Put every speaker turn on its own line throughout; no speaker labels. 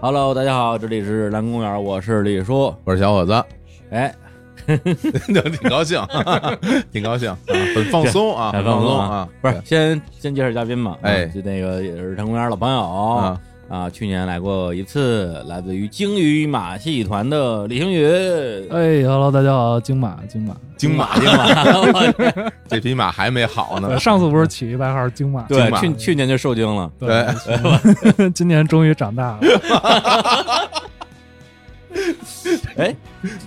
Hello，大家好，这里是蓝公园，我是李叔。
我是小伙子，
哎，
挺高兴， 挺高兴，啊很放松啊，
太
很
放
放松
啊
啊！，
不是先先介绍嘉宾嘛？啊
哎
就那个也是蓝公园老朋友
啊
啊，去年来过一次，来自于鲸鱼马戏团的李星宇。
哎，Hello，大家好，金马，金马。
京马
金马，
这匹马还没好呢
呃，上次不是起一外号“金马”？
对
金，马
去去年就受惊 了。
对，去 今年终于长大了。
哎，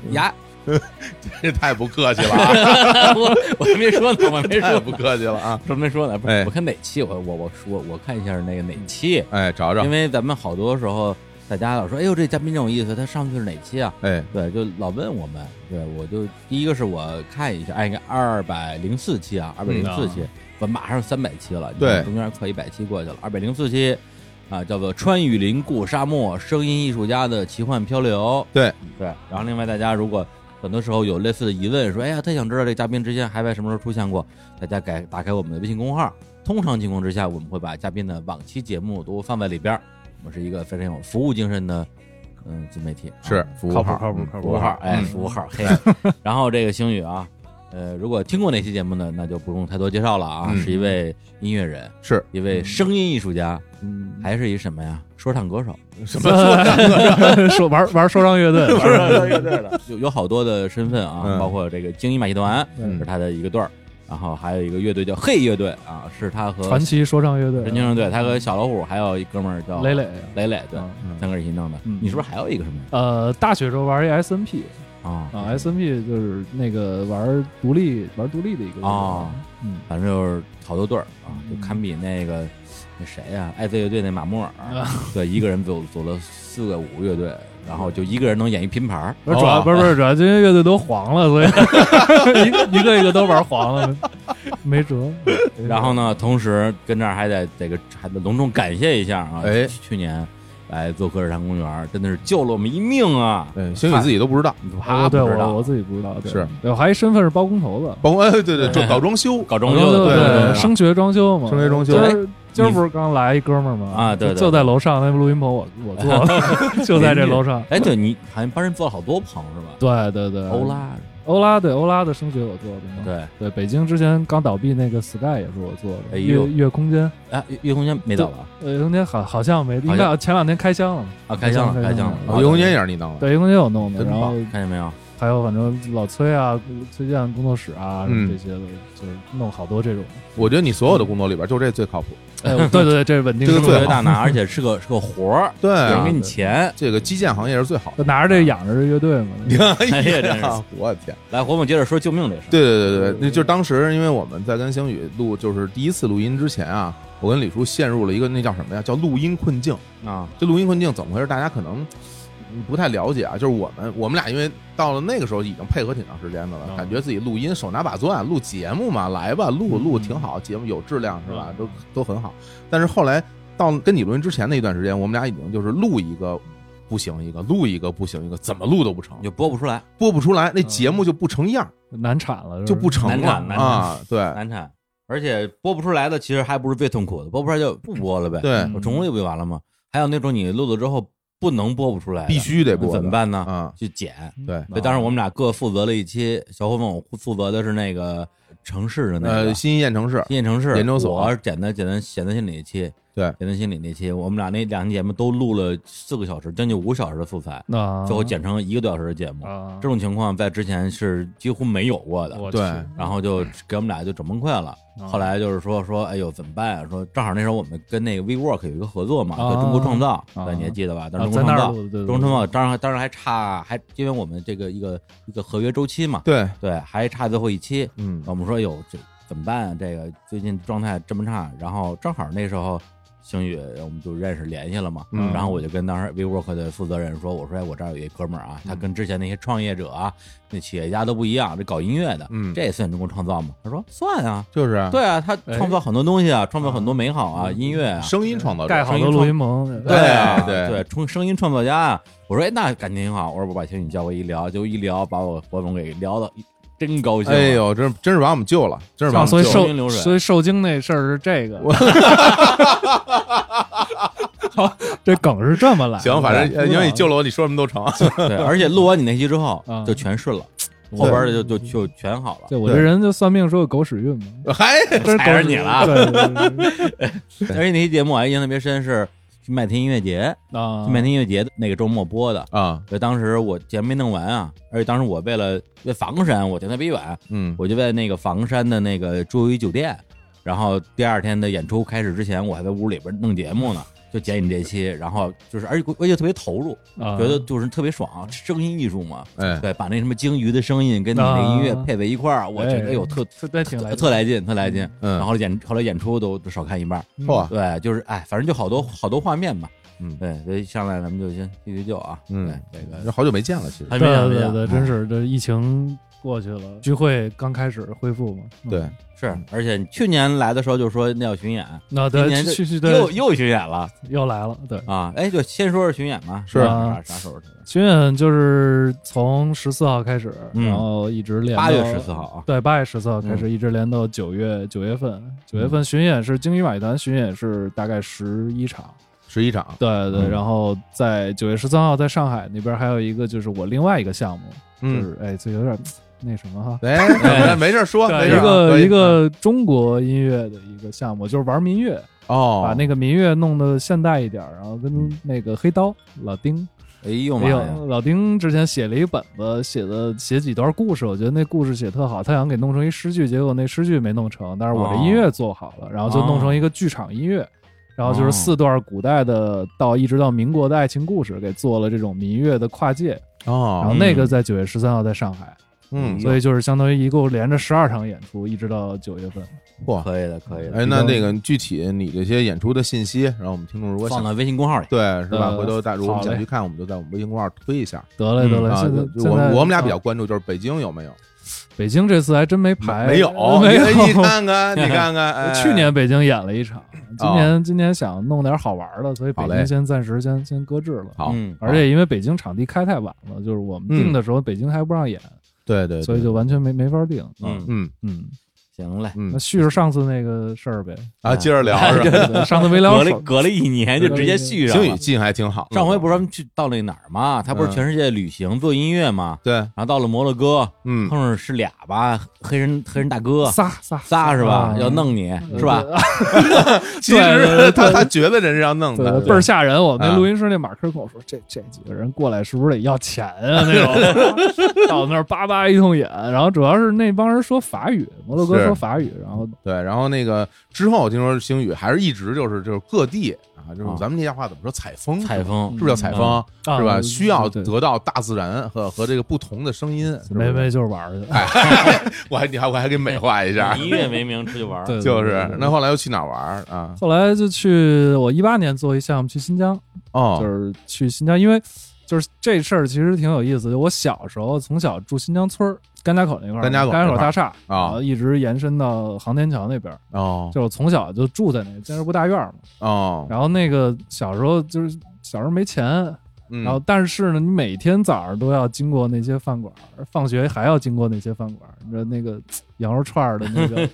呀，
这太不客气了啊，
我我还没 说呢，我还没
太
说
不
呢，
客气了啊！
说没说呢。不
哎
是，我看哪期我我我说我看一下那个哪期，
哎，找找
因，为咱们好多时候大家老说，哎呦这嘉宾真有意思，他上去是哪期啊？
哎，
对，就老问我们，对我就第一个是我看一下，哎，应该二百零四期啊，二百零四期，我马上三百期了，你看
嗯对
中间快一百期过去了，二百零四期啊，叫做《穿雨林过沙漠：声音艺术家的奇幻漂流》。
对
对，然后另外大家如果很多时候有类似的疑问，说哎呀，特想知道这嘉宾之前还在什么时候出现过，大家改打开我们的微信公号。通常情况之下，我们会把嘉宾的往期节目都放在里边儿。我们是一个非常有服务精神的，嗯，自媒体啊
是服务
靠谱
号，
靠谱
嗯
靠谱
服务号，哎，
嗯
服务号，嘿。 然后这个星宇啊，呃，如果听过那期节目呢，那就不用太多介绍了啊，
嗯
是一位音乐人，
是
一位声音艺术家，
嗯，
还是一什么呀？说唱 歌手，
什么说唱啊歌？
说玩玩说唱 乐队，
说唱乐队的， 有有好多的身份啊，
嗯
包括这个精英马戏团
嗯
是他的一个队儿，然后还有一个乐队叫嘿乐队啊，是他和
传奇说唱乐队，
神经乐队，他和小老虎还有一哥们儿叫
磊磊。
磊磊，对，
嗯
三个人一起弄的。
嗯
你是不是还有一个什么呀？
呃，大学时候玩一 SNP
啊
啊，SNP 就是那个玩独立玩独立的一个乐队
哦，
嗯，
反正就是好多对儿啊，就
嗯
堪比那个那谁呀、爱 z 乐队那马 莫尔，对，一个人组组了四个五个乐队，然后就一个人能演一拼盘儿，
不是主要不是不是主要这些乐队都黄了，所以 一个一个一个都玩黄了，没辙。
然后呢，同时跟这儿还得这个还得隆重感谢一下啊，
哎
去去年来做客日坛公园，真的是救了我们一命啊！
哎，星宇自己都不知道，
你
啊，
怕不
对
知
我
道
我？自己不知道，对
是
对我还一身份是包工头子，
包括 哎，对对，装搞装修，
搞装修的，
对
对
对
对
升学装修嘛，
升学装修
今
哎
儿今儿不是刚来一哥们儿吗？
啊对对对
就在楼上那录音棚，我我 坐的，就在这楼上。
哎，对你好像帮人做了好多棚是吧？
对对对，
欧拉，
欧拉对欧拉的升学我做的嘛。
对，
对，北京之前刚倒闭那个 Sky 也是我做
哎
的，
呦
月月空间，
哎，月月空间没到了啊
呃，月空间好好像没，
好
应
像
该啊前两天开箱了嘛。
啊，开箱了，
开
开
箱
箱
了
了，
哦月空间也是你弄的，
对，月空间有弄的，
真
然
棒
后
看见没有？
还有反正老崔啊、崔健工作室啊什
嗯
么这些的，就是弄好 多这种。
我觉得你所有的工作里边，就这最靠谱。
哎，对对对，这是稳定
这个
生
特
最
别
活
大拿，而且是个是个活儿，
啊对
有人
啊
给，你钱。
这个基建行业是最好 的。
就拿着这养着这乐队嘛。
哎呀真是，
我天！
来，活蹦接着说救命这事儿。
对对对对，那就是当时因为我们在跟星宇录，就是第一次录音之前啊，我跟李叔陷入了一个那叫什么呀？叫录音困境。
啊，
这录音困境怎么回事？大家可能嗯不太了解啊。就是我们我们俩因为到了那个时候已经配合挺长时间的了，
嗯
感觉自己录音手拿把攥，录节目嘛，来吧，录
嗯
录挺好，节目有质量是吧？
嗯
都都很好。但是后来到跟你录音之前那一段时间，我们俩已经就是录一个。不行，一个录一个不行，一个怎么录都不成
你，就播不出来，
播不出来，那节目就不成样，
难产了，是
就不成
难
了
产难产
啊！
哎
对，
难产，而且播不出来的其实还不是最痛苦的，播不出来就不播了呗，
对，
嗯
我重录就不就完了吗？还有那种你录了之后不能播不出来的，
必须得
那
播，
怎么办呢？
啊？
去剪。
对，
所以当时我们俩各负责了一期，小伙伴我负责的是那个城市的那个
呃，新一线城市，
新建城市
研究所
我简单简单简单心理那期，
对
简单心理那期，我们俩那两期节目都录了四个小时，将近五小时的素材，
那
最后剪成一个多小时的节目。
啊，
这种情况在之前是几乎没有过的，
我
对
去
然后就给我们俩就整崩溃了。
啊
后来就是说说，哎呦怎么办啊？说正好那时候我们跟那个 WeWork 有一个合作嘛，
啊
叫中国创造，
啊
对你还记得吧？当
啊
时中国
在那
创
儿
造，
录的，对对
中国创造当然当然还差，还因为我们这个一个一个合约周期嘛，
对，
对，还差最后一期。
嗯，
我们说，哎呦这怎么办啊？这个最近状态这么差，然后正好那时候。星宇，我们就认识联系了嘛，
嗯
然后我就跟当时 WeWork 的负责人说，我说哎，我这儿有一哥们儿
嗯
啊，他跟之前那些创业者啊、那企业家都不一样，这搞音乐的，
嗯
这也算中国创造吗？他说算啊，
就是啊
对啊，他
哎
创造很多东西啊，创造
嗯
很多美好啊，音乐啊，
声音创造者
盖好多录音棚，
对啊，
对
对，冲声音创作家啊。我说哎，那感情挺好。我说我把星宇叫过一聊，就一聊把我火总给聊的真高兴。啊
哎，呦，真真是把我们救了，真是把
啊，
我
所
们
以
救了。
流
受
水
所以受精那事儿是这个，这梗是这么来的。啊
行，反正呃因为你救
了
了我，你说什么都 成。
对，而且录完你那期之后
啊
就全顺了，后边的就就就全好了。
对我这人就算命说有狗屎运嘛，
还
这是狗屎
踩着你了
对对对对
而且那期节目我还印象特别深，是去麦田音乐节，
啊，
去麦田音乐节那个周末播的。
啊，
对，当时我节目没弄完啊，而且当时我为了为房山，我停的比较远，
嗯
我就在那个房山的那个住一酒店，然后第二天的演出开始之前，我还在屋里边弄节目呢，就剪你这期，然后就是而且而且特别投入，
啊
觉得就是特别爽，声音艺术嘛，
哎
对，把那什么鲸鱼的声音跟你那音乐
啊
配在一块儿，我觉得
哎
有特
特对挺来
特特来劲，特来劲。
嗯
然后演后来演出都都少看一半儿，
啊
嚯
对，就是哎，反正就好多好多画面嘛，
嗯
对，所以上来咱们就先叙叙旧啊，
嗯
对，这个
这好久没见了，其实
还
对
没啊想没
对
想
对，真是这疫情过去了，
嗯
聚会刚开始恢复嘛，嗯
对，
是，而且去年来的时候就说那要巡演，
那
今
对
年
去去对
又又巡演了
又来了，对。
啊！哎，就先说说巡演嘛，
是
啊啥时候？
巡演就是从十四号开始，
嗯
然后一直连到
八月十四号啊，
对，八月十四号开始，一直连到九月九月份。九月
嗯
份巡演是京剧马戏团巡演是大概十一场，
十一场，
对对。
嗯
然后在九月十三号在上海那边还有一个就是我另外一个项目，就
嗯，
是哎，这有点嘖那什么哈。
哎， 没事儿说，没
对，
事儿
一
啊
个
可以
一个中国音乐的一个项目，就是玩民乐，把
哦，
那个民乐弄得现代一点，然后跟那个黑刀老丁
哎呦妈
哎
呀！
呦，老丁之前写了一本子，写的写几段故事，我觉得那故事写特好，他想给弄成一诗句，结果那诗句没弄成，但是我这
哦
音乐做好了，然后就弄成一个剧场音乐，然后就
哦
是四段古代的到一直到民国的爱情故事，给做了这种民乐的跨界，然后
哦，
那个在九月十三号在上海，
嗯，
所以就是相当于一共连着十二场演出，一直到九月份。
嚯，
可以的，可以的，
哎，那那个具体你这些演出的信息，然后我们听众如果
放
想
到微信公号里。
对是吧？
呃
回头大如果我们
好
想
嘞
去看，我们就在我们微信公号推一下
得嘞
嗯
得嘞，
啊。
现在
就
现
我
在
我们俩比较
啊
关注就是北京有没有？
北京这 次还真没排，
没有，
没有，
你看看，你看看，哎
去年北京演了一场，今年、今年想弄点好玩的，所以北
啊好嘞
京先暂时先先搁置了。
好，
嗯
而且因为北京场地开太晚了，就是我们定
嗯
的时候北京还不让演，
对对，对
所以就完全没没法定。
嗯，
嗯
嗯，
行嘞，
嗯
那续着上次那个事儿呗，
啊，接着聊是 吧？
对上次没聊
隔了
手
隔了一年就直接续上
星语
了。
进还挺好，
上回不是咱们去到那哪儿嘛？他不是
嗯
全世界旅行做音乐嘛？
对，
然后到了摩洛哥，
嗯
碰，上是俩吧，黑人黑人大哥
仨仨
仨是吧？
啊
要弄你是吧？
其实 他他觉得人是要弄
对
的，
倍儿吓人！我们
啊
那录音师那马克跟我说，这这几个人过来是不是得要钱啊？那种到那儿叭叭一通演，然后主要是那帮人说法语，摩洛哥
是
说法语，然后
对。然后那个之后，听说星宇还是一直就是就是各地啊，就是咱们那家话怎么说，采风，
采风
是不是叫采风？
啊
是吧？需要
对
得到大自然和和这个不同的声音。是不
没
是，
没就是玩儿去，
哎我还你还我还给美化一下，
嗯
以音乐为名出去玩儿，
对，对
就是。
对
那后来又去哪儿玩儿啊？
后来就去我一八年做一项目去新疆，就
哦，
是去新疆，因为就是这事儿其实挺有意思的。我小时候从小住新疆村儿，甘家口那块儿，
甘家口
甘家口大厦
那块儿啊
然后一直延伸到航天桥那边儿，
哦，
就是我从小就住在那建设部大院儿嘛。
哦，
然后那个小时候就是小时候没钱，
嗯
然后但是呢，你每天早上都要经过那些饭馆儿，放学还要经过那些饭馆儿，你知道那个羊肉串儿的 那个。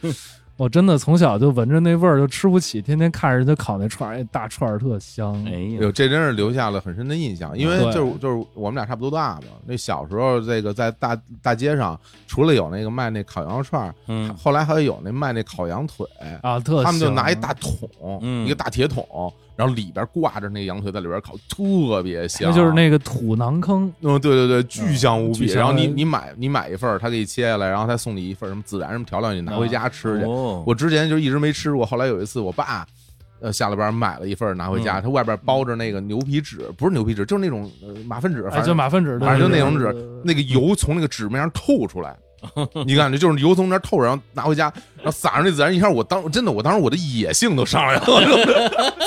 我真的从小就闻着那味儿就吃不起，天天看人家烤那串儿，哎，大串儿特香。
哎呦
有，这真是留下了很深的印象，因为
嗯对
就是就是我们俩差不多大嘛。那小时候，这个在大大街上，除了有那个卖那烤羊肉串儿，
嗯
后来还有那卖那烤羊腿，
啊，特香
他们就拿一大桶，
嗯
一个大铁桶，然后里边挂着那羊腿在里边烤，特别香。
那就是，那个土囊坑，
嗯，对对对，巨香无
巨
比。
香
然后你你买你买一份儿，他给你切下来，然后他送你一份儿什么孜然什么调料，你拿
嗯
回家吃去。
哦，
我之前就一直没吃过，后来有一次我爸。呃，下了班买了一份儿拿回
嗯
家，他外边包着那个牛皮纸，不是牛皮纸，就是那种呃马粪纸，
哎，
反
就
正
马粪纸，
反正就那种
对
纸，那个油从那个纸面上透出 来，你感觉就是油从那儿透，然后拿回家，然后撒上那孜然，一下我当真的，我当时我的野性都上来了，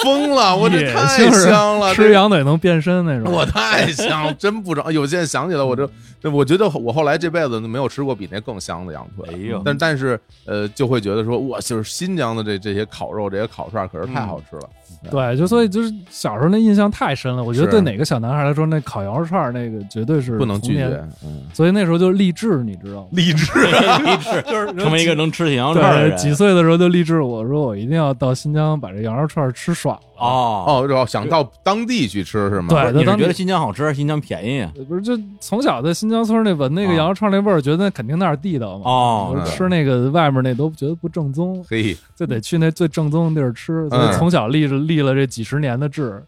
疯了，我这
野
太
性是
香了，
吃羊腿能变身那种。
我太香，真不成。有现在想起来，我这这我觉得我后来这辈子没有吃过比那更香的羊腿。
哎呦
但但是呃，就会觉得说，哇，就是新疆的这这些烤肉、这些烤串，可是太好吃了。
对，就所以就是小时候那印象太深了，我觉得
是
对哪个小男孩来说，那烤羊肉串儿那个绝对是
不能
童
拒
年
绝。嗯，嗯
所以那时候就励志，你知道吗？
励志，
励志
就是
成为一个能吃起羊肉串的
对，
人
几岁的时候就立志，我说我一定要到新疆把这羊肉串吃爽了。
哦。
哦，就想到当地去吃是吗？
对
你是
当
觉得
地
新疆好吃，新疆便宜啊？
不是，就从小在新疆村那闻那个
啊
羊肉串那味儿，觉得肯定那儿地道嘛。
哦
我说
嗯
吃那个外面那都觉得不正宗，
嘿，
就
嗯
得去那最正宗的地儿吃。所
嗯
以从小立着立了这几十年 的志，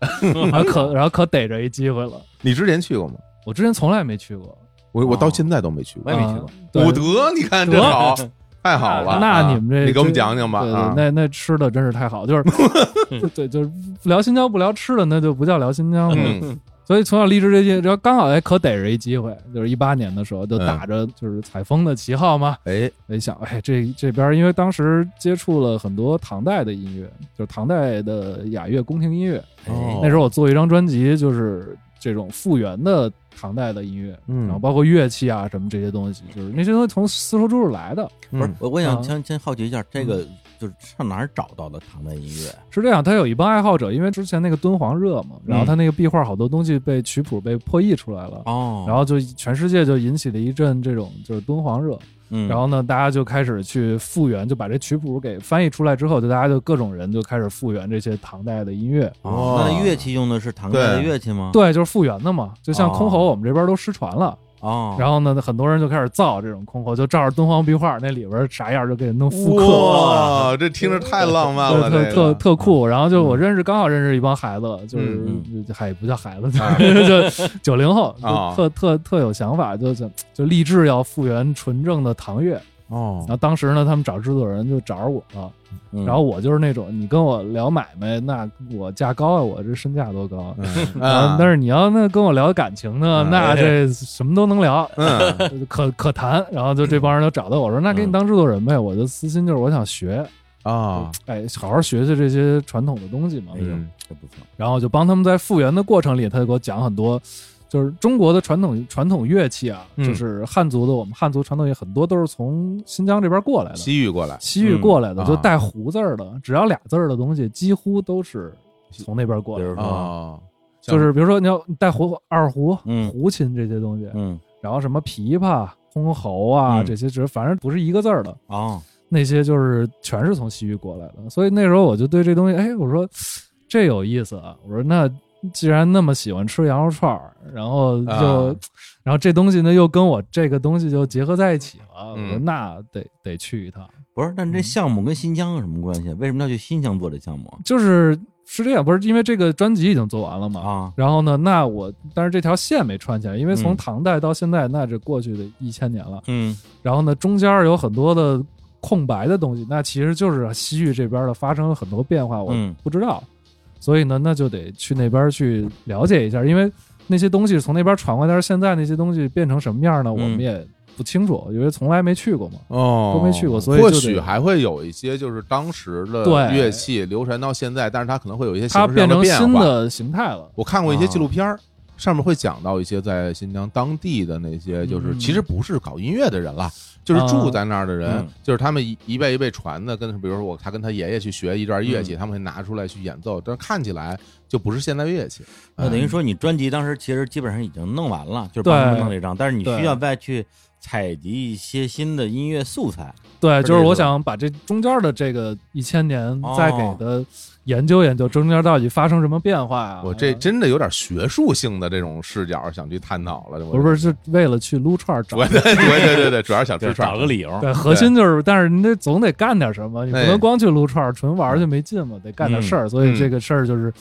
然后可然后可逮着一机会了。
你之前去过吗？
我之前从来没去过，
我我
哦
到现在都没去
我
过
也。没去过
啊。对
武德，你看
得
真好，太好了。
那
啊
你们这
你给我们讲讲吧。
对
啊
对，那那吃的真是太好，就是 对对，就是聊新疆不聊吃的，那就不叫聊新疆了。
嗯
所以从小立志这些，然后刚好哎可逮着一机会，就是一八年的时候，就打着就是采风的旗号嘛，
哎，
一想哎这这边儿因为当时接触了很多唐代的音乐，就是唐代的雅乐、宫廷音乐。
哦
哎
那时候我做一张专辑，就是这种复原的唐代的音乐，
嗯
然后包括乐器啊什么这些东西，就是那些东西从丝绸之路来的。
不是
嗯，
我我想
啊
先先好奇一下，这个
嗯
就是上哪儿找到的唐代音乐？
是这样，他有一帮爱好者，因为之前那个敦煌热嘛，然后他那个壁画好多东西被曲谱被破译出来了，
哦，
然后就全世界就引起了一阵这种就是敦煌热，
嗯，
然后呢，大家就开始去复原，就把这曲谱给翻译出来之后，就大家就各种人就开始复原这些唐代的音乐，
哦，
哇
那乐器用的是唐代的
对
乐器吗？，
对，就是复原的嘛，就像箜
哦
篌我们这边都失传了，
哦，
然后呢，很多人就开始造这种箜篌，就照着敦煌壁画那里边啥样就给弄复刻。
哇，这听着太浪漫了，
对，啊特
这
特
个
特酷。然后就我认识，刚好认识一帮孩子，就是
嗯哦
就嗨，不叫孩子
啊，
就九零后，
啊
就特特特有想法，就想就立志要复原纯正的唐乐。
哦
然后当时呢，他们找制作人就找着我了，
嗯
然后我就是那种你跟我聊买卖，那我价高啊，我这身价多高。 然
啊
后但是你要那跟我聊感情呢
啊，
那这什么都能聊，
嗯
可可谈。然后就这帮人就找到我说，那给你当制作人
嗯
呗。我的私心就是我想学，
啊
哎，好好学学这些传统的东西嘛。
嗯
这不错，
然后就帮他们在复原的过程里，他就给我讲很多，就是中国的传统传统乐器啊，
嗯
就是汉族的，我们汉族传统乐很多都是从新疆这边过来的，
西域过来，
西域过来的，
嗯
就带“胡”字儿的，只要俩字儿的东西，几乎都是从那边过
比
来
如
的。
说，
哦，像
就是比如说你要带胡二胡、
嗯
胡琴这些东西，
嗯，
然后什么琵琶、箜篌啊、
嗯
这些，只是反正不是一个字儿的，
哦，
那些就是全是从西域过来的，所以那时候我就对这东西，哎，我说这有意思啊！我说那既然那么喜欢吃羊肉串儿，然后就，
啊
然后这东西呢又跟我这个东西就结合在一起了，我说
嗯
那得得去一趟。
不是，那这项目跟新疆有什么关系？啊为什么要去新疆做这项目啊？
就是是这样，不是因为这个专辑已经做完了嘛？
啊
然后呢，那我但是这条线没串起来，因为
嗯
从唐代到现在，那这过去的一千年了。
嗯，
然后呢，中间有很多的空白的东西，那其实就是西域这边的发生了很多变化，我
嗯
不知道，所以呢，那就得去那边去了解一下，因为那些东西是从那边传过来，但是现在那些东西变成什么样呢，我们也不清楚，因为从来没去过嘛。
哦，
都没去过所以
或
就得
许还会有一些就是当时的
对
乐器流传到现在，但是它可能会有一些形式
它
上
变成
变
新
化。
的哦形态了，
我看过一些
啊
纪录片儿。上面会讲到一些在新疆当地的那些，就是
嗯
其实不是搞音乐的人啦，就是
啊
住在那儿的人
嗯，
就是他们一一辈一辈传的，跟比如说我他跟他爷爷去学一段
嗯
乐器，他们会拿出来去演奏，但是看起来就不是现代乐器。
那等于
嗯
说你专辑当时其实基本上已经弄完了，就是帮他们
对
弄了一张，但是你
对
需要再去采集一些新的音乐素材。
对，
这
就是
意
我
思吧
想把这中间的这个一千年
哦
再给的研究研究，中间到底发生什么变化啊？
我这真的有点学术性的这种视角想去探讨了。
不是不是，是为了去撸串儿找
我 对对对对对，主要是想吃串儿。
理由
对，核心就是，但是你得总得干点什么，你不
哎
能光去撸串儿，纯玩儿就没劲嘛，得干点事儿。所以这个事儿就是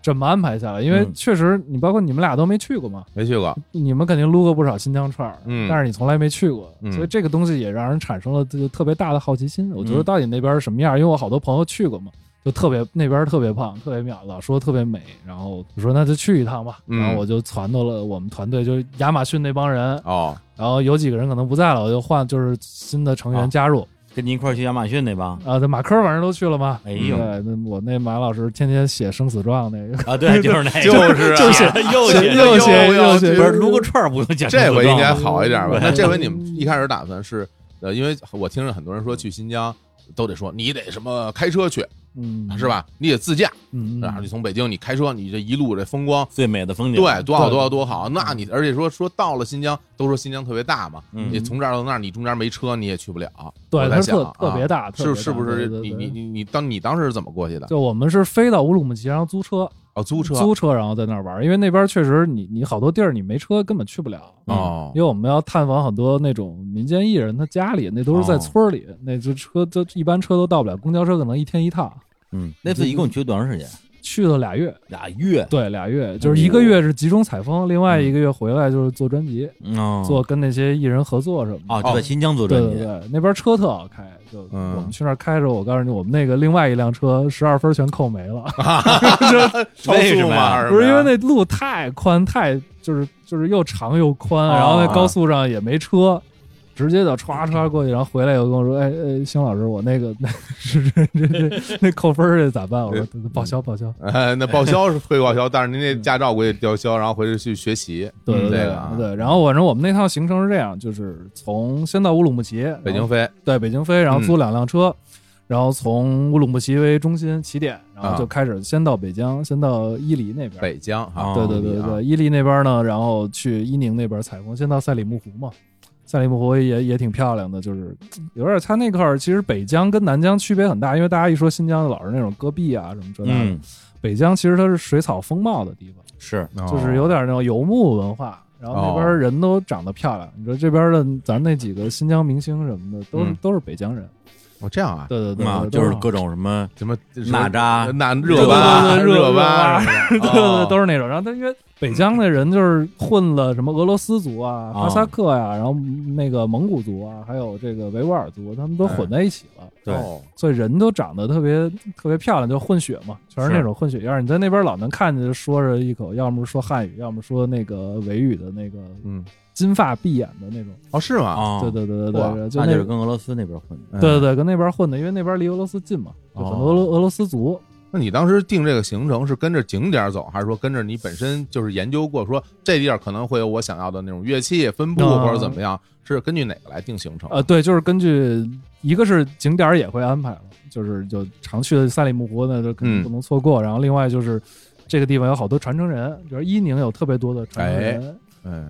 这么安排下来，因为
嗯
确实你包括你们俩都没去过嘛，
没去过，
你们肯定撸过不少新疆串儿，
嗯
但是你从来没去过，
嗯
所以这个东西也让人产生了这个特别大的好奇心。我觉得
嗯
到底那边是什么样，因为我好多朋友去过嘛。就特别那边特别胖，特别妙，老说特别美，然后我说那就去一趟吧，
嗯
然后我就撺掇了我们团队，就是亚马逊那帮人，
哦，
然后有几个人可能不在了，我就换就是新的成
啊
员加入，
跟你一块儿去亚马逊那帮。
啊，这马科反正都去了嘛。
哎呦
对，那我那马老师天天写生死状那个，
啊，对，就是 那个，
就是啊
就又
写
写
又
又
写
又
又写，
不是撸个串儿不用讲究
这回
装
应该
吗
好一点吧？
对
那这回你们一开始打算是呃，因为我听着很多人说去新疆都得说你得什么开车去
嗯，
是？吧？你得自驾，
嗯，嗯
然后你从北京你开车，你这一路这风光，
最美的风景，
对，多好
对
多好多好。那你而且说说到了新疆，都说新疆特别大嘛，
嗯
你从这儿到那儿，你中间没车你也去不了。
对，
我
它
在
是
想
特
啊
特别大，特别
是是
大
不
对
是
对
你你
对
你你当你当时是怎么过去的？
就我们是飞到乌鲁木齐，然后租车，
哦，租车
租车，然后在那儿玩儿，因为那边确实你你好多地儿你没车根本去不了。
哦
因为我们要探访很多那种民间艺人，他家里那都是在村儿里，那就车就一般车都到不了，公交车可能一天一趟，
嗯，那次一共去了多长时间？
去了俩月，
俩月，
对，俩月就是一个月是集中采风，另外一个月回来就是做专辑，
嗯，
做跟那些艺人合作什么的。
哦，就在新疆做
对
专
对
辑，
对，那边车特好开，就
嗯
我们去那儿开着，我告诉你，我们那个另外一辆车十二分全扣没了，就
超
为什么
速嘛
呀？
是
不是因
呀
为那路太宽，太就是就是又长又宽，
啊
哦
然后那高速上也没车，直接就歘歘过去，然后回来又跟我说：“哎哎，星老师，我那个 那是是这这那扣分儿这咋办？”我说：“报销报销。
呃， 那报销是会报销，但是您那驾照估计吊销，然后回去去学习。”
对对
这
对
个啊
对，然后反正我们那趟行程是这样，就是从先到乌鲁木齐，
北
然
京
后
飞，
对北京飞，然后
嗯
租两辆车，然后从乌鲁木齐为中心起点，然后
啊
就开始先到北疆，先到伊犁那边，
北疆哈，
对
哦
对对
啊
对，伊犁那边呢，然后去伊宁那边采风，先到赛里木湖嘛。赛里木湖也也挺漂亮的，就是有点儿它那块儿其实北疆跟南疆区别很大，因为大家一说新疆老是那种戈壁啊什么这那的，
嗯，
北疆其实它是水草丰茂的地方，
是，
就是有点那种游牧文化。然后那边
哦
儿人都长得漂亮，你说这边儿的咱那几个新疆明星什么的，都是、
嗯
都是北疆人，
哦这样啊，
对对对，
啊，
对
就是
都
各种什么
什么什么呃
娜
呃
扎，
那
热
热巴
对对对
巴
热热巴
是吧，
对对
哦
对， 都是那种。然后他因为北疆的人就是混了什么俄罗斯族啊、
哦
哈萨克呀、然后那个蒙古族啊，还有这个维吾尔族，他们都混在一起了，
对
哦
所以人都长得特别特别漂亮，就混血嘛，全是
是
那种混血样儿。你在那边老能看见说着一口，要么说汉语，要么说那个维语的那个
嗯，
金发碧眼的那种。
哦是吗？
啊，
对对对对
哇
对，就
那
那
就是
种。
跟俄罗斯那边混的，
嗯
对对，对，跟那边混的，因为那边离俄罗斯近嘛，就很多俄罗俄罗斯族。
那你当时定这个行程是跟着景点走，还是说跟着你本身就是研究过，说这地儿可能会有我想要的那种乐器分布
啊
或者怎么样？是根据哪个来定行程？
呃，对，就是根据一个是景点儿也会安排了，就是就常去的赛里木湖呢，就肯
嗯
定不能错过。然后另外就是这个地方有好多传承人，比如伊宁有特别多的传承人，
嗯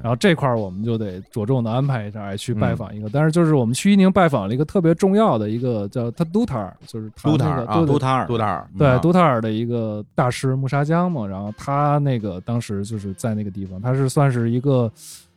然后这块儿我们就得着重的安排一下，哎，去拜访一个。但是就是我们去伊宁拜访了一个特别重要的一个叫他都塔尔，就是他
都塔
那
尔
个
啊
对对
都塔尔，
杜大尔
嗯
对
啊
都塔尔的一个大师穆沙江嘛，然后他那个当时就是在那个地方，他是算是一个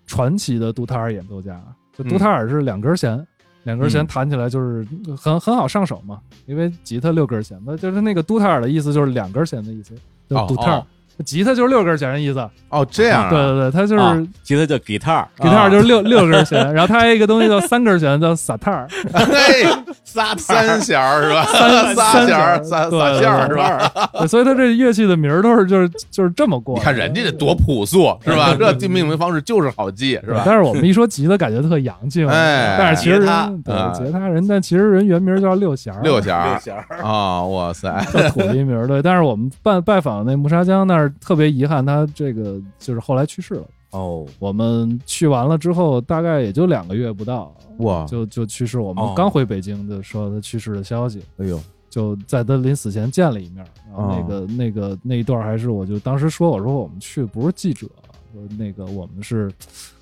传奇的都塔尔演奏家。
嗯
就都塔尔是两根弦，两根弦
嗯
弹起来就是很很好上手嘛，因为吉他六根弦，那就是那个都塔尔的意思就是两根弦的意思，就
哦
杜塔尔
哦。
吉他就是六根弦的意思，
哦这样啊
对对对，他就是、
啊吉他叫吉他，
吉他就是六、六根 弦，然后他还有一个东西叫三根弦，叫萨塔尔，
哎，
仨
三弦儿是吧？
三
仨
三
弦儿，
弦儿
三
对
仨
对
弦儿是
对
吧？
对所以他这乐器的名儿都是就是就是这么过
你
来的。
看人家这多朴素是吧？这这命名方式就是好记是吧？
但是我们一说吉他，感觉特洋气嘛。
哎
但是其实
吉他
人
哎
对吉他人，但其实人原名叫六弦儿，
六弦儿
弦儿，
啊，哇塞，
叫土地名儿。对，但是我们拜拜访那木沙江那儿特别遗憾，他这个就是后来去世了。
哦，
我们去完了之后，大概也就两个月不到，
哇，
就就去世。我
哦
们刚回北京就说他去世的消息，
哎呦，哦
就在他临死前见了一面儿。然后那个、那个那一段还是我就当时说我说我们去不是记者，说那个我们是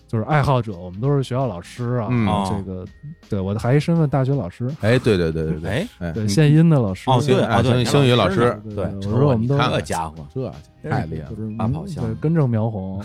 就是爱好者，我们都是学校老师啊，
嗯
哦
这个对我的还一身份大学老师，
哎，对对对对对，
哎，
哎，
对
你
现音的老师。
哦对
哎
哦对，
星星宇老
是
师
呢
对
对
对，
我
我
瞅
说我们都
啊你看
这
看
家伙，
这太厉害
就
了，
是
八宝箱
对根正苗 红。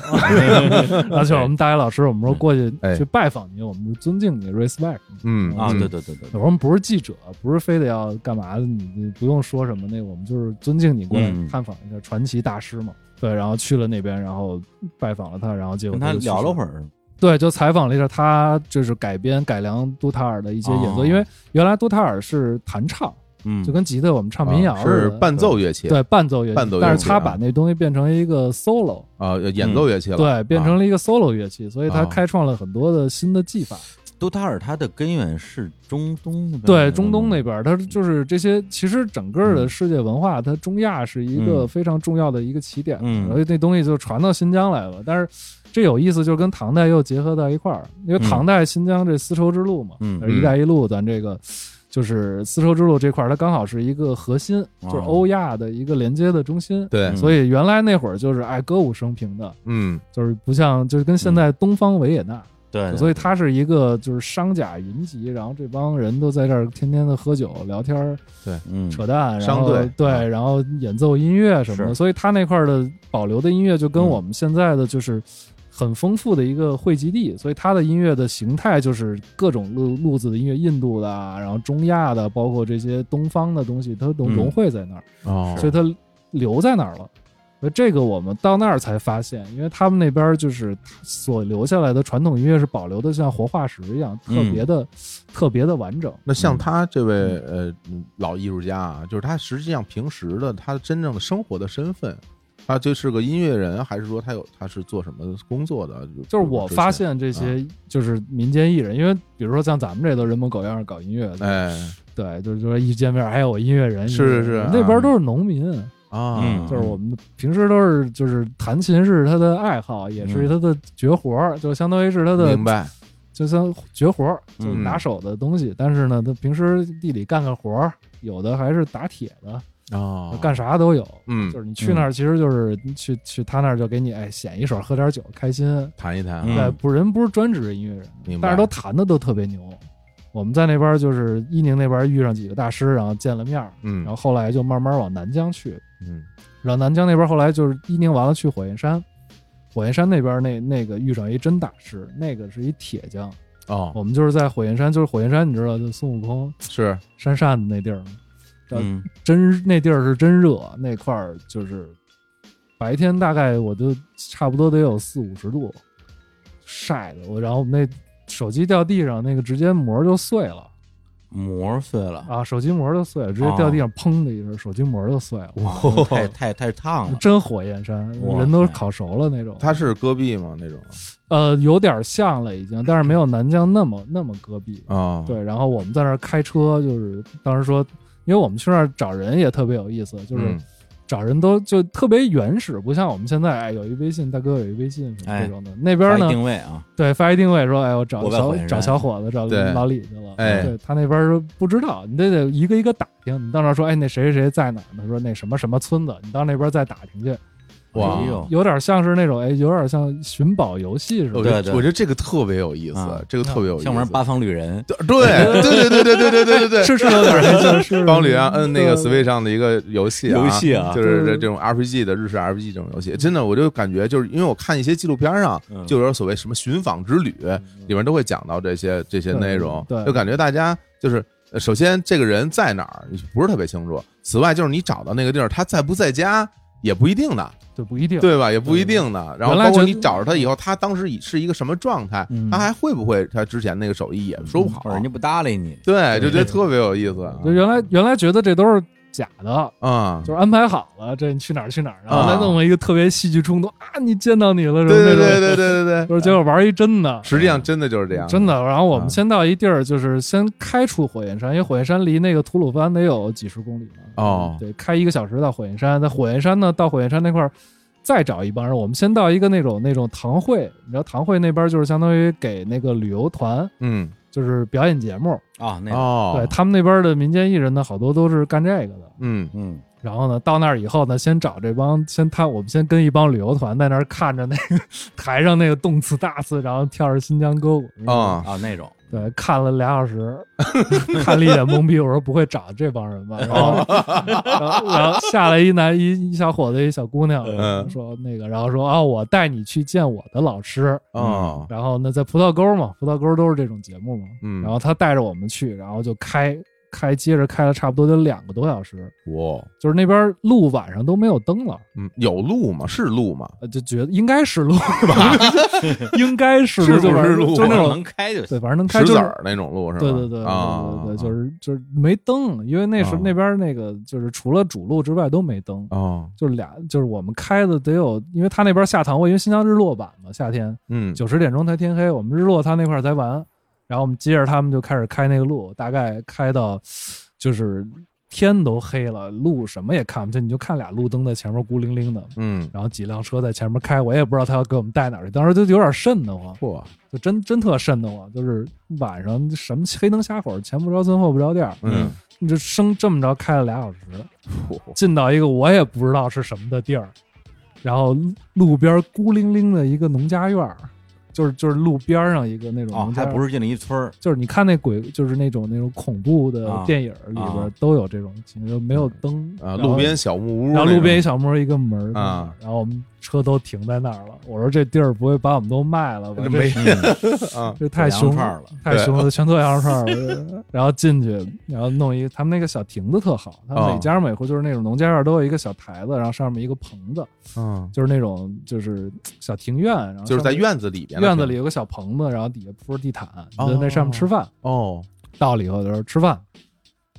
而且我们大学老师，我们
嗯
说过去
哎
去拜访你，我们就尊敬你，respect 你。
嗯
啊，
嗯
对对对对
我，说我们不是记者，不是非得要干嘛的，你你不用说什么那，我们就是尊敬你过来
嗯
探访一下传奇大师嘛。对，然后去了那边，然后拜访了他，然后结果
跟他
就去
聊了
世
会儿，
对，就采访了一下他，就是改编改良杜塔尔的一些演奏，
哦
因为原来杜塔尔是弹唱，
嗯，
就跟吉他我们唱民谣
啊
似的
是伴奏乐器，
对伴奏乐器，
伴奏乐器
但是他
啊
把那东西变成一个 solo，、
啊，演奏乐器了，
嗯对，变成
啊
了一个 solo 乐器，所以他
啊嗯
开创了很多的新的技法。
都塔尔，它的根源是中东那边，
对，中东那，边儿，它就是这些，其实整个的
嗯
世界文化，它中亚是一个
嗯
非常重要的一个起点，
嗯
所以那东西就传到新疆来了。但是这有意思，就是跟唐代又结合到一块儿，因为
嗯
唐代新疆这丝绸之路嘛，
嗯
呃一带一路，咱这个。就是丝绸之路这块儿，它刚好是一个核心，就是
哦
欧亚的一个连接的中心。
对
嗯
所以原来那会儿就是哎歌舞升平的，
嗯
就是不像就是跟现在东方维也纳，
嗯对，
所
以
以它是一个就是商贾云集，然后这帮人都在这儿天天的喝酒聊天儿、
嗯，
扯淡，然
商
后
队
对，然后演奏音乐什么的，
是
所以它那块儿的保留的音乐就跟
嗯
我们现在的就是。很丰富的一个汇集地，所以它的音乐的形态就是各种路路子的音乐，印度的啊，然后中亚的，包括这些东方的东西，它都
嗯
融汇在那儿。
哦
所以它留在那儿了。所以这个我们到那儿才发现，因为他们那边儿就是所留下来的传统音乐是保留的像活化石一样，特
嗯
别的、特别的完整。
那像他这位呃老艺术家啊，就是他实际上平时的他真正的生活的身份，他就是个音乐人，还是说他有他是做什么工作的？
就是我发
之前，
现这些就是民间艺人，因为比如说像咱们这都人模狗样儿搞音乐的，
哎
对，就是说一见面，哎，我音乐人，
是
音乐
是
人
是
那边
啊
儿都是农民，
啊，
嗯
就是我们平时都是就是弹琴是他的爱好，也是
嗯
他的绝活儿，就相当于是他的
明白，
就算绝活儿，就
嗯
拿手的东西。但是呢，他平时地里干干活儿，有的还是打铁的，
哦，
干啥都有。
嗯
就是你去那儿，其实就是去去他那儿就给你哎显一手，喝点酒，开心。
谈一谈啊，
嗯
对，不人不是专职音乐人，
明白
但是都弹的都特别牛。我们在那边就是伊宁那边遇上几个大师，然后见了面儿，
嗯
然后后来就慢慢往南疆去，
嗯
然后南疆那边后来就是伊宁完了去火焰山，火焰山那边那那个遇上一真大师，那个是一铁匠，
哦
我们就是在火焰山，就是火焰山，你知道，就孙悟空
是
扇扇子那地儿吗，
嗯
真那地儿是真热，那块儿就是白天大概我就差不多得有四五十度，晒的我，然后我们那手机掉地上，那个直接膜就碎了
膜碎了，
啊，手机膜就碎了，直接掉地上，砰的一声，手机膜就碎了，
哦
哦
太太太烫了，
真火焰山，
哇
人都烤熟了那种。
他是戈壁吗？那种
呃有点像了已经，但是没有南疆那么那么戈壁
啊，
对，然后我们在那儿开车，就是当时说，因为我们去那儿找人也特别有意思，就是
嗯
找人都就特别原始，不像我们现在哎有一微信大哥有一微信什么
哎
这种的。那边
发一
呢，
定位啊，
对发一定位说哎我找
我在火
小
焰
找
山
小伙子找
对
老李去了，
哎
对他那边说不知道，你得得一个一个打听。你到那儿说哎那谁谁谁在哪儿呢？他说那什么什么村子，你到那边再打听去，
哇
哎。呦
有点像是那种哎有点像寻宝游戏似
我 觉
的。
得
对对
我觉得这个特别有意
啊
思，这个特别有意思。
像玩八方旅人，
对对对对对对对对对对，
是是 有点像是
帮吕阳摁那个
对
Switch 上的一个游戏、啊，
游戏啊
就是这
对
这种 RPG 的日式 RPG 这种游戏，真的，我就感觉就是因为我看一些纪录片上，
嗯
就有所谓什么寻访之旅，
嗯
里面都会讲到这些这些
对
内容，
对
就感觉大家就是。呃首先，这个人在哪儿，你不是特别清楚。此外，就是你找到那个地儿，他在不在家也不一定的，
对不一定
对吧？也不一定的。然后
原来
包括
觉
你
得
找着他以后，他当时以是一个什么状态，
嗯
他还会不会他之前那个手艺也说不
嗯
好
或。者人家不搭理你，
对，就觉得特别有意思啊
就原来原来觉得这都是假的，
啊！
就是安排好了，这你去哪儿去哪儿，然后
啊
再弄了一个特别戏剧冲突啊，你见到你了什么
对对
那种，
对对对对对，
就是结果玩一真的。
实际上真的就是这样，
真的，然后我
啊
们先到一地儿，就是先开出火焰山，因为火焰山离那个吐鲁番得有几十公里嘛。
哦
对，开一个小时到火焰山，在火焰山呢，到火焰山那块儿再找一帮人，我们先到一个那种那种堂会，你知道堂会那边就是相当于给那个旅游团，
嗯
就是表演节目，
啊，那个
哦，
对他们那边的民间艺人呢，好多都是干这个的。
嗯
嗯，
然后呢，到那儿以后呢，先找这帮先他，我们先跟一帮旅游团在那儿看着那个台上那个动次打次，然后跳着新疆歌舞，
啊
啊那种，
对，看了俩小时， 看了一脸懵逼，我说不会找这帮人吧？然
哦
后， 然后，然后下来一男一一小伙子，一小姑娘，
嗯
说那个，然后说啊，我带你去见我的老师，
哦
然后呢，在葡萄沟嘛，葡萄沟都是这种节目嘛，
嗯，
然后他带着我们去，然后就开开，接着开了差不多得两个多小时，
哇，
就是那边路晚上都没有灯了，
嗯，有路吗？是路吗？
呃就觉得应该是路 吧，应该是
是
路，就
不
反
是
正
路啊
就那种
能开就行
对，，反正能开
石
就
子
是
儿那种路是吧？
对对对对
啊，
对对，就是就是没灯，因为那时
啊
候那边那个就是除了主路之外都没灯，
哦，
就是俩就是我们开的得有，因为他那边下堂会，因为新疆日落晚嘛，夏天
嗯，
九十点钟才天黑，我们日落他那块儿才完，然后我们接着他们就开始开那个路，大概开到就是。天都黑了，路什么也看不清，你就看俩路灯在前面孤零零的，
嗯，
然后几辆车在前面开，我也不知道他要给我们带哪儿去，当时就有点瘆得慌，
嚯，
就真真特瘆得慌，就是晚上什么黑灯瞎火，前不着村后不着店儿，
嗯，
你这生这么着开了俩小时，嗯
嚯，
进到一个我也不知道是什么的地儿，然后路边孤零零的一个农家院儿，就是就是路边上一个那种
哦
农，家
还
院儿，
不是进了一村儿，
就是你看那鬼，就是那种那种恐怖的
啊
电影里边
啊
都有这种情况，就没有灯
啊，
然后
路边小木屋那
然
种，
后路边一小木一个门儿
啊，
然后我们车都停在那儿了。我说这地儿不会把我们都卖了吧？这
没
嗯
啊，
这太
羊
凶
肉串儿了，
太凶了，全做羊肉串 儿了。然后进去，然后弄一个他们那个小亭子特好，他们
哦
每家每户就是那种农家院都有一个小台子，然后上面一个棚子，
嗯，
就是那种就是小庭院，然后
就是在
上面
院子里边的，
院子里有个小棚子，然后底下铺着地毯，
哦
就在那上面吃饭。
哦，
到了以后就是吃饭，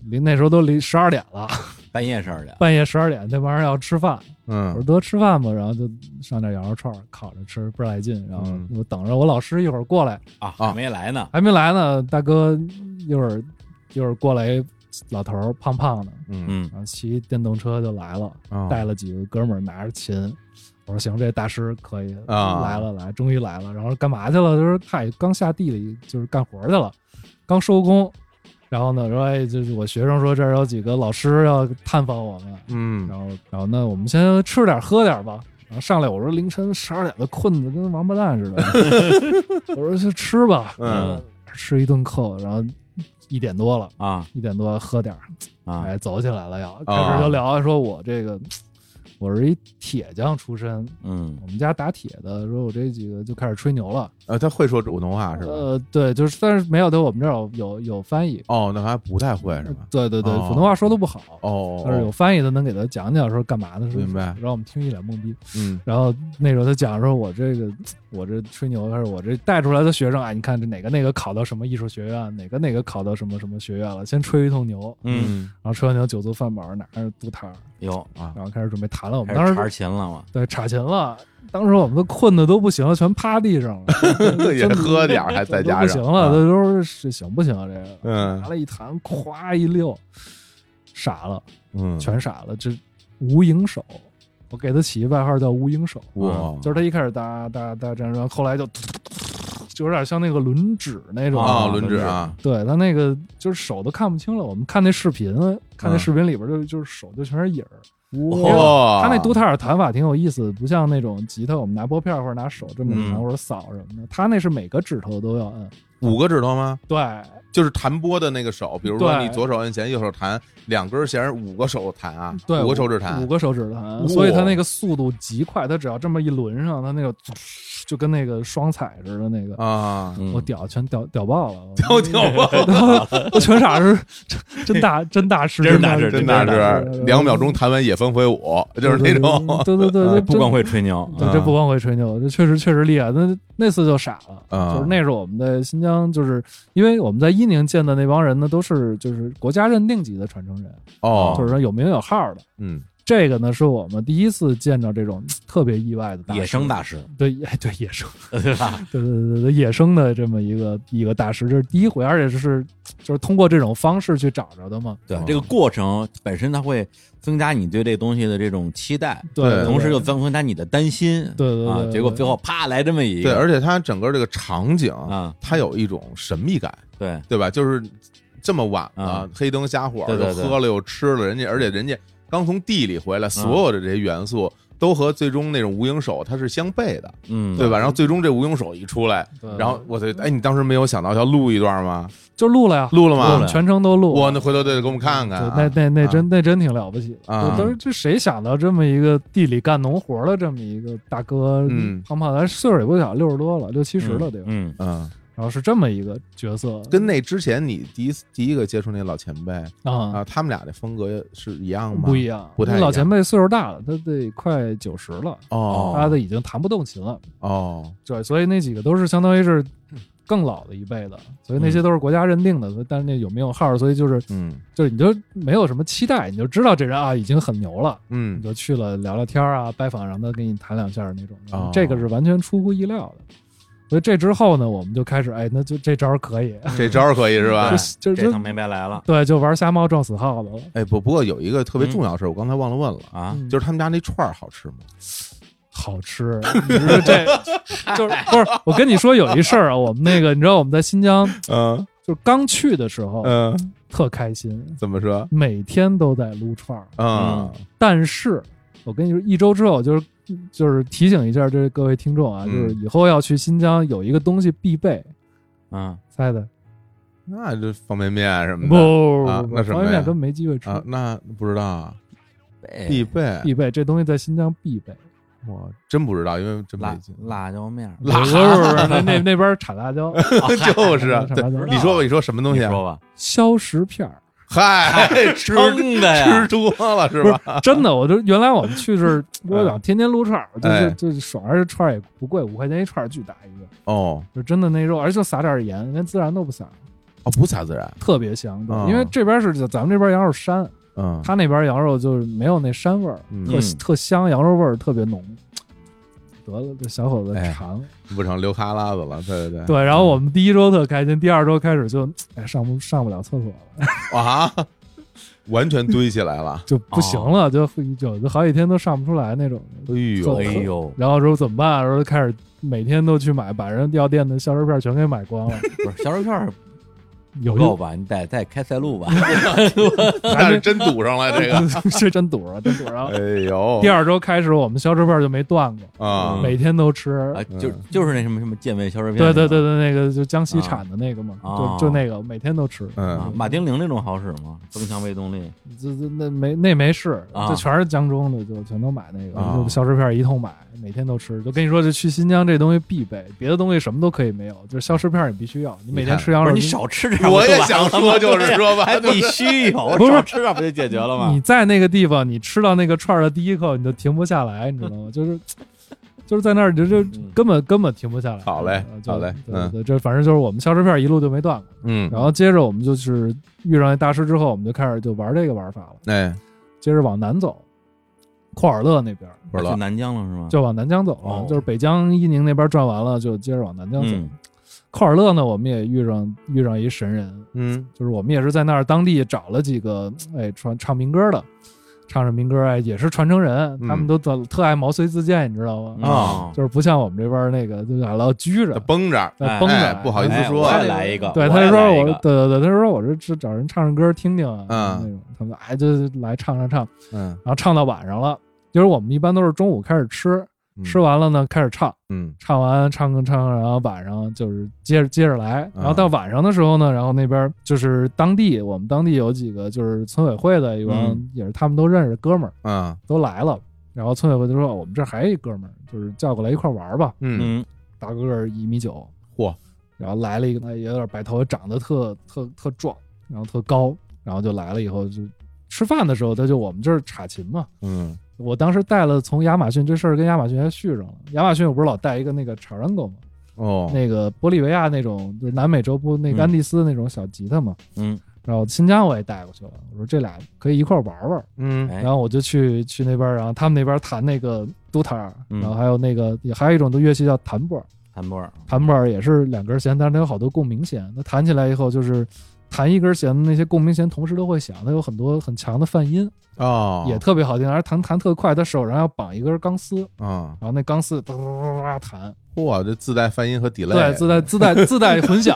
离那时候都离十二点了，
半夜事儿的，
半夜十二点那帮人要吃饭，我说
嗯，
得吃饭吧，然后就上点羊肉串儿烤着吃，倍儿来劲。然后
嗯
我等着我老师一会儿过来，
啊，
啊
还没来呢，
还没来呢，大哥一会儿一会儿过来，老头儿胖胖的，
嗯，
嗯
然后骑电动车就来了，
哦
带了几个哥们儿拿着琴。我说行，这大师可以
啊
来了来，终于来了。然后干嘛去了？他说嗨，刚下地里就是干活去了，刚收工。然后呢，说哎，就是我学生说这儿有几个老师要探访我们，
嗯，
然后，然后那我们先吃点儿喝点儿吧。然后上来我说凌晨十二点的困得跟王八蛋似的， 我说去吃吧，
嗯，
吃一顿扣，然后一点多了，
啊
一点多喝点儿，
啊，
哎，走起来了要开始就聊说我这个。我是一铁匠出身，
嗯
我们家打铁的，说我这几个就开始吹牛了。
呃，他会说普通话是吧？
呃，对，就是但是没有，对我们这儿有有有翻译，
哦，那还不太会是吧？
对对对，
哦
普通话说的不好，
哦，
但是有翻译的能给他讲讲说干嘛的，是不是
明白
让我们听一脸懵逼。
嗯
然后那时候他讲说，我这个我这吹牛，还是我这带出来的学生啊，你看这哪个哪个考到什么艺术学院，哪个哪个考到什么什么学院了，先吹一通牛，
嗯，
然后吹完牛酒足饭饱，拿着督摊儿，
哟，
啊，
然后开始准备弹了。我们
开
当
始
时
查
就
琴了嘛，
对查琴了，当时我们都困的都不行了，全趴地上了，
也喝点儿还 在
都
家
不
上
行了，
啊
都说是行不行啊？这个拿
嗯
了一弹，咵一溜，傻了，
嗯，
全傻了，这无影手，我给他起一外号叫无影手。
哇，
就是他一开始哒哒哒这样，然后后来就就有点像那个轮指那种。
啊，
哦
轮指啊，
对他那个就是手都看不清了，我们看那视频，看
嗯
那视频里边就、就是手就全是影儿。
哇，
他那独塔尔弹法挺有意思，不像那种吉他，我们拿拨片或者拿手这么弹、
嗯
或者扫什么的，他那是每个指头都要摁。
五个指头吗？
对
就是弹拨的那个手，比如说
对
你左手摁弦，右手弹，两根弦儿五个手弹啊，
对，
五个手指弹，
五个手指弹，
哇
所以他那个速度极快，他只要这么一轮上，他那个就跟那个双踩似的那个，
啊，
嗯
我屌全屌屌爆了，
跳
我
跳吧，
我 全傻是真真大真大师，
真大师
真
真大
的是两秒钟弹完野分挥舞，就是那种
对对对，
啊
对
不光，会吹牛
真
啊
对，这不光会吹牛，这确实确实厉害。那那次就傻了，
啊
嗯就是那是我们在新疆，就是因为我们在伊宁见的那帮人呢，都是就是国家认定级的传承人，
哦，
就是说有名有号的。
嗯
这个呢，是我们第一次见着这种特别意外的大师
啊野生大师，
对，哎对野生，
对吧？
对对对对对野生的这么一个一个大师，这是第一回，而且是就是通过这种方式去找着的嘛。
对
哦，
这个过程本身它会增加你对这东西的这种期待，
对
对
同时又
对
增加你的担心，
对对
啊
对，
结果
对
最后啪来这么一
对，
个，
而且它整个这个场景，
啊，
它有一种神秘感，
对，
对吧？就是这么晚了
啊，
黑灯瞎火，
对对对
又喝了又吃了，人家而且人家刚从地里回来，所有的这些元素都和最终那种无影手它是相悖的，
嗯，
对吧？然后最终这无影手一出来，
对
然后我操，哎，你当时没有想到要录一段吗？
就录了呀，
录了
我
吗
们？全程都录了。
我那回头得给我们看看
对
啊，
那那那真那真挺了不起的。
啊
我当时这谁想到这么一个地里干农活的这么一个大哥，
嗯
胖胖的，咱岁数也不小，六十多了，六七
七
十了得有。
嗯，
嗯，
然后是这么一个角色，
跟那之前你第一次第一个接触那老前辈
啊
啊，他们俩的风格是一样吗？
不一样，
不太一样
老前辈岁数大了，他得快九十了，他
哦
都已经弹不动琴了。
哦，
对，所以那几个都是相当于是更老的一辈的，所以那些都是国家认定的。所以但是那有没有号儿，所以就是
嗯
就是你就没有什么期待，你就知道这人啊已经很牛了。你
嗯
就去了聊聊天儿啊，拜访，让他给你谈两下儿那种。
哦
这个是完全出乎意料的。所以这之后呢，我们就开始，哎，那就这招儿可以，
这招儿可以是吧
对？
就
这
就
趟没白来了
对，就玩瞎猫撞死耗子了。
哎，不不过有一个特别重要的事儿，我刚才忘了问了，
啊！
嗯
就是他们家那串儿好吃吗？
好吃，你说这 就是不是？我跟你说有一事儿啊，我们那个你知道我们在新疆
嗯
就是刚去的时候、
嗯，
特开心，
怎么说？
每天都在撸串儿，
嗯
但是我跟你说，一周之后就是就是提醒一下这各位听众啊，
嗯
就是以后要去新疆有一个东西必备，
嗯，
猜的
那这方便面什
不
么的
不
啊
不不
那
不，
什么
方便面
呀
根本没机会吃，
啊？那不知道啊，必备
必备这东西在新疆必备。
我真不知道，因为真 没
辣
劲。
辣椒面儿，
不是不是那那那边儿产辣 椒，
就是啊，
啥
对
啥
不知道
你说吧，你说什么东
你
西啊？
说哦吧，
消食片儿，
嗨，吃
撑的
吃
呀，
多了是
不是
吧？
真的，我就原来我们 去这儿，我想天天撸串儿，就
嗯哎
是就是爽，而且串儿也不贵，五块钱一串儿，巨大一个，
哦
就真的那肉，而且就撒点儿盐，连孜然都不撒，
哦，不撒孜然，
特别香
哦。
因为这边是咱们这边羊肉膻，
嗯，
他那边羊肉就是没有那膻味儿，
嗯
特特香，羊肉味儿特别浓。得了，这小伙子
哎
馋了。
不成流哈喇子了，对对对，
对，然后我们第一周特开心，第二周开始就哎上不上不了厕所了。
啊，完全堆起来了，
就不行
哦
了，就有的好几天都上不出来那种。
哎呦
做
哎
的，
呦，
然后说怎么办？然后就开始每天都去买，把人药店的消食片全给买 光了。
不是小肉片儿
有
不
一
够吧？你得再开塞露吧？
嗯
但是真堵上了这 个，
是真堵啊着，真 堵着。
哎呦
第，二周开始，我们消食片就没断过，
啊，
每天都吃。
啊，就就是那什么什么健胃消食片，
嗯对对对对，那个就江西产的那个嘛，
哦
啊
就就那个每天都吃。
啊
嗯，，
马丁啉那种好使吗？增强胃动力
这这那没那没事，
啊
就全是江中的，就全都买那个，
啊
就消食片一通买，每天都吃。就跟你说，这去新疆这东西必备，别的东西什么都可以没有，就是消食片你必须要。你每天吃羊
不
肉，
是你少吃点，
我也想说，就是说 吧，
还必须 有，
不是
少吃点不就解决了吗
你？在那个地方，你吃到那个串儿的第一口，你就停不下来，你知道吗？就是就是在那儿，就就
嗯
根本根本停不下来。
好嘞
呃就
好嘞
对
嗯
对，这反正就是我们消食片一路就没断过。
嗯，
然后接着我们就是遇上那大师之后，我们就开始就玩这个玩法了。
哎，
接着往南走，库尔勒那边儿
不知
去
道，
南疆了
啊
是吗？
就往南疆走了
哦，
就是北疆伊宁那边转完了，就接着往南疆走。
嗯
库尔勒呢，我们也遇上遇上一神人，
嗯
就是我们也是在那儿当地找了几个哎传唱民歌的，唱着民歌哎也是传承人，
嗯
他们都特特爱毛遂自荐，你知道吗？
哦
啊
就是不像我们这边那个就是老拘着
那绷着，
在绷着、
哎不好意思
哎
说
我也来一个，
对，
我
他
也
就
来
说
一
我
个，
对对对，他说我这是找人唱唱歌听听啊，
嗯
那种，他们哎就来唱唱唱，
嗯，
然后唱到晚上了，就是我们一般都是中午开始吃，
嗯
吃，完了呢开始唱，
嗯
唱完唱唱唱，然后晚上就是接着接着来，
嗯
然后到晚上的时候呢，然后那边就是当地我们当地有几个就是村委会的一帮，
嗯
也是他们都认识的哥们儿
嗯
都来了，然后村委会就说哦我们这儿还有一哥们儿，就是叫过来一块儿玩儿吧，
嗯，
嗯
大个儿一米九，
嚯，
然后来了一个哎有点白头，长得特特特壮，然后特高，然后就来了以后就吃饭的时候他就我们这儿查琴嘛，
嗯
我当时带了从亚马逊这事儿跟亚马逊还续上了，亚马逊我不是老带一个那个 charango 吗？
哦，
那个玻利维亚那种就是南美洲不那个安第斯那种小吉他嘛，
嗯，
然后新疆我也带过去了，我说这俩可以一块儿玩玩，
嗯
哎
然后我就去去那边，然后他们那边弹那个嘟塔尔，
嗯
然后还有那个也还有一种的乐器叫弹拨儿，
韩波尔，
弹拨儿也是两根弦，但是它有好多共鸣弦，它弹起来以后就是弹一根弦，那些共鸣弦同时都会响，它有很多很强的泛音，
哦，
也特别好听，而且弹弹特快，他手上要绑一根钢丝，
啊，
然后那钢丝哒哒哒哒弹，
嚯，这自带泛音和 delay，
对，自带自带自带混 响，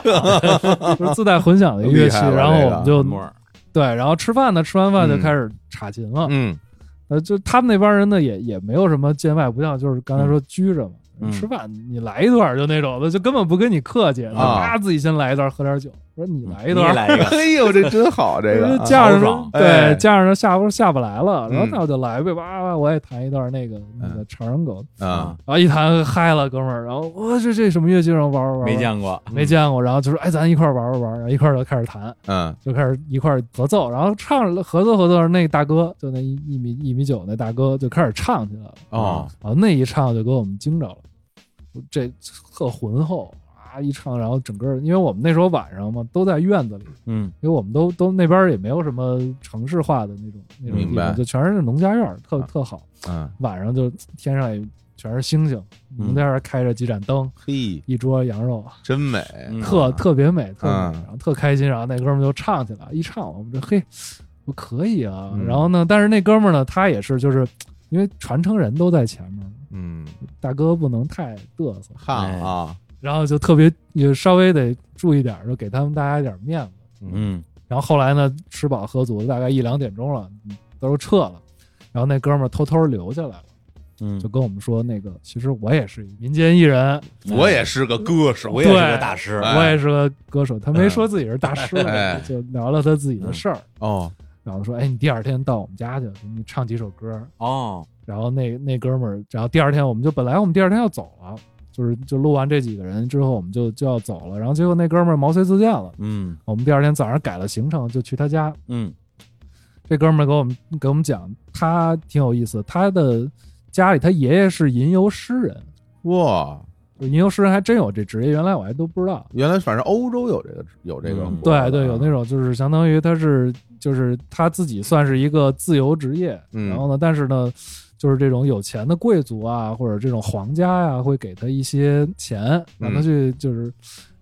就是自带混响的一个乐器。
厉害了
然后我们就
韩波尔，
对，然后吃饭呢，吃完饭就
嗯
开始插琴了。
嗯
呃，就他们那帮人呢，也也没有什么见外，不像就是刚才说拘着嘛。
嗯
吃饭你来一段就那种的，就根本不跟你客气，
啊
他自己先来一段，喝点酒，说你来
你
一
也
段，
来 一个，
哎呦，这真好，这 个
就架
好
着
爽
哎
对架着下不下不来了，然后
嗯
那我就来呗，哇哇，我也弹一段那个那个长人狗，
啊，
然后一弹嗨了，哥们儿，然后我这这什么乐器，然后玩玩玩，
没见过，
嗯没见过，然后就说哎，咱一块儿玩玩玩，然后一块儿就开始弹，
嗯
就开始一块儿合奏，然后唱了合奏合奏，那大哥就那一一米一米九那大哥就开始唱起来了，
哦，
然后那一唱就给我们惊着了，这特浑厚啊，一唱，然后整个因为我们那时候晚上嘛都在院子里，
嗯
因为我们都都那边儿也没有什么城市化的那种那种地
明白
方，就全是农家院儿，特
啊
特好，
嗯
晚上就天上也。全是星星，我们在那儿开着几盏灯，
嘿，
一桌羊肉，
真美，
嗯
特特别美，特别
嗯
美，然后特开心，然后那哥们儿就唱起来，一唱我们这嘿，我可以啊
嗯，
然后呢，但是那哥们儿呢，他也是就是因为传承人都在前面，
嗯，
大哥不能太嘚瑟，
看
哎
啊，
然后就特别也稍微得注意点儿，就给他们大家一点儿面子。
嗯
然后后来呢，吃饱喝足，大概一两点钟了，嗯都撤了。然后那哥们儿偷偷留下来了，
嗯
就，跟我们说，那个其实我也是一民间艺人，
我也是个歌手，
嗯我也是个
对
大师，
哎
我也是个歌手。他没说自己是大师，
哎
就聊了他自己的事儿。
哦，
然后说，哎，你第二天到我们家去，给你唱几首歌。
哦，
然后那那哥们儿，然后第二天我们就本来我们第二天要走了，就是就录完这几个人之后，我们就就要走了。然后结果那哥们儿毛遂自荐了，
嗯
我们第二天早上改了行程，就去他家。
嗯
这哥们儿给我们给我们讲，他挺有意思。他的家里，他爷爷是吟游诗人，
哇，
就吟游诗人还真有这职业，原来我还都不知道。
原来反正欧洲有这个有这个
嗯
活的啊，
对对，有那种就是相当于他是就是他自己算是一个自由职业，
嗯
然后呢，但是呢，就是这种有钱的贵族啊，或者这种皇家呀、会给他一些钱，让
嗯
他去就是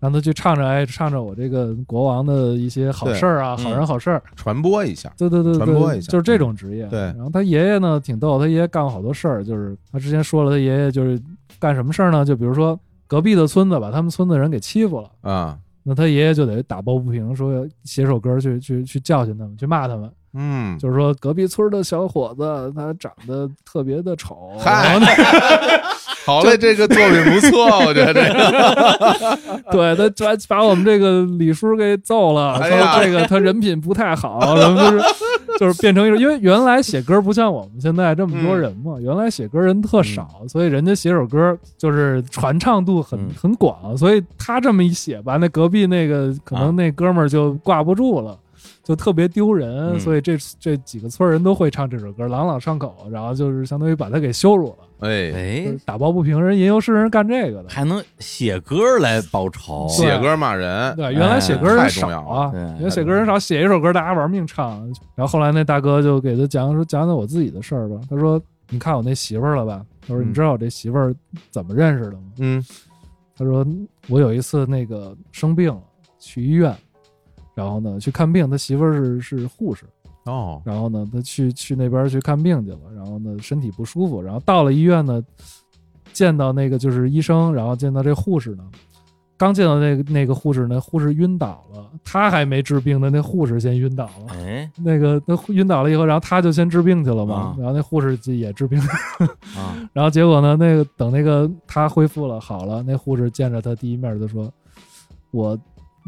让他去唱着哎唱着我这个国王的一些好事儿啊，
对
好人好事儿，
传播一下，
对对对，
嗯传
对
播一下嗯
就是这种职业。
对
然后他爷爷呢挺逗，他爷爷干过好多事儿，就是他之前说了，他爷爷就是干什么事儿呢？就比如说隔壁的村子把他们村子人给欺负了，
啊，
那他爷爷就得打抱不平，说写首歌去去去教训他们，去骂他们，
嗯，
就是说隔壁村的小伙子他长得特别的丑，
嗨，好嘞，这个作品不错，我觉得 这个，
对他把把我们这个李叔给揍了，
哎呀
说这个他人品不太好，然后就是就是变成一种，因为原来写歌不像我们现在这么
嗯
多人嘛，原来写歌人特少，所以人家写首歌就是传唱度很、
嗯
很广，所以他这么一写吧，那隔壁那个可
啊
能那哥们儿就挂不住了。就特别丢人，
嗯
所以这这几个村儿人都会唱这首歌，朗朗上口，然后就是相当于把他给羞辱了，
哎，
就
哎
是，打抱不平，人吟游诗人干这个的，
还能写歌来报仇，
对
写歌骂 人，
对，原来写歌
哎
人
太重
少
要
啊，
了对
原来写歌人少，写一首歌大家玩命唱。然后后来那大哥就给他讲说讲讲我自己的事儿吧。他说：“你看我那媳妇儿了吧？”他说：“
嗯
你知道我这媳妇儿怎么认识的吗
嗯，？”
他说：“我有一次那个生病了，去医院，然后呢去看病，他媳妇儿是是护士，
哦，
然后呢他去去那边去看病去了，然后呢身体不舒服，然后到了医院呢，见到那个就是医生，然后见到这护士呢，刚见到那个那个护士呢，护士晕倒了，他还没治病呢，那护士先晕倒了。
哎
那个那晕倒了以后，然后他就先治病去了嘛
啊，
然后那护士就也治病，
啊，
然后结果呢，那个等那个他恢复了好了，那护士见着他第一面就说：“我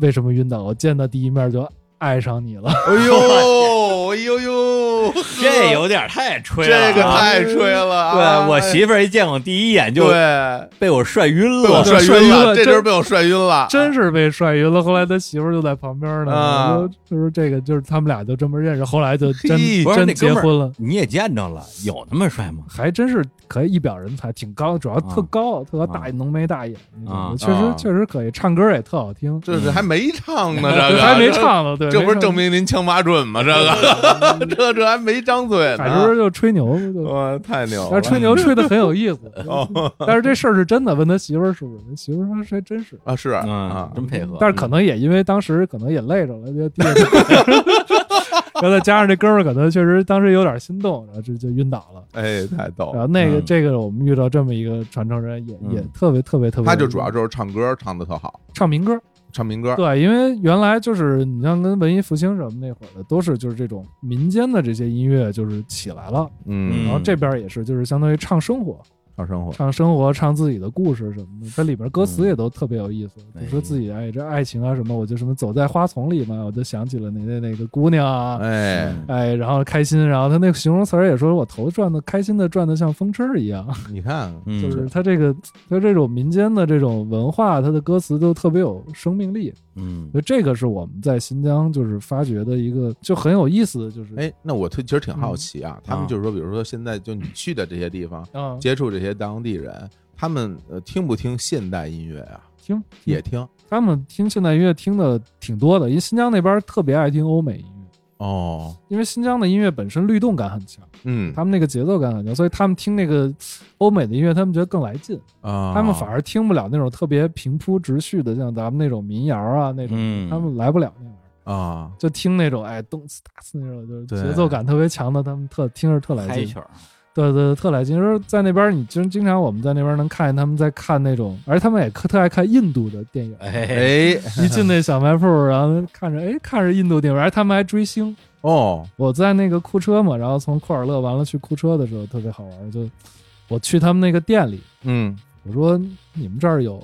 为什么晕倒？我见到第一面就爱上你了。
哎 呦，哎呦呦，
这有点太吹了啊，
这个太吹了，
对我
媳
媳妇儿一见我第一眼就
对。
被我帅晕
被我
了，
帅
帅
晕
晕
了，
了
这
真
阵儿被我帅晕了，”
真是被帅晕了。后来他媳妇儿就在旁边呢，
啊
就就是这个，就是他们俩就这么认识，后来就真
嘿
不是
真
那哥
结
们儿
婚了。
你也见着了，有那么帅吗？
还真是可以一表人才，挺高，主要特高，特大
啊
浓眉大眼那种
啊
的，确
啊
实确实可以，唱歌也特好听，
这是还没唱呢，嗯这
这
个
还没，唱呢，对，
这
嗯
这不是
没唱
证明您枪法准吗？这个， 这这还没张嘴
反正
呢，
就吹牛，就
哇，太牛
但
了！
是吹牛吹的很有意思。
哦
但是这事儿是真的，问他媳妇儿是不是？他媳妇儿说还真是，
啊是
嗯
啊，，
真配合。
但是可能也因为当时可能也累着 了，就地上。然后再加上这哥们儿可能确实当时有点心动，然后这就晕倒了。
哎，太逗
然
了。
后那个
嗯
这个我们遇到这么一个传承人，也
嗯
也特别特别特别有
他
意思，
就主要就是啊唱歌唱的特好，
唱民歌，
唱民歌，
对，因为原来就是你像跟文艺复兴什么那会儿的，都是就是这种民间的这些音乐就是起来了，
嗯，
然后这边儿也是就是相当于唱生活，
唱生活，
唱生活、唱自己的故事什么的，它里边歌词也都特别有意思，
嗯
就说自己哎这爱情啊什么，我就什么走在花丛里嘛，我就想起了你的那个姑娘啊，
哎，
嗯
哎，然后开心，然后他那个形容词儿也说我头转的开心的转的像风车一样，
你看，
嗯
就是他这个他这种民间的这种文化，它的歌词都特别有生命力，
嗯
所以这个是我们在新疆就是发掘的一个就很有意思的，就是
哎，那我特其实挺
嗯
好奇啊，他们
啊
就是说，比如说现在就你去的这些地方，
啊
接触这些当地人，他们呃听不听现代音乐啊？
听
也听
他们听现代音乐听的挺多的，因为新疆那边儿特别爱听欧美音乐。
哦，
因为新疆的音乐本身律动感很强，
嗯
他们那个节奏感很强，所以他们听那个欧美的音乐，他们觉得更来劲，
啊，
他们反而听不了那种特别平铺直叙的，像咱们那种民谣啊那种，
嗯
他们来不了那玩意儿。
啊，
就听那种哎动次打次那种，就是
对
节奏感特别强的，他们特听着特来
嗨
劲
曲。儿，
对对，对特来劲。就是在那边，你经经常我们在那边能看见他们在看那种，而且他们也特特爱看印度的电影。
哎，
哎，
一进那小卖铺，然后看着哎看着印度电影，而且他们还追星。
哦，
我在那个库车嘛，然后从库尔勒完了去库车的时候特别好玩，就我去他们那个店里，
嗯
我说你们这儿有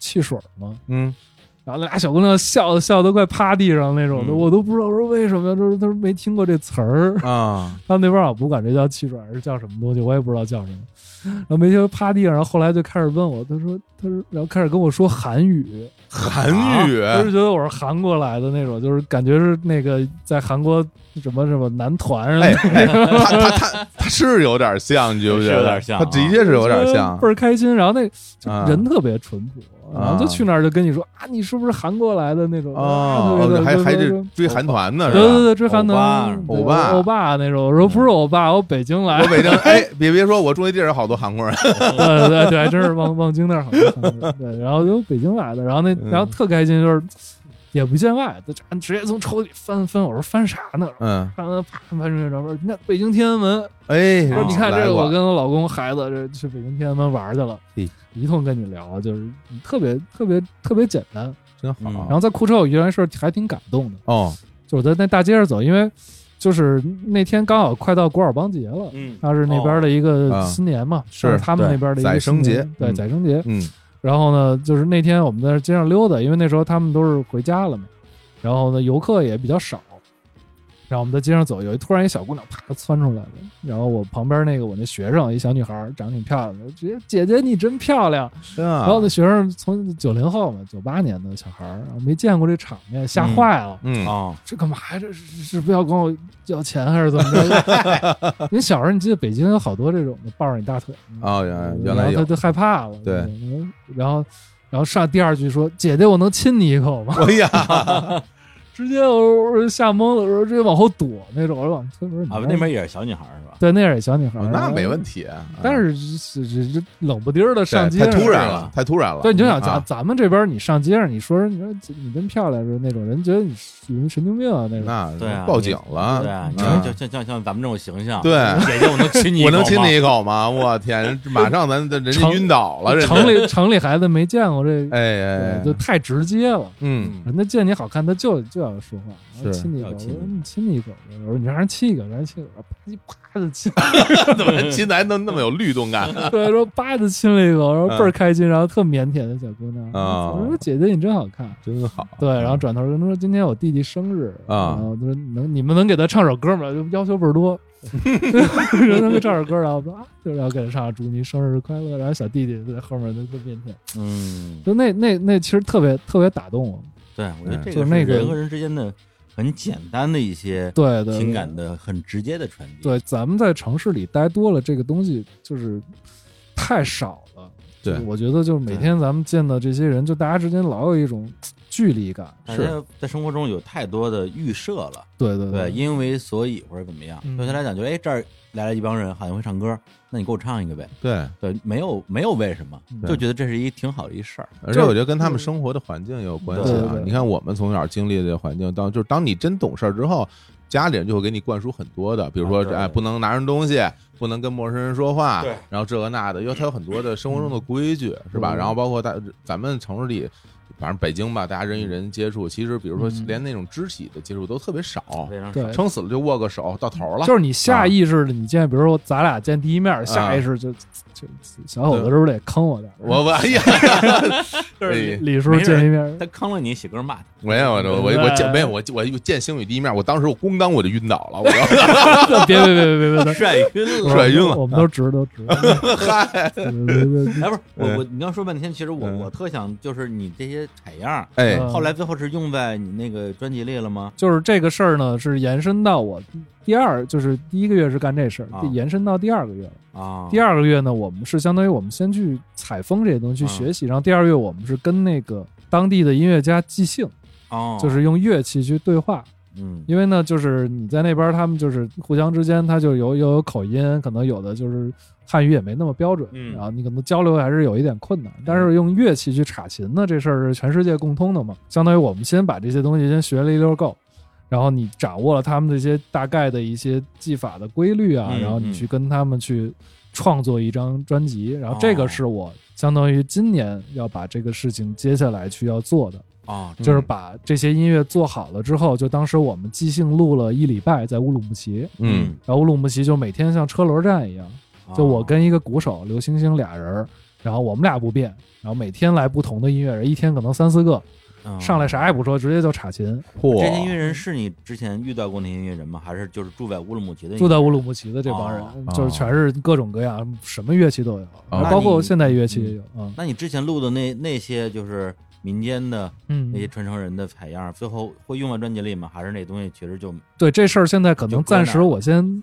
汽水吗？
嗯，
然后那俩小姑娘笑笑都快趴地上那种的，
嗯
我都不知道我说为什么呀，就是她说没听过这词儿，
啊，
他们那边儿我不管这叫汽水还是叫什么东西，我也不知道叫什么。然后没听说趴地上，然后后来就开始问我，他说他说，然后开始跟我说韩语，
韩语，
就是觉得我是韩国来的那种，就是感觉是那个在韩国什么什么男团什
哎，
么
哎他他他他是有点像，你觉不觉
是
得？
有点像啊
他的确是有点像
倍。儿开心。然后那就
啊
人特别淳朴，
啊
然后就去那儿就跟你说啊，你是不是韩国来的那种？啊，特别
哦，
的
还还
就
这
就
追韩团呢，
对
是
对
吧？
对，追韩团
欧巴
欧巴那种。我说不是欧巴，我北京来
我
的。
北京，哎，别别说，我住那地儿有好多韩国人。
对对对，还真是望望京那儿好像对，然后就北京来的，然后那
嗯
然后特开心，就是也不见外，就直接从抽屉里翻翻，我说翻啥呢？
嗯，
翻翻啪翻出去，然后你看北京天安门，
哎，
我说你看这
来
个，
过
我跟我老公孩子这去北京天安门玩去了
嘿，
一通跟你聊，就是特别特别特别简单。
真
嗯
好啊
然。后在库车有一件事还挺感动的，
哦，
就是我在那大街上走，因为就是那天刚好快到古尔邦节了。
嗯，
它是那边的一
哦
个
啊
新年嘛，
是
他们
对
那边的一个
宰生
新年
节
对
嗯
宰生节。
嗯
然后呢，就是那天我们在街上溜达，因为那时候他们都是回家了嘛，然后呢游客也比较少，然后我们在街上走，有一突然一小姑娘啪窜出来了，然后我旁边那个我那学生一小女孩长得挺漂亮的，直接姐姐你真漂亮，
真啊
然后那学生从九零后嘛，九八年的小孩儿，然后没见过这场面，吓坏了。
嗯
哦，
这干嘛呀？这是是不要管我要钱还是怎么着？ 你小时候你记得北京有好多这种的抱着你大腿嗯的
哦，原来原来
然后他
有，
就害怕了，
对
嗯，然后然后上第二句说：“姐姐，我能亲你一口吗
哎呀，？”
直接我我吓懵了，我说直接往后躲那种，我说往推门
啊，那边也是小女孩儿是吧？
对那样也小女孩，
啊那没问。题。嗯啊
但是这这这冷不丁儿的
对
上街
太
上，
突然了，太突然了。
对，你就想咱
啊，
咱们这边你上街上，你说你说你真漂亮，是那种人觉得你是人神经病啊那种。
对啊
那报警了。
对啊，你
啊
看，就像像像咱们这种形象，
对，
姐姐，我能亲你，
我能亲你，一口吗？我天，人马上咱人家
城
晕倒了，人家
城里城里孩子没见过这，
哎哎，哎
就太直接了。
嗯，
嗯，
人家见你好看，他就就要说话，然后
是
亲你一口，
要
我
亲
说
你
你亲你一口，我说你让人亲一个，让人亲一个，啪叽啪 就亲，
怎么 亲的还能那么有律动感？
对，说啪就亲了一口，然后
嗯
倍儿开心，然后特腼腆的小姑娘，
啊
我说姐姐你真好看，
真好。
对，然后转头跟她说今天我弟弟生日
啊
然后她说能你们能给他唱首歌吗？就要求倍 儿多，人能给唱首歌，然后我说啊，就是要给他唱祝你生日快乐，然后小弟弟在后面就特腼腆，
嗯，
就那那那其实特别特别打动我，
对，我觉得这
嗯就
个
是那
是
个
人和人之间的很简单的一些
对对，
情
对
感的很直接的传递，，
对，咱们在城市里待多了，这个东西就是太少了。
对
就是我觉得就是每天咱们见到这些人，就大家之间老有一种距离感。
大
是
家在生活中有太多的预设了。
对对
对，因为所以或者怎么样，
嗯
对他来讲，就哎这儿来了一帮人，好像会唱歌，那你给我唱一个呗。
对，
对，没有没有为什么，
对
就觉得这是一挺好的一事儿。
而且我觉得跟他们生活的环境也有关系
对
啊
对。对
你看，我们从小经历的这个环境，当就是当你真懂事儿之后，家里人就会给你灌输很多的，比如
啊
说
对
哎，
对
不能拿人东西，不能跟陌生人说话
对，
然后这个那的，因为他有很多的生活中的规矩，是吧？
嗯
然后包括大咱们城市里。反正北京吧，大家人与人接触，其实比如说
嗯
连那种肢体的接触都特别少，
非常
对
撑死了就握个手到头了
就。是你
啊
下意识的，你见，比如说咱俩见第一面，下意识就就就小伙子
对
是不是得坑我点儿？
我我哎呀，
就是
哎
李李叔见一面
他，坑了你，写歌骂他，
没有，我我我见没有我我见星宇第一面，我当时我咣当我就晕倒 了，我
哎别别别别别别，
帅晕 了。
甩晕了
我们都值都 值。
嗨，
对对对对
哎，不是我
嗯
我，你刚说半天，其实我
嗯
我特想就是你这些采样儿，
哎
嗯
后来最后是用在你那个专辑里了吗？
就是这个事儿呢，是延伸到我第二，就是第一个月是干这事儿
啊，
延伸到第二个月了。
啊，
第二个月呢，我们是相当于我们先去采风这些东西去
嗯
学习，然后第二个月我们是跟那个当地的音乐家即兴，
哦，
就是用乐器去对话。
嗯
因为呢，就是你在那边，他们就是互相之间，他就有有有口音，可能有的就是汉语也没那么标准，
嗯
然后你可能交流还是有一点困难。但
嗯
是用乐器去查琴呢，这事儿是全世界共通的嘛，相当于我们先把这些东西先学了一溜够，然后你掌握了他们这些大概的一些技法的规律啊，
嗯
然后你
嗯
去跟他们去创作一张专辑，然后这
哦
个是我相当于今年要把这个事情接下来去要做的。
啊，这
就是把这些音乐做好了之后，就当时我们即兴录了一礼拜，在乌鲁木齐，
嗯，
然后乌鲁木齐就每天像车轮战一样，就我
啊
跟一个鼓手刘星星俩人儿，然后我们俩不变，然后每天来不同的音乐人，一天可能三四个，
嗯
上来啥也不说，直接就插琴，
嗯
这些音乐
嚯，
人是你之前遇到过那些音乐人吗？还是就是住在乌鲁木齐的？
住在乌鲁木齐的这帮人
哦，
就是全是各种各样，什么乐器都有，然后包括现代乐
嗯
器也有啊，
那你之前录的那那些就是民间的
嗯
那些传承人的采样，最后会用到专辑里吗？还是那东西其实就
对这事儿，现在可能暂时
就搁那儿
我先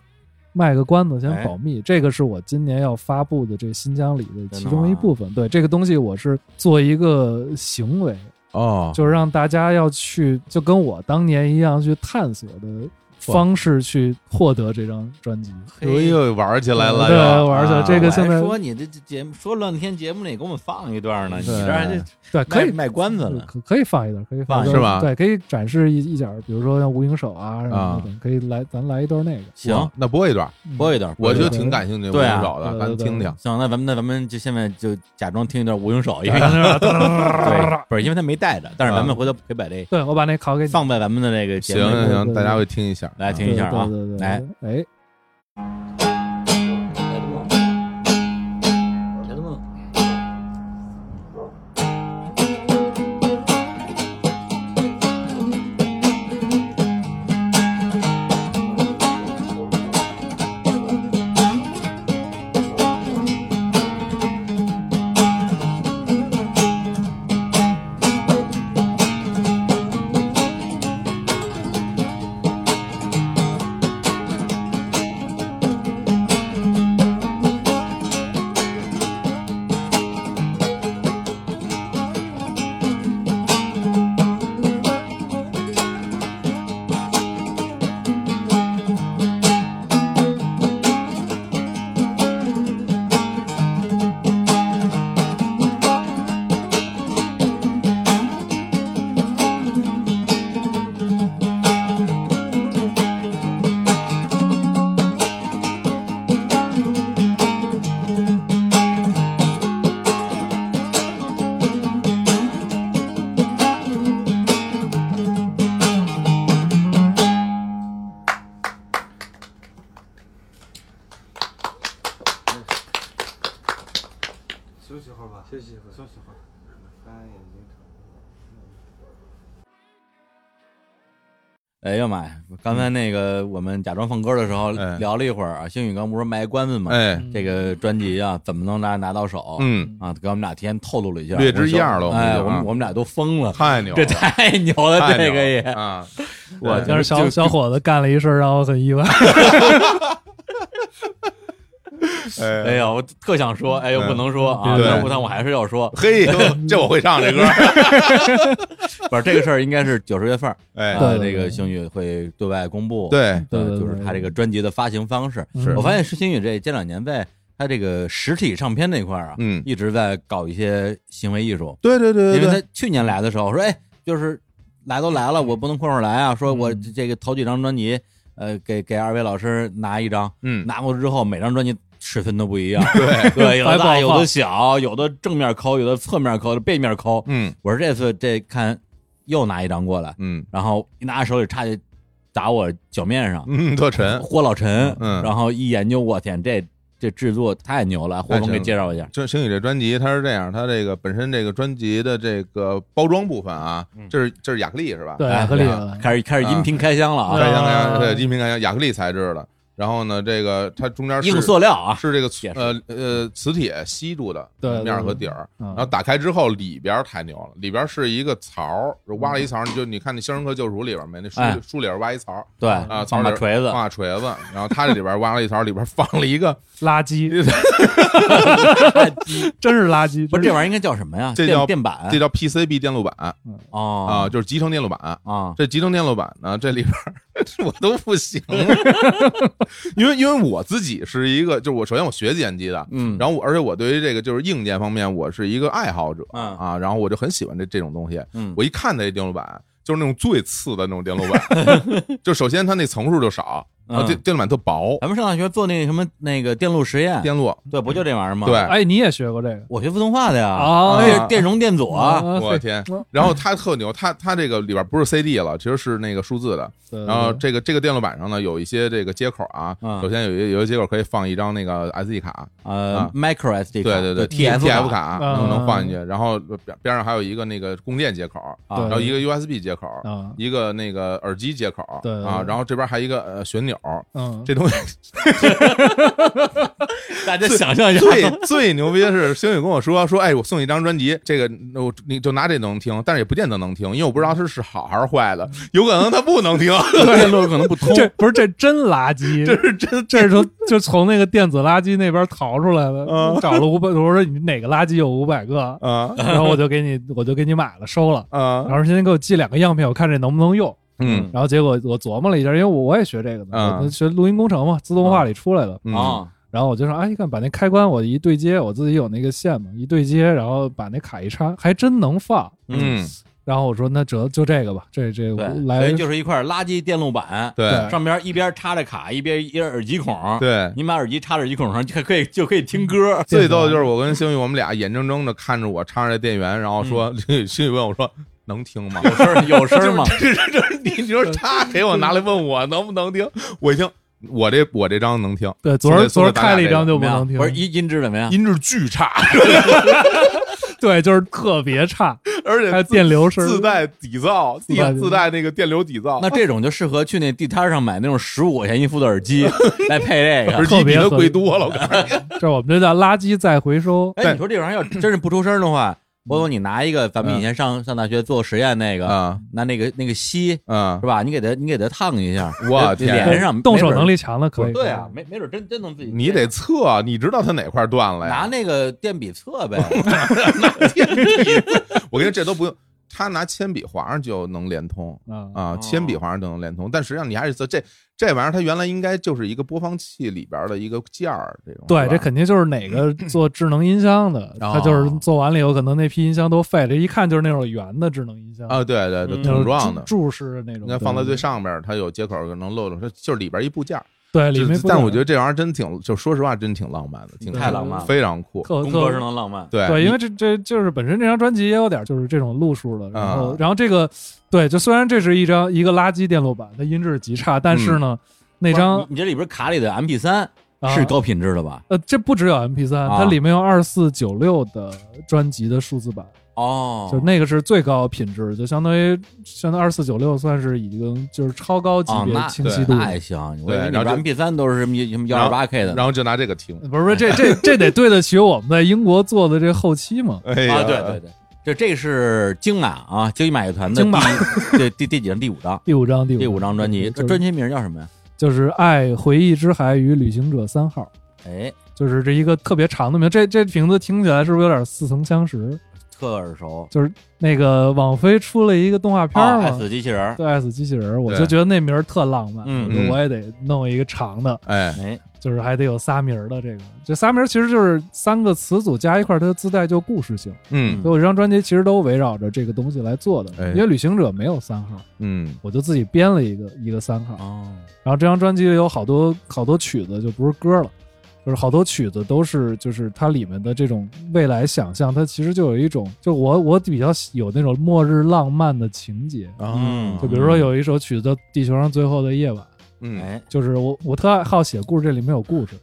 卖个关子，
哎
先保密。这个是我今年要发布的这新疆里的
的啊
其中一部分。对这个东西，我是做一个行为，
哦，
就是让大家要去，就跟我当年一样去探索的方式去获得这张专辑。
哎呦，玩起来了
对
又，
玩起来
啊
这个现在
我还说你这这节目说了半天，节目里给我们放一段呢，你
对
这还这
对，可以呃嗯
卖卖关子了。啊
可可以放一段，可以放
放
一段
是吧
对，可以展示一一点儿，比如说像无影手啊什么的，可以来，咱来一段那个。
行
哇，那播一段，
嗯
播一段，播
我
一
就
段
挺感兴趣，
对啊
我找的，
对
咱
对对
听听。
行，那咱们那咱们就现在就假装听一段无影手，因为
对
对，不是因为他没带着，但是
啊
咱们回头可以把这
对，我把那拷给你。
放在咱们的那个节
行
目里。
行
对
行，
对
大家
对
会听一下，
来
啊
听一下啊
对对对，对
来，
哎，
休息会儿吧，休息一会儿，休息会儿。哎，眼睛疼。
哎呀妈呀！刚才那个我们假装放歌的时候
哎
聊了一会儿啊，星宇刚不是卖关子嘛？
哎，
这个专辑啊，怎么能拿拿到手？
嗯，
啊，给我们俩提前透露了一下，
略知一二了
我说哎，
我们就
我
啊
们我们俩都疯了，
太牛了，
这太牛了，
太
这
牛
个
了
也，
啊，
我
对
但是小
就
小伙子干了一事儿让我很意外。
哎
哎，
呀，我特想说，哎，又不能说啊，
嗯对
但我但我还是要说，
嘿， 这我会唱这歌，
不是这个事儿，应该是九十月份儿，
哎，
啊，
对对
这个
对
星宇会对外公布，
对，
呃，
对对
就是
对
他这个专辑的发行方式。
是
我发现石星宇这这两年在他这个实体唱片那块儿啊，
嗯
一直在搞一些行为艺术，
对对对
因为
对对，
他去年来的时候说，哎，就是来都来了，我不能空手来啊，说我
嗯
这个头几张专辑，呃，给给二位老师拿一张，
嗯，
拿过之后每张专辑尺寸都不一样，
对，
对，有的
还不好
大，有的
放
小，有的正面抠，有的侧面抠，有的背面抠。
嗯
我说这次这看又拿一张过来，
嗯
然后一拿手里差点打我脚面上，
嗯，特沉，
霍老陈，
嗯
然后一研究，我天，这这制作太牛了，霍总给介绍一下，
就星宇这专辑，它是这样，它这个本身这个专辑的这个包装部分啊，这是这是亚克力是吧？
对，
哎
亚克力
对
了。
开始开始音频开箱了啊，
开箱开箱，
啊
对，音频开箱，亚克力材质的。然后呢，这个它中间是
硬塑料啊，
是这个
解释
呃呃磁铁吸住的
对对
面儿和底儿，
嗯
然后打开之后里边儿太牛了，里边儿是一个槽儿，就挖了一槽儿，你就你看那《肖申克救赎》里边儿没那
嗯
书
哎
书里边儿挖一槽儿
对
啊，槽
放
儿
把
里边儿
锤子
放，把锤子，然后它这里边儿挖了一槽儿，里边儿放了一个，
垃圾，
这
真是垃圾，
不是
真
这玩意儿应该叫什么呀？
这
电
叫
电板
这叫 PCB 电路板啊，
哎哦
就是集成电路板。
啊
这集成电路板呢，这里边儿 我都 不行，因为因为我自己是一个，就是我首先我学计算机的，
嗯，
然后我而且我对于这个就是硬件方面我是一个爱好者
嗯
啊，然后我就很喜欢这这种东西，
嗯
我一看那电路板就是那种最次的那种电路板， 就首先它那层数就少，然后
嗯
电电路板特薄，
咱们上大学做那个什么那个电路实验，
电路
对，不就这玩意儿吗？
对，，
哎，你也学过这个
我学自动化的呀，
啊
那是电容电阻啊，
啊
我
嘿
的天
嗯！
然后它特牛，它它这个里边不是 CD 了，其实是那个数字的。
对
然后
对
这个这个电路板上呢，有一些这个接口啊
嗯，
首先有一有一接口可以放一张那个 SD 卡，
呃
啊
，micro SD 卡
对对对
TF
TF
卡
卡能
嗯
能放进去。然后边边上还有一个那个供电接口，
啊嗯
对
然后一个 USB 接口，
啊，
一个那个耳机接口
对对
啊，
对
然后这边还一个呃旋钮。
嗯，
这 东西
大家想象一下，
最最牛逼的是，星宇跟我说说，哎，我送你一张专辑，这个我你就拿这能听，但是也不见得能听，因为我不知道它是好还是坏的，有可能它不能听。
电路可能不通
这不是这真垃 圾，
这是真
这是从就从那个电子垃圾那边逃出来的，
啊
嗯
找了五百，我说你哪个垃圾有五百 个，
啊
然后我就给你，我就给你买了，收了。
啊
然后今天给我寄两个样品，我看这能不能用。
嗯
然后结果我琢磨了一下，因为我我也学这个的，
嗯
我学录音工程嘛，自动化里出来的。
嗯
啊，
然后我就说，哎，你看把那开关我一对接，我自己有那个线嘛，一对接，然后把那卡一插，还真能放。
嗯，
然后我说那折就这个吧，这这
对，所
来
以就是一块垃圾电路板，
对
对
上边一边插着卡，一边一个耳机孔，，
啊
对。
你把耳机插耳机孔上，就可以就可以听歌，
嗯
最逗的就是我跟星宇，我们俩眼睁睁的看着我插着这电源，然后说，星宇问我说能听 吗？
有声有声嘛，
这这这，你你说他给我拿来问我能不能听？我一听，我这我这张能听，
对，昨儿
送
昨
给
儿
大家
开了一张
这
怎
就不
么样？
能听，
不是音音质怎么样？
音质巨差，
对，就是特别差，
而
还有
且自
电流声儿，
自带底噪，
自带
自自带那个电流底噪，
那这种就适合去那地摊上买那种十五块钱一副的耳 机来配这
耳
个。
机比它
特别合
贵
理
多了。我告诉你，
这我们这叫垃圾再回收。
哎，你说这玩意儿要真是不出声的
嗯
话，包括你拿一个咱们以前上上大学做实验那
嗯
个，
啊
拿那个那个吸
啊
是，吧？你给它你给它烫一下，
我
这
天
脸上
动手能
力。
力强的可以。
对啊，，没没准真真能自己。
你得测，啊你知道它哪块断了
拿
呀？
那个电笔测呗，
我跟你说，这都不用，他拿铅笔划上就能连通。
啊
啊
哦，
铅笔划上就能连通，但实际上你还是测这这玩意儿，它原来应该就是一个播放器里边的一个件儿，这种
对，
是吧
这肯定就是 哪个做智能音箱的，
哦
他就是做完了以后，可能那批音箱都废了，一看就是那种圆的智能音箱，
啊，对对对，
嗯
就是
桶状的，
注注视那种，
应该放在最
对
上边儿，它有接口儿能露露，它就是里边一部件儿。
对，
就
里面
是
不
但
懂
我觉得这玩意儿真挺，就说实话，真挺浪漫的，挺
太浪漫了
非常酷。
特
工作是
特
能浪漫。
对
对，因为这这就是本身这张专辑也有点就是这种路数的，然后
啊
然后这个对，就虽然这是一张一个垃圾电路板，它音质极差，但
嗯
是呢，那张
你你这里边卡里的 MP 三
啊
是高品质的吧？
呃，这不只有 MP 三，
啊
它里面有二四九六的专辑的数字版，
哦，
就那个是最高品质，就相当于相当于二四九六算是已经就是超高级
哦，
别
那
清晰度。
那还行。我以为
对
你
然后就
MP 三都是什么什么幺二八 K 的
嗯
呢，
然后就拿这个听，
不是不是，这这这得对得起我们在英国做的这后期嘛？
哎呀，
啊，对对对，这这是京马啊，京马乐团的
京马
第一对第第几张？第五张，
第五 张，第五
第五张专辑，
就
这
是
专辑名叫什么呀？
就是《爱回忆之海与旅行者三号》，
哎，
就是这一个特别长的名。这这名字听起来是不是有点似曾相识？
特耳熟。
就是那个网飞出了一个动画片
啊
嘛，
，S 机器人儿，
对 S 机器人儿，我
对
就觉得那名儿特浪漫，
嗯
我说
嗯
我也得弄一个长的，
哎，
哎，
就是还得有仨名儿的这个。这仨名儿其实就是三个词组加一块儿，它自带就故事性。
嗯
所以我这张专辑其实都围绕着这个东西来做的。
哎
因为旅行者没有三号，
嗯
我就自己编了一个一个三号。
哦，
然后这张专辑里有好多好多曲子，就不是歌了。就是好多曲子都是，就是它里面的这种未来想象，它其实就有一种，就我我比较喜有那种末日浪漫的情节，
嗯
就比如说有一首曲子叫《地球上最后的夜晚》，
嗯
哎，
就是我我特爱好写故事，这里面有故事，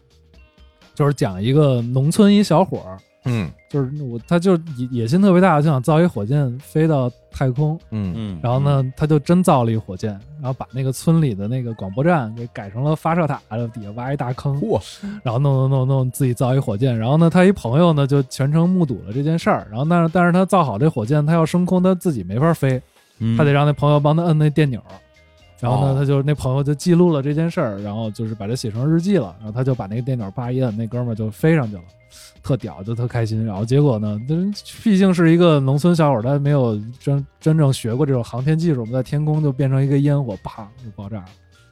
就是讲一个农村一小伙儿，
嗯
就是我他就野野心特别大，就想造一火箭飞到太空。
嗯
嗯，
然后呢，他就真造了一火箭，然后把那个村里的那个广播站给改成了发射塔，然后底下挖一大坑，
嚯，
然后弄弄弄弄自己造一火箭。然后呢，他一朋友呢就全程目睹了这件事儿。然后但是但是他造好这火箭，他要升空，他自己没法飞，
嗯，
他得让那朋友帮他摁那电钮。然后
哦
呢，他就那朋友就记录了这件事儿，然后就是把它写成日记了。然后他就把那个电钮啪一摁，那哥们儿就飞上去了，特屌，就特开心。然后结果呢，但是毕竟是一个农村小伙儿，他没有真真正学过这种航天技术，我们在天空就变成一个烟火，啪就爆炸了。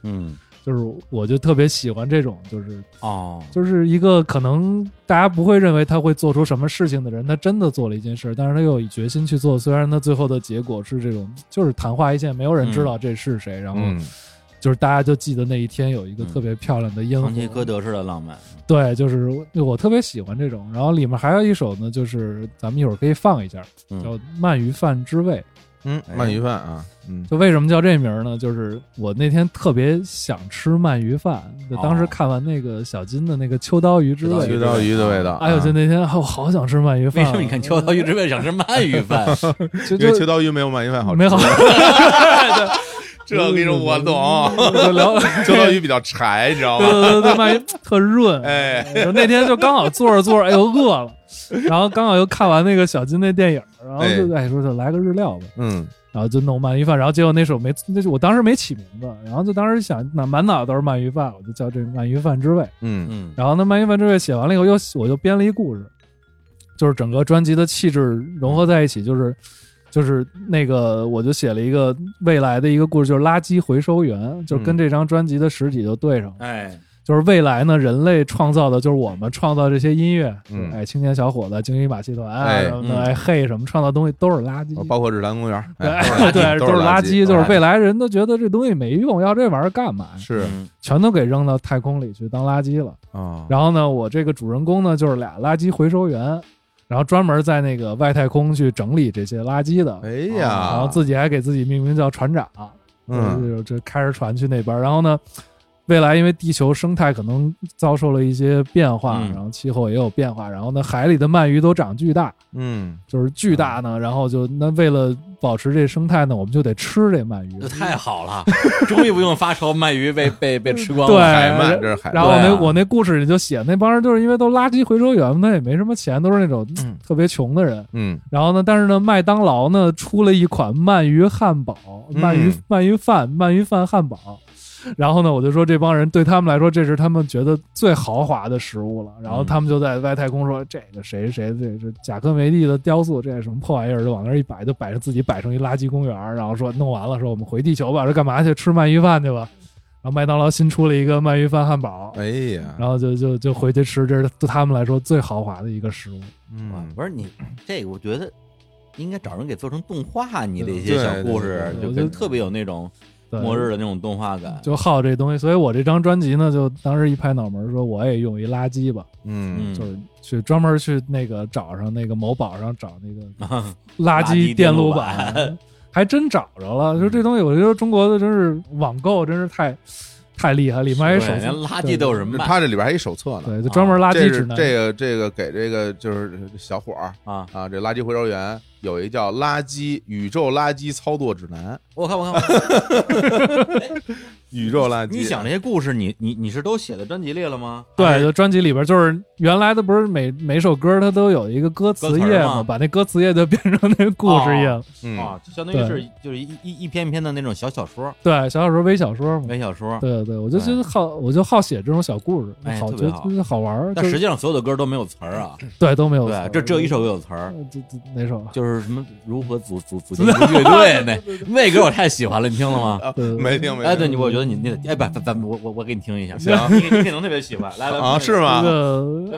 嗯
就是我就特别喜欢这种，就是
哦，
就是一个可能大家不会认为他会做出什么事情的人，他真的做了一件事，但是他又有决心去做。虽然他最后的结果是这种， 就是昙花一现，没有人知道这是谁，然后
嗯
就是大家就记得那一天有一个特别漂亮的
嗯
烟火。
长期歌德式的浪漫，
对，就是我我特别喜欢这种。然后里面还有一首呢，就是咱们一会儿可以放一下，
嗯
叫《鳗鱼饭之味》。
嗯，
哎
鳗鱼饭啊，嗯
就为什么叫这名儿呢？就是我那天特别想吃鳗鱼饭，就当时
哦
看完那个小金的那个秋刀鱼之
秋刀
味，
秋刀鱼的味道，
哎呦，就那天啊我好想吃鳗鱼
为
饭啊。
什么你看秋刀鱼之味想吃鳗鱼饭？
就
因为秋
就
刀鱼没有鳗鱼饭好吃，
没好，
这我跟你说我懂，
就 聊
秋刀鱼比较柴，你知道
对
吗？
对对对，鳗鱼 特润。
哎，
就那天就刚好坐着坐着，哎呦饿了，然后刚好又看完那个小金那电影，然后就哎说就来个日料吧，
嗯
然后就弄鳗鱼饭，然后结果那首没，那就我当时没起名字，然后就当时想满满脑子都是鳗鱼饭，我就叫这鳗鱼饭之味。
嗯
嗯
然后呢，鳗鱼饭之味写完了以后，又我就编了一故事，就是整个专辑的气质融合在一起，就是就是那个我就写了一个未来的一个故事，就是垃圾回收员，就跟这张专辑的实体就对上
嗯
了。
哎
就是未来呢，人类创造的，就是我们创造这些音乐，
嗯
就是哎，青年小伙子、京一马戏团啊
哎哦
什么的，
嗯
哎嘿什么创造东西都是垃圾。
包括日坛公园， 哎
对嗯对，
都
都
是
是
垃
垃
圾
圾，就是
为
未来人都觉得这东西没用，要这玩意儿干嘛？
是
嗯
全都给扔到太空里去当垃圾了。
啊，
然后呢，我这个主人公呢就是俩垃圾回收员，然后专门在那个外太空去整理这些垃圾的，
哎呀，
然后自己还给自己命名叫船长，
嗯
就是这开着船去那边。然后呢，未来因为地球生态可能遭受了一些变化，
嗯
然后气候也有变化，然后呢，海里的鳗鱼都长巨大，
嗯
就是巨大呢，然后就那为了保持这生态呢，我们就得吃这 鳗鱼
啊
这。太好了，终于不用发愁鳗鱼被被被吃光
对
了。
海鳗这是海鳗，
哎然后我那、
对啊
我那故事里就写，那帮人就是因为都垃圾回收员嘛，那也没什么钱，都是那种
嗯
特别穷的人。
嗯
然后呢，但是呢，麦当劳呢出了一款鳗鱼汉堡、
嗯
鳗鱼鳗鱼饭、鳗鱼饭汉堡。然后呢，我就说这帮人对他们来说，这是他们觉得最豪华的食物
嗯
了。然后他们就在外太空说：“这个谁谁这是贾科梅蒂的雕塑，这是什么破玩意儿？”就往那儿一摆，就摆着自己摆成一垃圾公园儿。然后说弄完了，说我们回地球吧，说干嘛去吃鳗鱼饭去吧。然后麦当劳新出了一个鳗鱼饭汉堡，
哎呀，
然后就就就回去吃，这是对他们来说最豪华的一个食物。
哇
嗯
不是你这个，我觉得应该找人给做成动画，你这些
对
小故事
对对
就
对
跟特别有那种
对
末日的那种动画感。
就好这东西，所以我这张专辑呢，就当时一拍脑门儿说我也用一垃圾吧，
嗯
嗯
就是去专门去那个找上那个某宝上找那个
啊
垃
垃圾
圾
电
电
路
路
板
板，还真找着了。就这东西，我觉得中国的真是网购真是太太厉害，里面还 有
对
手
连垃圾都有人啊卖
他这里边还一手册呢。
对，就专门垃
这
圾
是
指南。
这个这个给这个就是小伙儿
啊！
啊，这垃圾回收员有一叫《垃圾宇宙垃圾操作指南》，
我看我看，
宇宙垃圾，
你想这些故事，你你你是都写在专辑里了吗？还
对，
是，
就专辑里边就是原来的，不是每每首歌它都有一个歌
歌词
词
儿
页
吗
嘛，把那歌词页就变成那个故事页了。
嗯，
啊，就相当于是就是一一一篇篇的那种小小说、
对，小小说微小说嘛。
微小说。
嗯对对，我就觉得好，我就好写这种小故事，
哎
好
特
觉
别
得
好
就是好玩儿，就
但实
是
际上所有的歌都没有词儿啊，
对都没有词
对
儿，，
这只有一首有词儿，
呃，这这哪首啊？
就是什么如何组组组建 一个乐队那那歌我太喜欢了，你听了吗？
啊
对对对
没听没
哎，
听
对你，我觉得你那哎不，咱咱我我我给你听一下，
行
你你可能特别喜欢，来来
啊，是？
这
吗？
个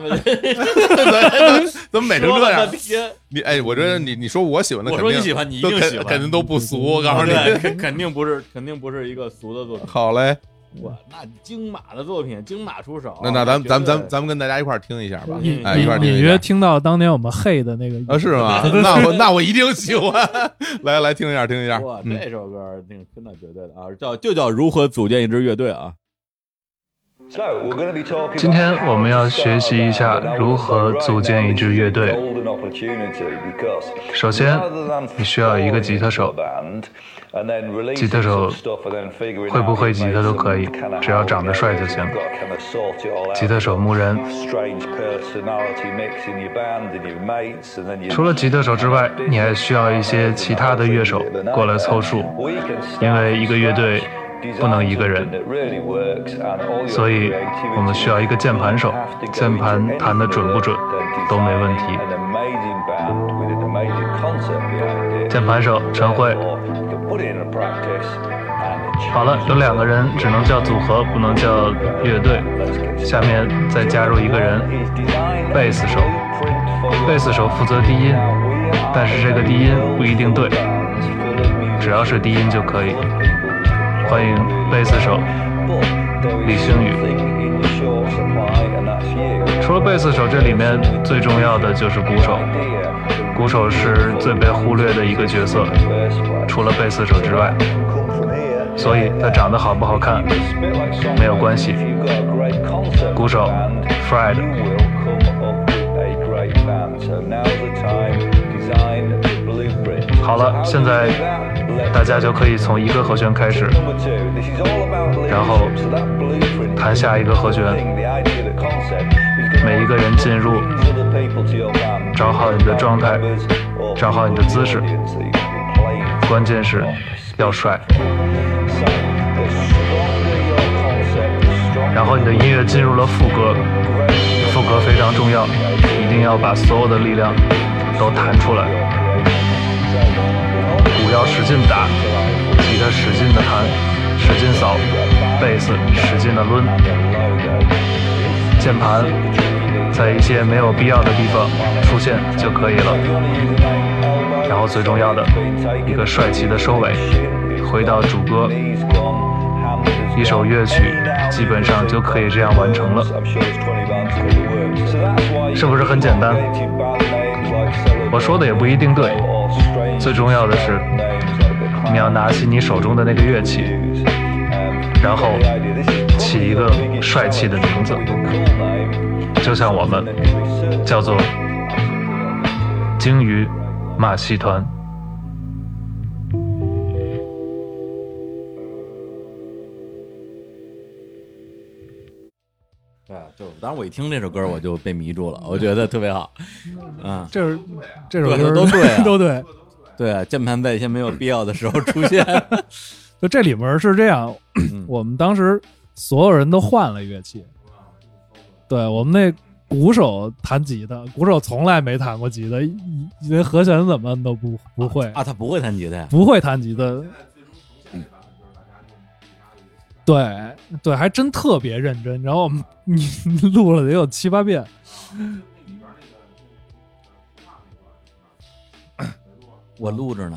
来来
怎么美成
说
这
了
样
半？天
你哎，我觉得你你说我喜欢的，
我说你喜欢，你一
都
定
肯
喜欢，
肯定都不俗。
嗯
我告诉
对
你，
肯肯定不是，肯定不是一个俗的作品。
好嘞，
哇，那金马的作品，金马出手，
那那咱们咱们咱们
咱
咱们跟大家一块儿听一下吧，
隐
哎，一块儿
隐
听
隐
一下
约。听到当年我们嘿的那个
啊，是吗？ 那我那我一定喜欢。 来来，听一下，听一下。
哇，
嗯
这首歌那个真的绝对的啊，叫就叫如何组建一支乐队啊。
今天我们要学习一下如何组建一支乐队。
首
首
先
先，，
你
你
需
需
要
要
一
一
个
个
吉
吉
他
他
手
手，，
吉他手
会
会
不
不
会
会
吉
吉
他
他
都
都
可
可
以
以，
只
只
要
要
长
长
得
得
帅
帅
就
就
行
行。
吉
吉他
他手
手
牧
牧
人
人。除
除
了
了
吉
吉
他
他
手
手
之
之
外
外，
你
你
还
还
需
需
要
要
一
一
些
些
其
其
他
他
的
的
乐
乐
手
手
过
过
来
来
凑
凑
数
数，
因为一个乐队不能一个人，
所
所以
以
我
我
们
们
需
需
要
要
一
一
个
个
键
键
盘
盘
手
手，
键
键
盘
盘
弹
弹得
得
准
准
不
不
准
准
都
都
没
没
问
问
题
题。
键
键
盘
盘
手
手
陈
陈
慧
慧。
好
好
了
了，，
有
有
两
两
个
个
人
人，
只
只
能
能
叫
叫
组
组
合
合，，
不
不
能
能
叫
叫
乐
乐
队
队。。
下
下
面
面
再
再
加
加
入
入
一
一
个
个
人
人，，
贝
贝
斯
斯
手
手。
贝
贝
斯
斯
手
手
负
负
责
责
低
低
音
音，，
但
但
是
是这
这个
个
低
低
音
音
不
不
一
一
定
定
对
对，，
只
只
要
要
是
是
低
低
音
音
就
就
可
可
以
以。。
欢
欢
迎
迎
贝
贝
斯
斯
手手
李
李
星
星
宇
宇。
除
除
了
了
贝
贝
斯
斯
手，
手，
这里
这里
面
面
最
最
重
重
要
要
的
的
就
就是是
鼓
鼓
手
手。，
鼓手是最被忽略的一个角色，除
除了
了
贝
贝
斯
斯
手
手
之
之
外
外，，
所
所
以
以
他
他
长
长
得
得
好
好
不
不
好
好
看
看
没
没
有
有
关
关
系系。
鼓
鼓
手
手
Fred
Fred。
好
好
了
了，，
现
现
在
在
大
大
家
家
就
就
可
可
以
以
从
从
一
一
个
个
和
和
弦
弦
开
开
始
始，
然后
弹
弹
下
下
一
一
个
个
和
和
弦
弦，每一个人进入，
找
找
好
好
你
你
的
的状
状态
态，
找
找
好
好
你
你
的
的
姿
姿
势
势，
关
关
键
键
是
是
要
要
帅
帅。。
然
然
后
后
你
你
的
的
音
音
乐
乐
进
进
入
入
了
了
副
副
歌
歌，，
副
副
歌
歌
非
非
常
常
重
重
要
要，，
一
一
定
定
要
要
把
把
所
所
有
有
的
的
力
力
量
量都
都弹
弹
出
出
来
来，，
鼓要使劲打，吉他使劲的弹，使劲扫，贝斯使劲的抡，键盘在一些没有必要的地方出现就可以了。
然后最重要的一个帅气的收尾，回到主歌，一首乐曲基本上就可以这样完成了，是不是很简单？我
我
说
说
的也
的也
不
不
一
一
定
定
对
对，，
最重要的是
你
你
要
要
拿
拿
起
起
你
你
手
手
中
中
的
的
那
那
个
个
乐
乐
器
器，，
然
然
后
后
起
起
一
一
个
个
帅
帅
气气的的名名
字
字，，
就像我们
叫做鲸鱼马戏团。
对，哎就当时我一听这首歌，我就被迷住了，我觉得特别好。嗯，
这是这首歌
对都对啊
都对。
对，啊键盘在一些没有必要的时候出现。
就这里面是这样，
嗯
我们当时所有人都换了乐器，对我们那鼓手弹吉他，鼓手从来没弹过吉他，一一连和弦怎么摁都不不会，
啊，他不会弹吉他呀？
不会弹吉他。
嗯
对对，还真特别认真。然后我们你录了得有七八 遍，
我录着呢，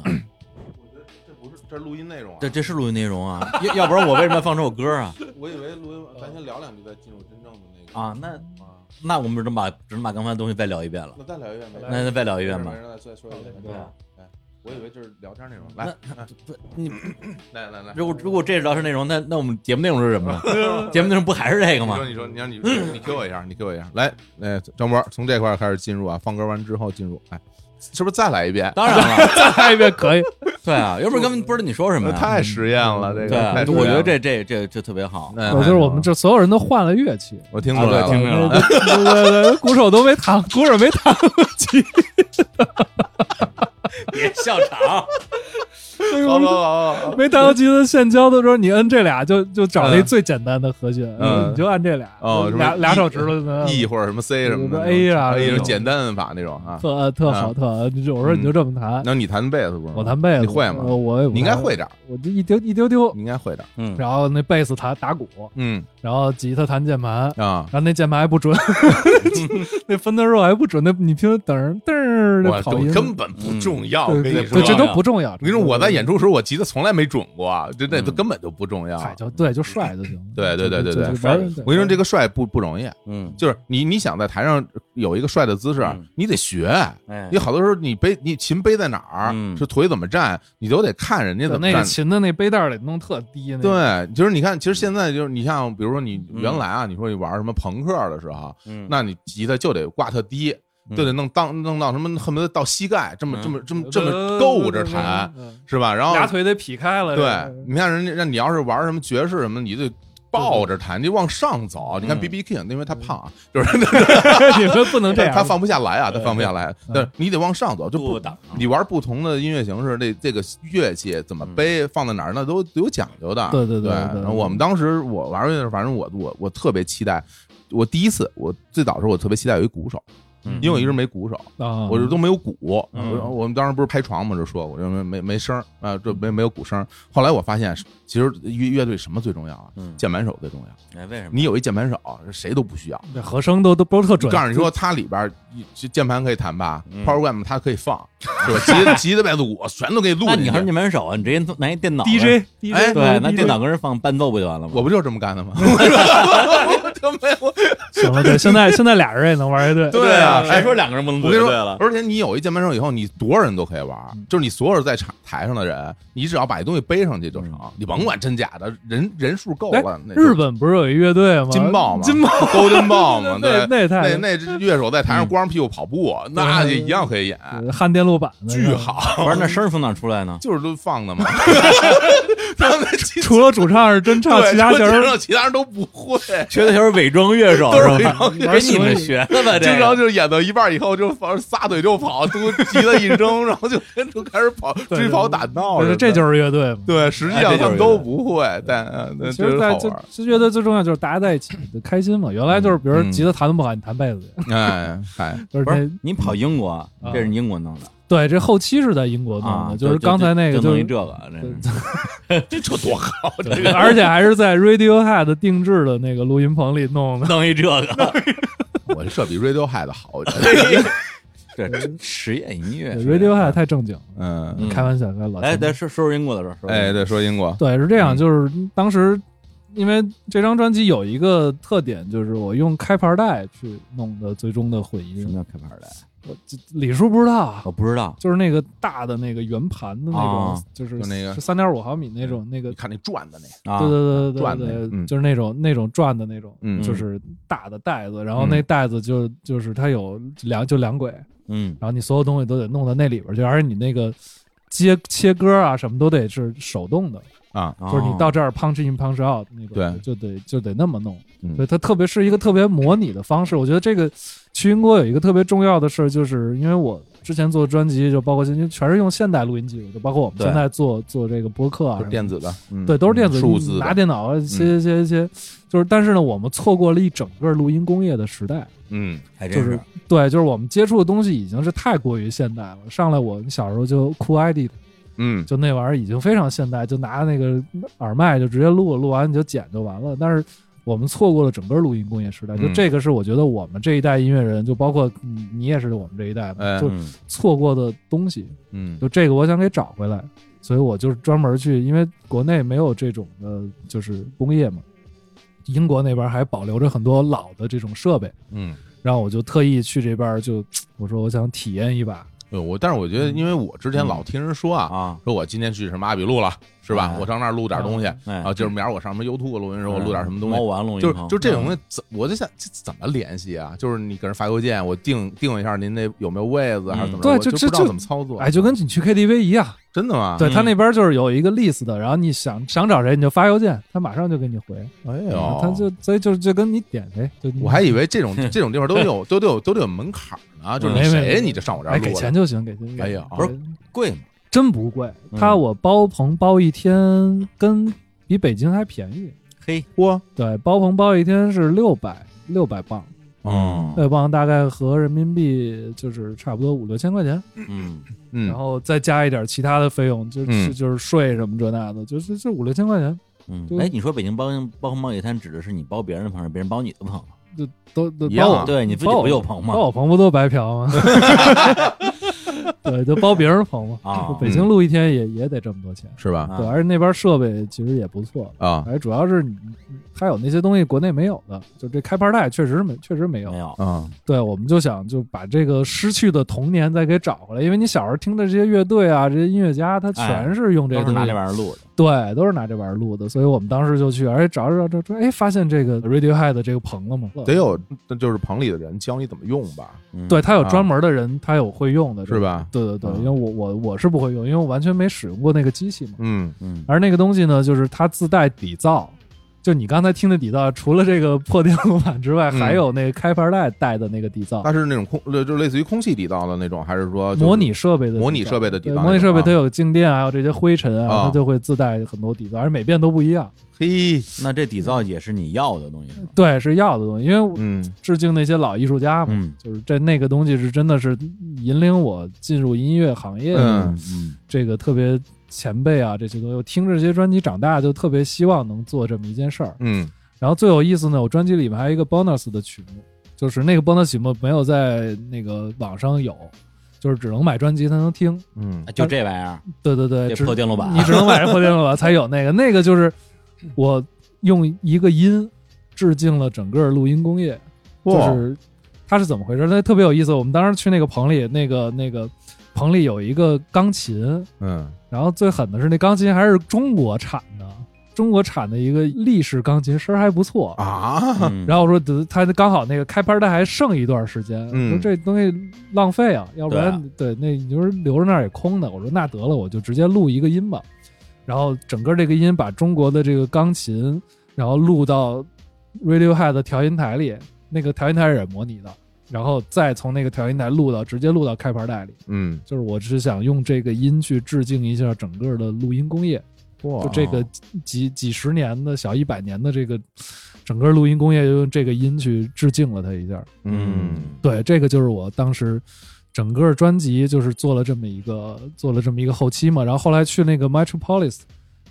这不是这录音内容啊
这这是录音内容啊，要要不然我为什么要放这首歌啊？
我以为录音，咱先聊两句，再进入真正的那个
啊，那
啊。
那我们只能把只能把刚才的东西再聊一遍了。
那再聊一遍呗，
那那再聊一遍吧
没事没事再说一遍。
对啊
哎，我以为就是聊天内容。来，
不，你
来来来，
如果如果这是聊天内容，那那我们节目内容是什么 呢？节目内容不还是这个
你
吗
说？你说，你让你你 Q 我一下，你 Q 我一下。来，哎，张博从这块儿开始进入啊，放歌完之后进入，哎，是不是再来一遍？
当然了，
再来一遍可以。
对啊，要不然根本不知道你说什么
呃
呀。
太实验了，这
对
个
啊
太，实验了。
我觉得这这这这特别好。
哎，
我就是我们这所有人都换了乐器，
我听
啊
出来
对听出
了，
来了
对对对对鼓手都没弹，鼓手没弹过吉他。
别笑 场，
好好好好， 好
没弹过吉他现教的时候，你摁这俩就就找那
嗯
最简单的和弦，
嗯
你就按这俩，
哦，什么
俩
E-
俩手指头就能
E 或者什么 C 什么的
A 啊
一
这
种
种
简单摁法那种啊。
特特好
嗯
特好。就是我说你就这么弹，
那你弹贝斯不是吗？
我弹贝斯，
你会吗
呃我也不
你应该
太
会，点儿，
我就一丢一丢丢
你。应该会点儿。
嗯，
然后那贝斯弹打鼓，
嗯
然后吉他弹键盘，
啊
然，后那键盘 还不准，那分段肉还不准，那你听噔噔儿
我
的跑
我
音，
嗯
根本不重重要，我
对
跟你
对，
说啊
对，这
重
都
要
不重要。
我跟你说，我在 演出的时候，我吉他从来没准过啊，这
嗯
这都根本就不重要。啊
嗨，就对，就帅就行了。
对对对对对
就就
帅
玩儿
我跟你说，这个帅不不容易，
嗯，
就是你你想在台上有一个帅的姿势
嗯，
你得学。
哎
你，好多时候你背你琴背在哪儿，
嗯
是腿怎么站，你都得看人家
对
怎么
那个
站。
琴的那背带儿得弄特低，那个
对，啊就是你看，其实现在就是你像，比如说你原来啊，你说你玩什么朋克的时候，
嗯
那你吉他就得挂特低，
嗯
就得弄当弄到什么恨不得到膝盖，这么
嗯
这么这么这么够着弹，，
呃对对对对
是吧？然后
俩腿得劈开了。
对，你看人家，那你要是玩什么爵士什么，你就抱着弹，你往上走。你看
嗯
B B King，因为他胖啊，就是
你们不能这
他
样。
他放不下来啊，他放不下来。但是你得往上走，就
不
不
挡，啊
你玩不同的音乐形式，那这个乐器怎么背，放在哪儿，那都都有讲究的。
对对
对
对对对
然后我们当时我玩乐队的时候，反正我我我特别期待。我第一次，我最早的时候我特别期待有一鼓手，
嗯
因为我一直没鼓手，
啊，
我这都没有鼓，
嗯
我我们当时不是拍床嘛，就说我就没没没声儿啊，这没没有鼓声儿。后来我发现，其实乐乐队什么最重要啊？
嗯
键盘手最重要。
哎，为什么？
你有一键盘手，谁都不需要。
这和声都都不是特准。
告诉你说，它里边儿一键盘可以弹吧
嗯
，Power Glam 它可以放， 是吧？吉吉他、贝斯、鼓全都可以录
那
进
你还是
去。
键盘手啊？你直接拿一电脑
DJ
哎
DJ
对，拿电脑跟人放伴奏不就完了吗？
我不就是这么干的 吗？我就没有。
行了，对，现在现在俩人也能玩乐 队。
对啊
谁说两个人不能
我
组
跟
乐
你
队
说
了，？
而且你有一键盘手以后，你多少人都可以玩，
嗯
就是你所有在场台上的人，你只要把东西背上去就成，你甭管真假的，人人数够
嗯哎
了。那就
日本不是有一乐队吗？
金豹嘛，
金豹，
Golden Ball 嘛，对，
那那也太嗯
那那乐手在台上光着屁股跑步，那也一样可以演，
呃焊电路板的
巨，好，
不是，那声儿从哪儿出来呢？
就是都放 的嘛。 他们其
除了主唱是真唱，
对
其他
说
人
其
儿
他其他人都不会，
学的就是伪装乐手
都是
是
伪
吧？
装乐手
给你们学的 吧，这
经
个
常就是演到一半以后就反正撒腿就跑，都急得一扔，然后就 跟着开始跑
对
追跑打闹什么
对
的，
这就是乐队嘛。
对，实际
哎这就
上
是
他们都不会，但呃但
其
这
实
是
在
好
这
玩
这乐队最重要就是大家在一起就开心嘛。原来就是，比如说
嗯
吉他弹的不好，你弹贝斯去，
儿，哎 嗨，
就是
不是
那
你跑英国，这是英国弄的
对这后期是在英国弄
啊，
的，是刚才那个
就弄一
是
这 个，这是
这这多好，这
对 而且还是在 Radiohead 定制的那个录音棚里 弄的。
弄一这个，
我这比 Radiohead 好，我觉得
这实验音乐
对 Radiohead 太正经了，
嗯
嗯，
开玩笑，开老
哎，
钱
咱说说说英国的时候，
哎，对，说英国，
对，是这样，
嗯
就是当时因为这张专辑有一个特点，就是我用开盘带去弄的最终的混
什
音
么。叫开盘带？
我这李叔不知道啊
我，不知道，
就是那个大的那个圆盘的那
啊
种，就是
就那个
三点五毫米那种那个
你，看那转的那个，
啊，
对对对对
转的
对
嗯
对，就是那种那种转的那种。
嗯
就是大的袋子，然后那袋子就就是它有两就两轨，然
嗯
后你所有东西都得弄到那里边去，而且你那个接切割啊什么都得是手动的，
啊，
哦
就是你到这儿 punch in punch out 那种，
对
就得就得那么弄。
嗯
所以它特别是一个特别模拟的方式。我觉得这个去英国有一个特别重要的事儿，就是因为我之前做专辑，就包括因为全是用现代录音技术，就包括我们
对
现在做做这个播客啊
都是
什么的，
电子的，嗯
对，都是电子，
数字
你拿
的，嗯
电脑啊切切切切，就是但是呢，我们错过了一整个录音工业的时代。
嗯，
还真
就是对，就是我们接触的东西已经是太过于现代了。上来我小时候就酷 ID，
嗯，
就那玩意儿已经非常现代，就拿那个耳麦就直接录，录完你就剪就完了。但是我们错过了整个录音工业时代，就
嗯
这个是我觉得我们这一代音乐人，就包括你，你也是我们这一代嘛，
哎
就
嗯
错过的东西，
嗯，
就这个我想给找回来，所以我就是专门去，因为国内没有这种的，就是工业嘛，英国那边还保留着很多老的这种设备，
嗯，
然后我就特意去这边儿就我说我想体验一把，
对哎我，但是我觉得，因为我之前老听人说啊，
啊，
说我今天去什么阿比路了，是吧？
哎
我上那儿录点东西，
哎
然，后就是明儿我上什么 YouTube 录音的时候，我录点嗯什么东
猫嗯
西。
完了，
就是就这种东西，怎我就想这怎么联系啊？就是你给人发邮件，我定定一下您那有没有位子还是怎么着？
对
我就
就
不
这
知道
就
怎么操作。
哎，就跟你去 KTV 一样，
真的吗？
对他
嗯
那边就是有一个 list 的，然后你想想找谁你就发邮件，他马上就给你回，
哎
然后他
呦，
就所以就就跟你点呗，就你
我还以为 这种这种地方都得有都得有都得有门槛呢，就是你
嗯没没
谁
没
你就上我这儿
哎
录了
给钱就行，给钱，
哎呀
不是贵吗？
真不贵，
嗯
他我包棚包一天跟比北京还便宜，
嘿，
嚯，
对，包棚包一天是六百六百磅，
嗯
六百磅大概合人民币就是差不多五六千块钱，
嗯，
嗯
然，后再加一点其他的费用，就
嗯
是就是税什么这那的，就是这五六千块钱，
嗯，
就
哎，你说北京包包红包野摊指的是你包别人的朋友，别人包你的朋友，
就都都
一样
包
啊
我
对你自己
包我
不有朋友吗
包我朋友不都白嫖吗？ 对，就包别人棚嘛。
啊
就北京录一天也也得这么多钱，
是吧？
啊
对，而且那边设备其实也不错，
啊
而且主要是你它有那些东西国内没有的，就这开盘带确实没确实没有
没。有，
啊
对，我们就想就把这个失去的童年再给找回来，因为你小时候听的这些乐队啊，这些音乐家，他全是用这
哎都
个
是
东
拿
西
这玩意儿录的，
对，都是拿这玩意儿录的，所以我们当时就去，而且找着找着，哎，发现这个 Radiohead 的这个棚了嘛，
得有，那就是棚里的人教你怎么用吧，
嗯
对，他有
啊
专门的人，他有会用的，
是？吧？
对对对，
嗯
因为我我我是不会用，因为我完全没使用过那个机器嘛。
嗯
嗯，
而那个东西呢，就是它自带底噪，就你刚才听的底噪，除了这个破电路板之外，
嗯
还有那个开盘带带的那个底噪，
它是那种空，呃就类似于空气底噪的那种，还是说就是
模拟设备的底噪
模拟设备的底
对
噪那种啊？
模拟设备它有静电啊，还有这些灰尘
啊
啊，它就会自带很多底噪，而且每遍都不一样。
嘿，
那这底噪也是你要的东西是吧？
对，是要的东西，因为我
嗯
致敬那些老艺术家嘛，
嗯
就是这那个东西是真的是引领我进入音乐行业的
嗯
嗯
这个特别前辈啊，这些东西，我听着这些专辑长大，就特别希望能做这么一件事儿。
嗯
然后最有意思呢，我专辑里面还有一个 bonus 的曲目，就是那个 bonus 曲目没有在那个网上有，就是只能买专辑才能听。
嗯
嗯，就这玩意儿，
对对对，
这
只
破电路板，啊
你只能买这破电路板才 有那个，那个就是我用一个音致敬了整个录音工业。
哇
就是它是怎么回事？那特别有意思。我们当时去那个棚里，那个那个棚里有一个钢琴，
嗯
然后最狠的是那钢琴还是中国产的，中国产的一个立式钢琴，声儿还不错。
啊，
嗯
然后我说得，他刚好那个开拍，他还剩一段时间，
嗯
我说这东西浪费啊，要不然对,、那你就是留着那儿也空的。我说那得了，我就直接录一个音吧。然后整个这个音把中国的这个钢琴，然后录到 Radiohead 的调音台里，那个调音台也是模拟的，然后再从那个调音台录到直接录到开盘带里。
嗯，
就是我只想用这个音去致敬一下整个的录音工业，
就
就这个几几十年的小一百年的这个整个录音工业，就用这个音去致敬了它一下。
嗯
对，这个就是我当时整个专辑就是做了这么一个做了这么一个后期嘛，然后后来去那个 Metropolis，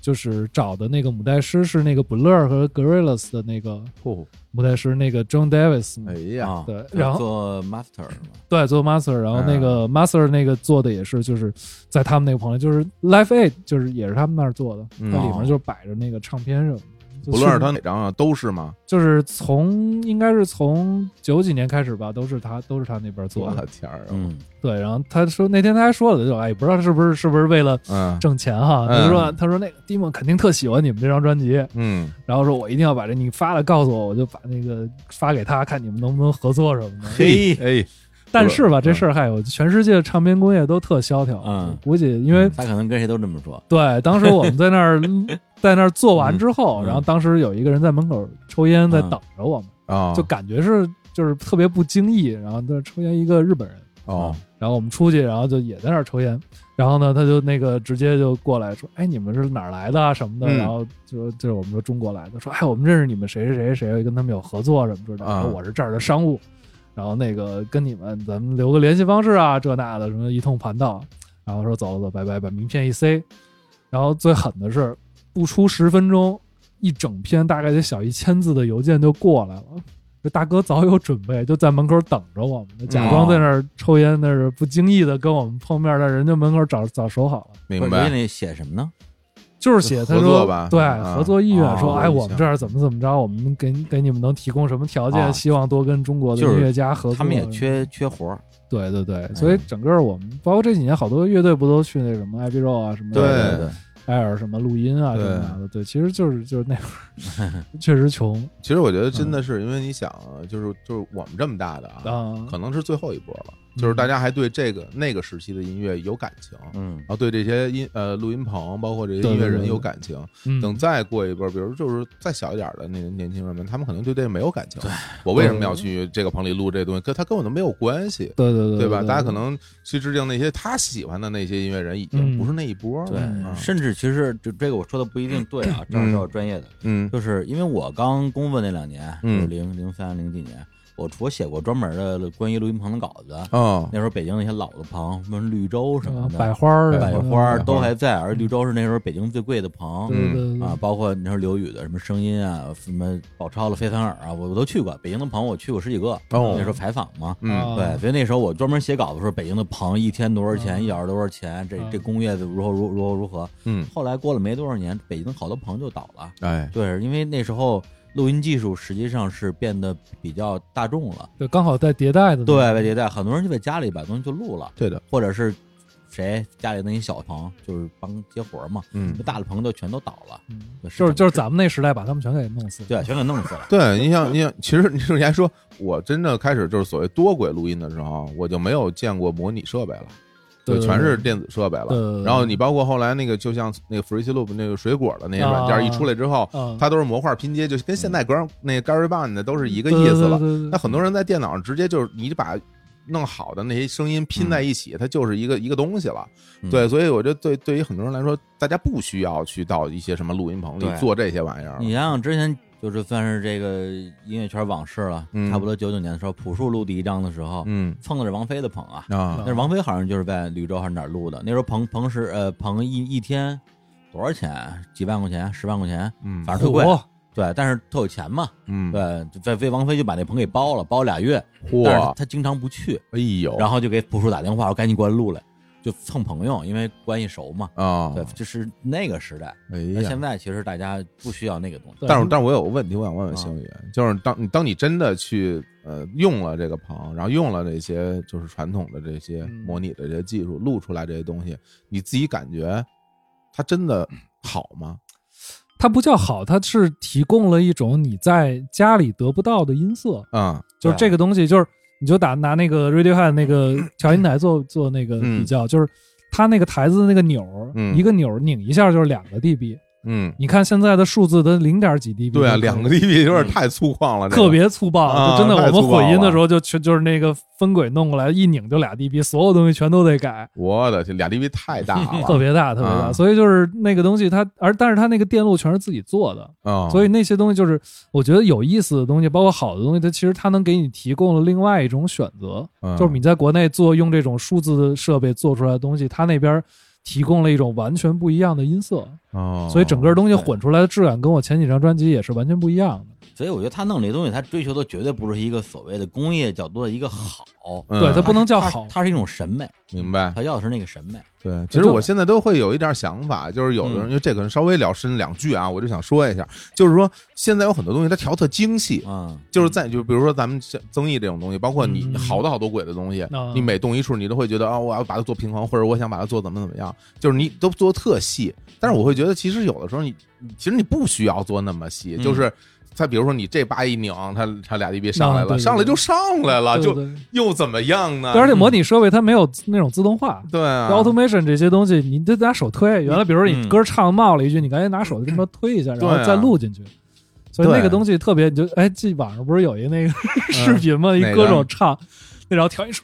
就是找的那个母带师是那个 Blur 和 Gorillaz 的那个
嚯，
母带师，那个 John Davis 嘛。
哎呀，
啊
对
就
然后
做 master 是吧？
对，做 master，然后
嗯
那个 master 那个做的也是，就是在他们那个棚里，就是 Life Aid，就是也是他们那儿做的，
嗯
那里面就摆着那个唱片什么的。就
不论是
顺
他哪张啊，都是吗？
就是从应该是从九几年开始吧，都是他都是他那边做
我
的。
的天儿啊，
嗯
对，然后他说那天他还说了，就哎，不知道是不是是不是为了
嗯
挣钱哈？
嗯
他说他说那个 Dimon 肯定特喜欢你们这张专辑，
嗯
然后说我一定要把这你发了告诉我，我就把那个发给他，看你们能不能合作什 么的。
嘿
哎，
但是吧，
嗯
这事儿还有全世界唱片工业都特萧条，啊
嗯
估计因为
他可能跟谁都这么说，
对当时我们在那 儿在那儿做完之后，
嗯嗯
然后当时有一个人在门口抽烟，在
嗯
等着我们，
啊，
就感觉是就是特别不经意，然后在抽烟一个日本人，
哦，
然后我们出去，然后就也在那儿抽烟，然后呢，他就那个直接就过来说，哎，你们是哪儿来的啊什么的，
嗯
然后就说就是我们说中国来的，说哎，我们认识你们谁谁谁谁，跟他们有合作什么之类的，
啊
说我是这儿的商务，然后那个跟你们咱们留个联系方式啊，这那的什么一通盘道，然后说走了走，拜拜，把名片一塞，然后最狠的是不出十分钟，一整篇大概得小一千字的邮件就过来了。这大哥早有准备，就在门口等着我们，假装在那儿抽烟，那是不经意的跟我们碰面，在人家门口找早守好了。
明
我以
白
为，那写什么呢？
就是写他
合作
说
吧
对
啊
合作意
啊
愿，
合
说
作
哎
意向
我们这儿怎么怎么着，我们给给你们能提供什么条
啊
件，希望多跟中国的
就是
音乐家合作。嗯
他们也缺嗯缺活儿，
对对对，所以整个我们包括这几年好多乐队不都去那什么 Abbey Road 啊什么的
对
对，
艾尔什么录音啊
对
这那的，对，其实就是就是那 会儿确实穷
其实我觉得真的是，因为你想啊，就是就是我们这么大的啊，
啊，
可能是最后一波了，就是大家还对这个那个时期的音乐有感情，然
嗯
后啊对这些音呃录音棚，包括这些
对
音乐
对
人
对
有感情。
嗯
等再过一波，比如就是再小一点的那年轻人们，他们可能对这没有感情。我为什么要去这个棚里录这东西？跟他跟我都没有关系。
对对对
对吧？
对
大家可能去致敬那些他喜欢的那些音乐人，已经
嗯
不是那一波了。
对
嗯，
甚至其实这这个我说的不一定对啊，这
嗯
是要专业的，
嗯
就是因为我刚工作那两年，
嗯
就是零零三零几年，我我写过专门的关于录音棚的稿子，
啊
那时候北京那些老的棚，什么绿洲什么的，
百花儿啊，
百花
百花
儿都还在，而绿洲是那时候北京最贵的棚。
对对
嗯
对
啊，包括你说刘宇的什么声音啊，什么宝超了、费凡尔啊，我我都去过。北京的棚我去过十几个，
哦
那时候采访嘛。
嗯
啊
对，所以那时候我专门写稿子说北京的棚一天多少
哦
钱，一小时多少钱，这
啊
这工业如何如何如何如何。
嗯，
后来过了没多少年，北京好多棚就倒了。
哎，
对，因为那时候录音技术实际上是变得比较大众了。
就刚好带迭代
嗯
的那
对，
种，
外迭代，很多人就在家里把东西就录了，
对的，
或者是谁家里那一小棚，就是帮接活儿嘛。
嗯，
大的棚就全都倒了，
嗯
对
就是就是
咱
咱们那时代把他们全给弄死了。
对，全给弄死了。
对你像你像，其实你之前说，我真正开始就是所谓多轨录音的时候，我就没有见过模拟设备了。
对
就全是
对
电子设备了。
对对对
然后你包括后来那个，就像那个 Free Loop 那个水果的那些软件
啊
一出来之后，
啊
它都是模块拼接，就跟现在 g a r 那个 GarageBand 的都是一个
对
意思
对
了。
对对
那很多人在电脑上直接就是你把。弄好的那些声音拼
嗯
在一起，它就是一个一个东西了。
嗯
对，所以我觉得对对于很多人来说，大家不需要去到一些什么录音棚里
对
做这些玩意
嗯
儿了。
你想想之前就是算是这个音乐圈往事了，
嗯
差不多九九年的时候，朴树录第一张的时候，
嗯
蹭的是王菲的捧啊。
嗯
啊
那，是王菲好像就是在绿洲还是哪儿录的，那时候捧捧是呃捧一一天多少钱？几万块钱？十万块钱？
嗯
反正特贵。
火
对，但是特有钱嘛。
嗯，
对，就在为王菲就把那棚给包了，包俩月，但是
嚯，
他经常不去，
哎呦，
然后就给朴树打电话，我赶紧过来录来，就蹭朋友，因为关系熟嘛。
啊，
对，就是那个时代。
哎
那
呀
现，在其实大家不需要那个东西。
对
但是，但是我有个问题，我想问问星宇，
嗯
就是当你当你真的去呃用了这个棚，然后用了这些就是传统的这些
嗯
模拟的这些技术，录出来这些东西，你自己感觉它真的好吗？
它不叫好，它是提供了一种你在家里得不到的音色，
啊、
就是
对
这个东西，就是你就打拿那个 Radiohead 那个 调音台做做那个比较，就是它那个台子的那个钮儿，
嗯
一个钮儿拧一下就是两个 dB。
嗯，
你看现在的数字的零点几 dB，
对啊，
就可以
两个 dB 有点太粗犷了，这个
嗯特别粗暴，
啊
就真的
太
我
粗
们
暴
混音
了
的时候就全就是那个分轨弄过来，一拧就俩 dB，所有东西全都得改。
我的天，俩 dB 太大了，
特别大，特别大，
啊
所以就是那个东西它，而但是它那个电路全是自己做的，
啊，
所以那些东西就是我觉得有意思的东西，包括好的东西，它其实它能给你提供了另外一种选择，
嗯
就是你在国内做用这种数字的设备做出来的东西，它那边提供了一种完全不一样的音色，
哦，
所以整个东西混出来的质感跟我前几张专辑也是完全不一样的。
所以我觉得他弄这东西，他追求的绝对不是一个所谓的工业角度的一个好，
嗯
对，它不能叫
它
好，
它是一种审美，
明白。
他要的是那个审美。
对，其实
就
我现在都会有一点想法，就是有的人，
嗯
因为这可能稍微聊深两句啊，我就想说一下，就是说现在有很多东西它调特精细，
嗯，
就是在就比如说咱们像增益这种东西，包括你
嗯
好多好多鬼的东西，
啊
你每动一处，你都会觉得啊，我要把它做平衡，或者我想把它做怎么怎么样，就是你都做特细。但是我会觉得，其实有的时候你其实你不需要做那么细，
嗯
就是。它比如说你这八一拧，它它俩 dB 上来
啊对
了，
对对
上来就上来了，
对
啊就
对对
又怎么样呢
对？而且模拟设备它没有那种自动化。
对啊，
automation 这些东西，你得拿手推。原来比如说你歌唱冒了一句，你赶紧拿手就这么推一下，然
嗯对啊
后再录进去。所以
对啊嗯
那个东西特别，你就哎，这网上不是有一那个视频吗？一
哪个
歌手唱，那然 后调一首，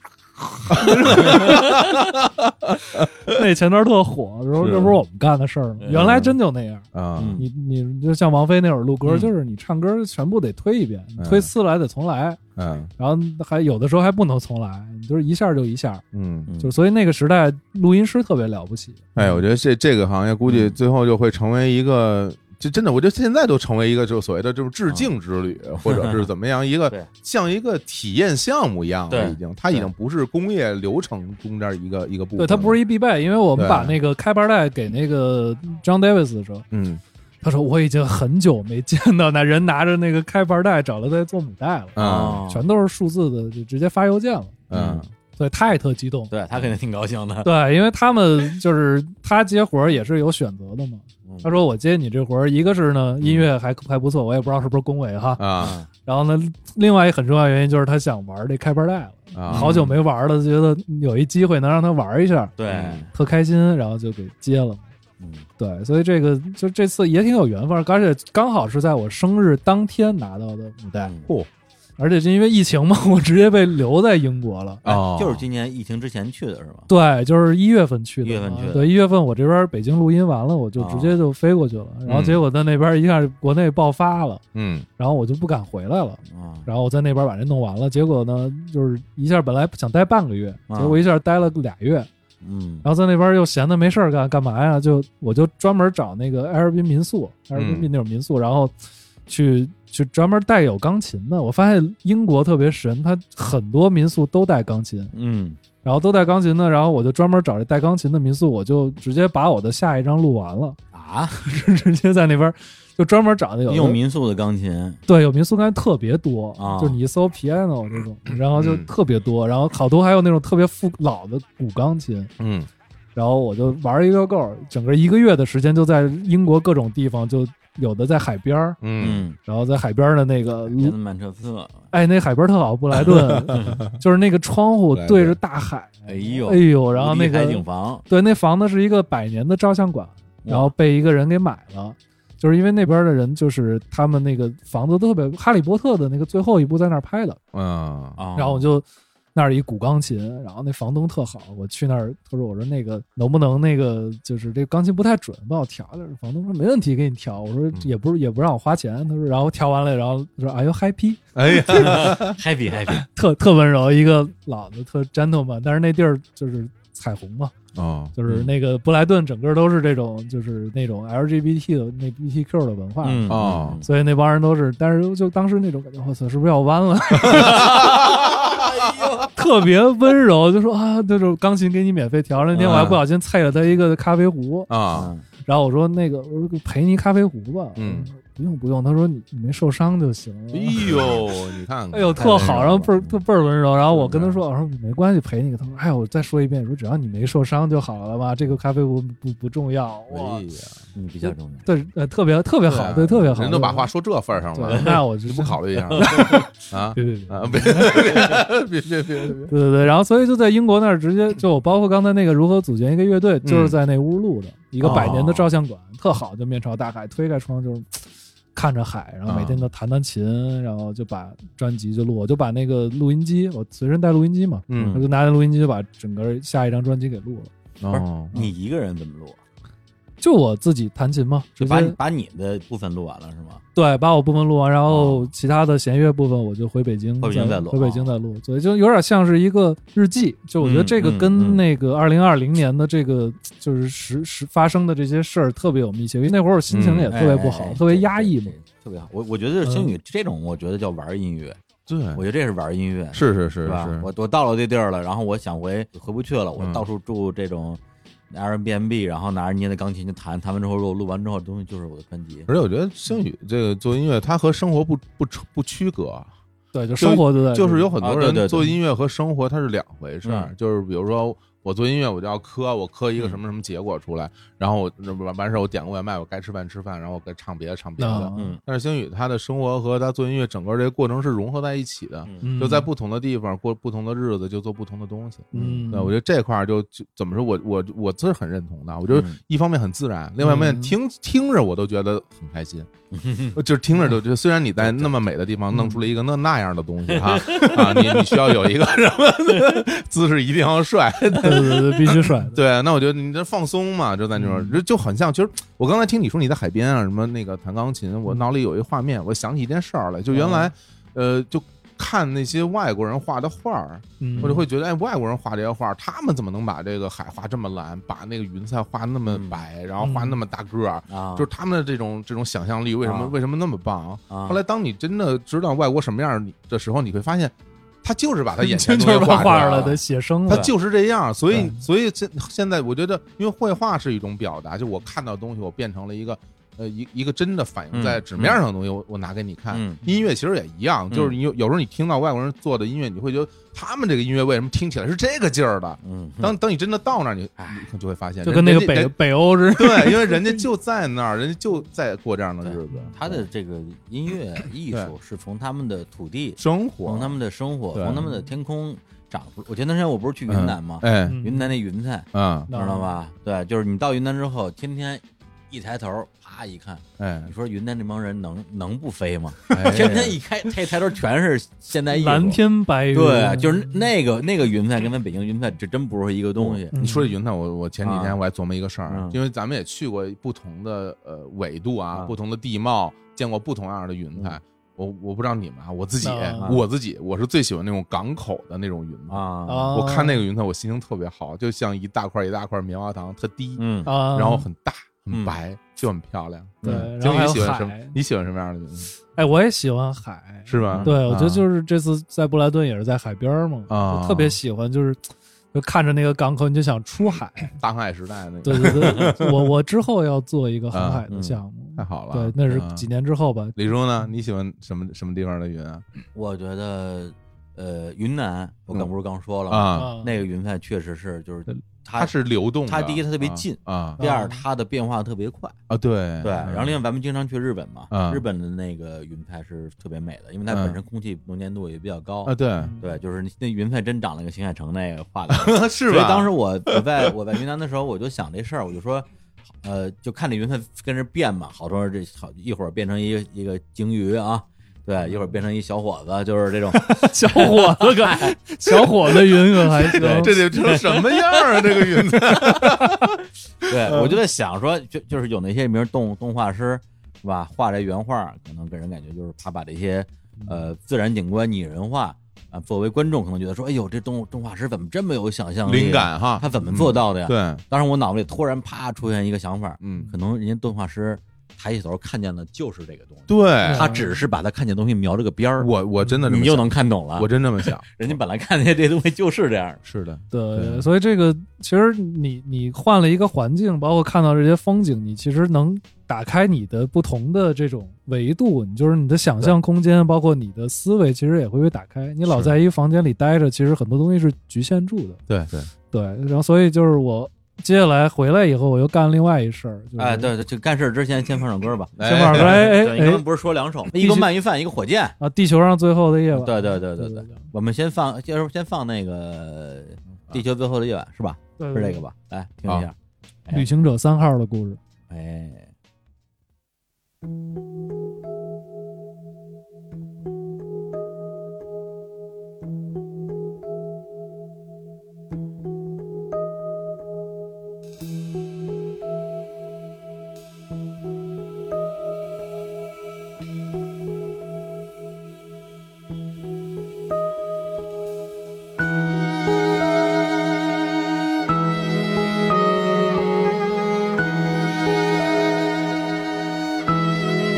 那前段特火，说
是
这不是我们干的事儿吗？
嗯
原来真就那样。
啊，
嗯
你你就像王菲那会儿录歌，
嗯
就是你唱歌全部得推一遍，
嗯
推次来得重来，
嗯
然后还有的时候还不能重来，你就是一下就一下。
嗯，
嗯
就所以那个时代录音师特别了不起，
哎，我觉得这这个行业估计
嗯
最后就会成为一个，就真的，我觉得现在都成为一个，就是所谓的这种致敬之旅，或者是怎么样一
嗯对
个像一个体验项目一样了，
对
已经，它已经不是工业流程中间一个一个
嗯
部分
对，
了，
它不是一必备，因为我们
对
把那个开盘带给那个 John Davis 的时候，
嗯
他说我已经很久没见到那人拿着那个开盘带找了在做母带了，
啊
哦
全都是数字的，就直接发邮件了。
嗯
对，他也特激动。
对他肯定挺高兴的。
对，因为他们就是他接活儿也是有选择的嘛。
嗯
他说我接你这活儿，一个是呢音乐还还不错，我也不知道是不是恭维哈。
啊
嗯
然后呢，另外一个很重要原因就是他想玩这开盘带了，
嗯
啊，
好久没玩了，觉得有一机会能让他玩一下，
对，
特开心，然后就给接了。
嗯
对，所以这个就这次也挺有缘分，而且刚好是在我生日当天拿到的母带，
嗯
嚯
而且就因为疫情嘛，我直接被留在英国了。
哎
哦
就是今年疫情之前去的是吧？
对，就是一月份去
一
的嘛，
月份去的哦
对，一月份我这边北京录音完了，我就直接就飞过去了。
嗯
然后结果在那边一下国内爆发了，
嗯
然后我就不敢回来了。
啊，
然后我在那边把这弄完了，结果呢，就是一下本来想待半个月，
啊
结果一下待了俩月，
嗯
然后在那边又闲的没事儿干，干嘛呀？就我就专门找那个 Airbnb 民宿，Airbnb 那种民宿，然后去去专门带有钢琴的。我发现英国特别神，它很多民宿都带钢琴，
嗯
然后都带钢琴的，然后我就专门找这带钢琴的民宿，我就直接把我的下一张录完了，
啊，
哎直接在那边就专门找那有的
用民宿的钢琴，
对，有民宿刚才特别多
啊
就你一搜 piano 这种，然后就
嗯
特别多，然后好多还有那种特别复老的古钢琴，
嗯，
然后我就玩一个够，整个一个月的时间就在英国各种地方，就有的在海边儿，
嗯
嗯，
然后在海边儿的那个嗯
别的曼彻斯特，
哎，那海边儿特好，布莱顿，嗯就是那个窗户对着大海，
哎呦
哎呦，然后
无敌
那
海景
个
房，
对，那房子是一个百年的照相馆，然后被一个人给买了。就是因为那边儿的人，就是他们那个房子特别，《哈利波特》的那个最后一部在那儿拍的，
啊
啊，
然后我就那儿一古钢琴，然后那房东特好，我去那儿，他说我说那个能不能那个就是这个钢琴不太准，帮我调调。房东说没问题，给你调。我说也不是也不让我花钱，他说然后调完了，然后他说 Are you happy？
哎呀，
嗯
happy happy，
特特温柔，一个老的特 gentleman，但是那地儿就是彩虹嘛，
哦，
嗯
就是那个布莱顿整个都是这种就是那种 LGBT 的那 BTQ 的文化。
嗯
哦
所以那帮人都是，但是就当时那种感觉，我操，是不是要弯了？ 特别温柔，就说啊，那种钢琴给你免费调。那天
嗯
我还不小心踩了他一个咖啡壶，
啊，
嗯
然后我说那个，我说陪你咖啡壶吧，
嗯，
不用不用。他说你你没受伤就行
哎
了。
呦，你看看，
哎呦，特好，然后倍儿特倍儿温柔。然后我跟他
是
说，我说没关系，陪你。他说，哎，我再说一遍，说只要你没受伤就好了嘛，这个咖啡壶不不不重要。哇
哎，呀，
嗯，比较重要，
对，呃，特别特别
对
好，
啊
对，特别好。
人都把话说这份儿上
对，
了，
那我就
你不考 虑一下啊？
对对 对。
啊，别别别别别别，
对对对，然后所以就在英国那儿直接就我包括刚才那个如何组建一个乐队，
嗯
就是在那屋录的、一个百
哦
年的照相馆，特好，就面朝大海，推开窗就是看着海，然后
嗯
每天都弹弹琴，然后就把专辑就录，我就把那个录音机，我随身带录音机嘛，我
嗯，
就拿着录音机就把整个下一张专辑给录了，
哦，
你一个人怎么录？啊
就我自己弹琴嘛，直
就把你
接
把你的部分录完了是吗？
对把我部分录完，然后其他的弦乐部分我就回北京，
回北京再录
回北京再录，所以就有点像是一个日记。就我觉得这个
嗯嗯
跟那个二零二零年的这个就是实实发生的这些事儿特别有密切，因为那会儿我心情也特别不好，
哎哎
特别压抑嘛嗯
对。对对特别好。我我觉得星宇这种，我觉得叫玩音乐，
对，
我觉得这是玩音乐，
是是
是
是
吧？
是，
我我到了这地儿了，然后我想回回不去了，我
嗯
到处住这种 Airbnb，然后拿着捏的钢琴就弹，弹完之后录录完之后，东西就是我的专辑。
而且我觉得星宇这个做音乐，他和生活不不不区隔，啊
对，就生活都在
就是有很多
啊对对对
人做音乐和生活它是两回事儿，
嗯
就是比如说我做音乐我就要磕，我磕一个什么什么结果出来，然后我完完事儿我点个外卖，我该吃饭吃饭，然后我该唱别的唱别的
啊。
嗯
但是星宇他的生活和他做音乐整个这个过程是融合在一起的，
嗯
嗯
就在不同的地方过不同的日子，就做不同的东西。
嗯，
对，我觉得这块儿就就怎么说，我我我是很认同的。我觉得
嗯
一方面很自然，另外一方面
嗯
听听着我都觉得很开 心，就是听着就觉得，虽然你在那么美的地方弄出了一个那那样的东西 哈啊，你你需要有一个什么姿势一定要帅，
对对对对，必须甩的。
对，那我觉得你这放松嘛，就在那种
嗯
就就很像。其实我刚才听你说你在海边啊，什么那个弹钢琴，
嗯
我脑里有一画面，我想起一件事儿来，就原
哦
来呃就。看那些外国人画的画儿，
嗯
我就 会觉得，哎，外国人画这些画，他们怎么能把这个海画这么蓝，把那个云彩画那么白，然后画那么大个儿？
啊，
就是他们的这种这种想象力，为什么、
啊
为什么那么棒？
啊
后来当你真的知道外国什么样的时候，你会发现，他就是把他眼
就
前
是
东西
把
画
画
出
儿
来
了，得
了
写
嗯
生
他
了。
就是这样。所以所以现现在我觉得，因为绘画是一种表达，就我看到的东西，我变成了一个。呃，一一个真的反映在
嗯
纸面上的东西，我我拿给你看。
嗯
音乐其实也一样，就是你有有时候你听到外国人做的音乐，你会觉得他们这个音乐为什么听起来是这个劲儿的？
嗯，
当当你真的到那儿，你你就会发现，
就跟那个
人家
北
人
北欧似的，
对，因为人家就在那儿，人家就在过这样的
对
日子，
他的这个音乐艺术是从他们的土地、
生
从
活，
他们的生活、
对
从他们的天空长出。我前段时间我不是去云南吗？
哎，
嗯
云南那云彩，
嗯
知道？吧？对，就是你到云南之后，天天一抬头，啪一看，
哎
你，说云南这帮人能能不飞吗？
哎
天天一开，这抬头全是现代艺术，
蓝天白云，
哎对，就是那个那个云彩跟咱北京云彩这真不是一个东西。
嗯
你说这云南，我我前几
啊
天我还琢磨一个事儿
嗯，
因为咱们也去过不同的呃纬度啊
啊，
不同的地貌，见过不同样的云彩。我我不知道你们啊，我自己
嗯啊
我自己我是最喜欢那种港口的那种云彩。
啊，
啊，
我看那个云彩，我心情特别好，就像一大块一大块棉花糖，特低，
嗯，
啊，
然后很大很
嗯
白，就很漂亮。
对
嗯就
然后还
你
有
喜欢什么
海？
你喜欢什么样的云彩？
哎，我也喜欢海，
是吧？啊
对，我觉得
是
就是这次在布莱顿也是在海边儿嘛，
啊
就特别喜欢，就是就看着那个港口，你就想出海。
大航海时代那个，
对对对，我我之后要做一个航海的项目，
太好了。
对，那是
啊嗯
几年之后吧。
李叔呢？你喜欢什么什么地方的云啊？
我觉得呃，云南我刚
嗯
不是刚说了吗？
啊，
嗯
呃
那个云彩确实是就是
它是流动的，
它第一它特别
啊
近
啊
第二，它的变化特别快，
啊，对
对。然后另外咱们经常去日本嘛，
嗯
日本的那个云彩是特别美的，因为它
嗯
本身空气能见度也比较高
啊，。对，
对，就是那云彩真长了个邢海城那个画 的，
是
所以
吧？
当时我我在我在云南的时候，我就想这事儿，我就说，呃，就看这云彩跟着变嘛，好多人这好一会儿变成一个一个鲸鱼啊，对，一会儿变成一小伙子，就是这种，
小伙 子可小伙子云可还行，
这得成什么样啊？这个云彩，
对
嗯
我就在想说，就就是有那些名动动画师是吧，画这原画，可能给人感觉就是他把这些
嗯
呃自然景观拟人化啊，作为观众可能觉得说，哎呦，这动动画师怎么这么有想象力，啊
灵，感哈，
他怎么做到的呀？
嗯？对，
当时我脑子里突然啪出现一个想法，
嗯，
可能人家动画师抬起头看见的就是这个东西，
对，
他只是把他看见的东西描了个边儿，
我我真的这
你
么
就
想，
能看懂了。
我真这么想，
人家本来看见这东西就是这样儿，
是的，
对，
对
所以这个其实你你换了一个环境，包括看到这些风景，你其实能打开你的不同的这种维度，你就是你的想象空间，包括你的思维，其实也会被打开。你老
是
在一个房间里待着，其实很多东西是局限住的。
对对，
对，然后所以就是我接下来回来以后，我又干另外一事
嗯
儿，就是
哎，，对，对就干事儿之前先放首歌吧。
先玩儿哎哎
对你刚
哎
刚不是说两首，
须
一个鳗鱼饭，一个火箭。
啊，地球上最后的夜晚，
对对对对
对嗯
对，我们先放，就是先放那个《地球最后的夜晚》是吧？
对，
是这个吧？哎来听一
啊
下。
对？旅行者三号的故事。
哎，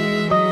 Thank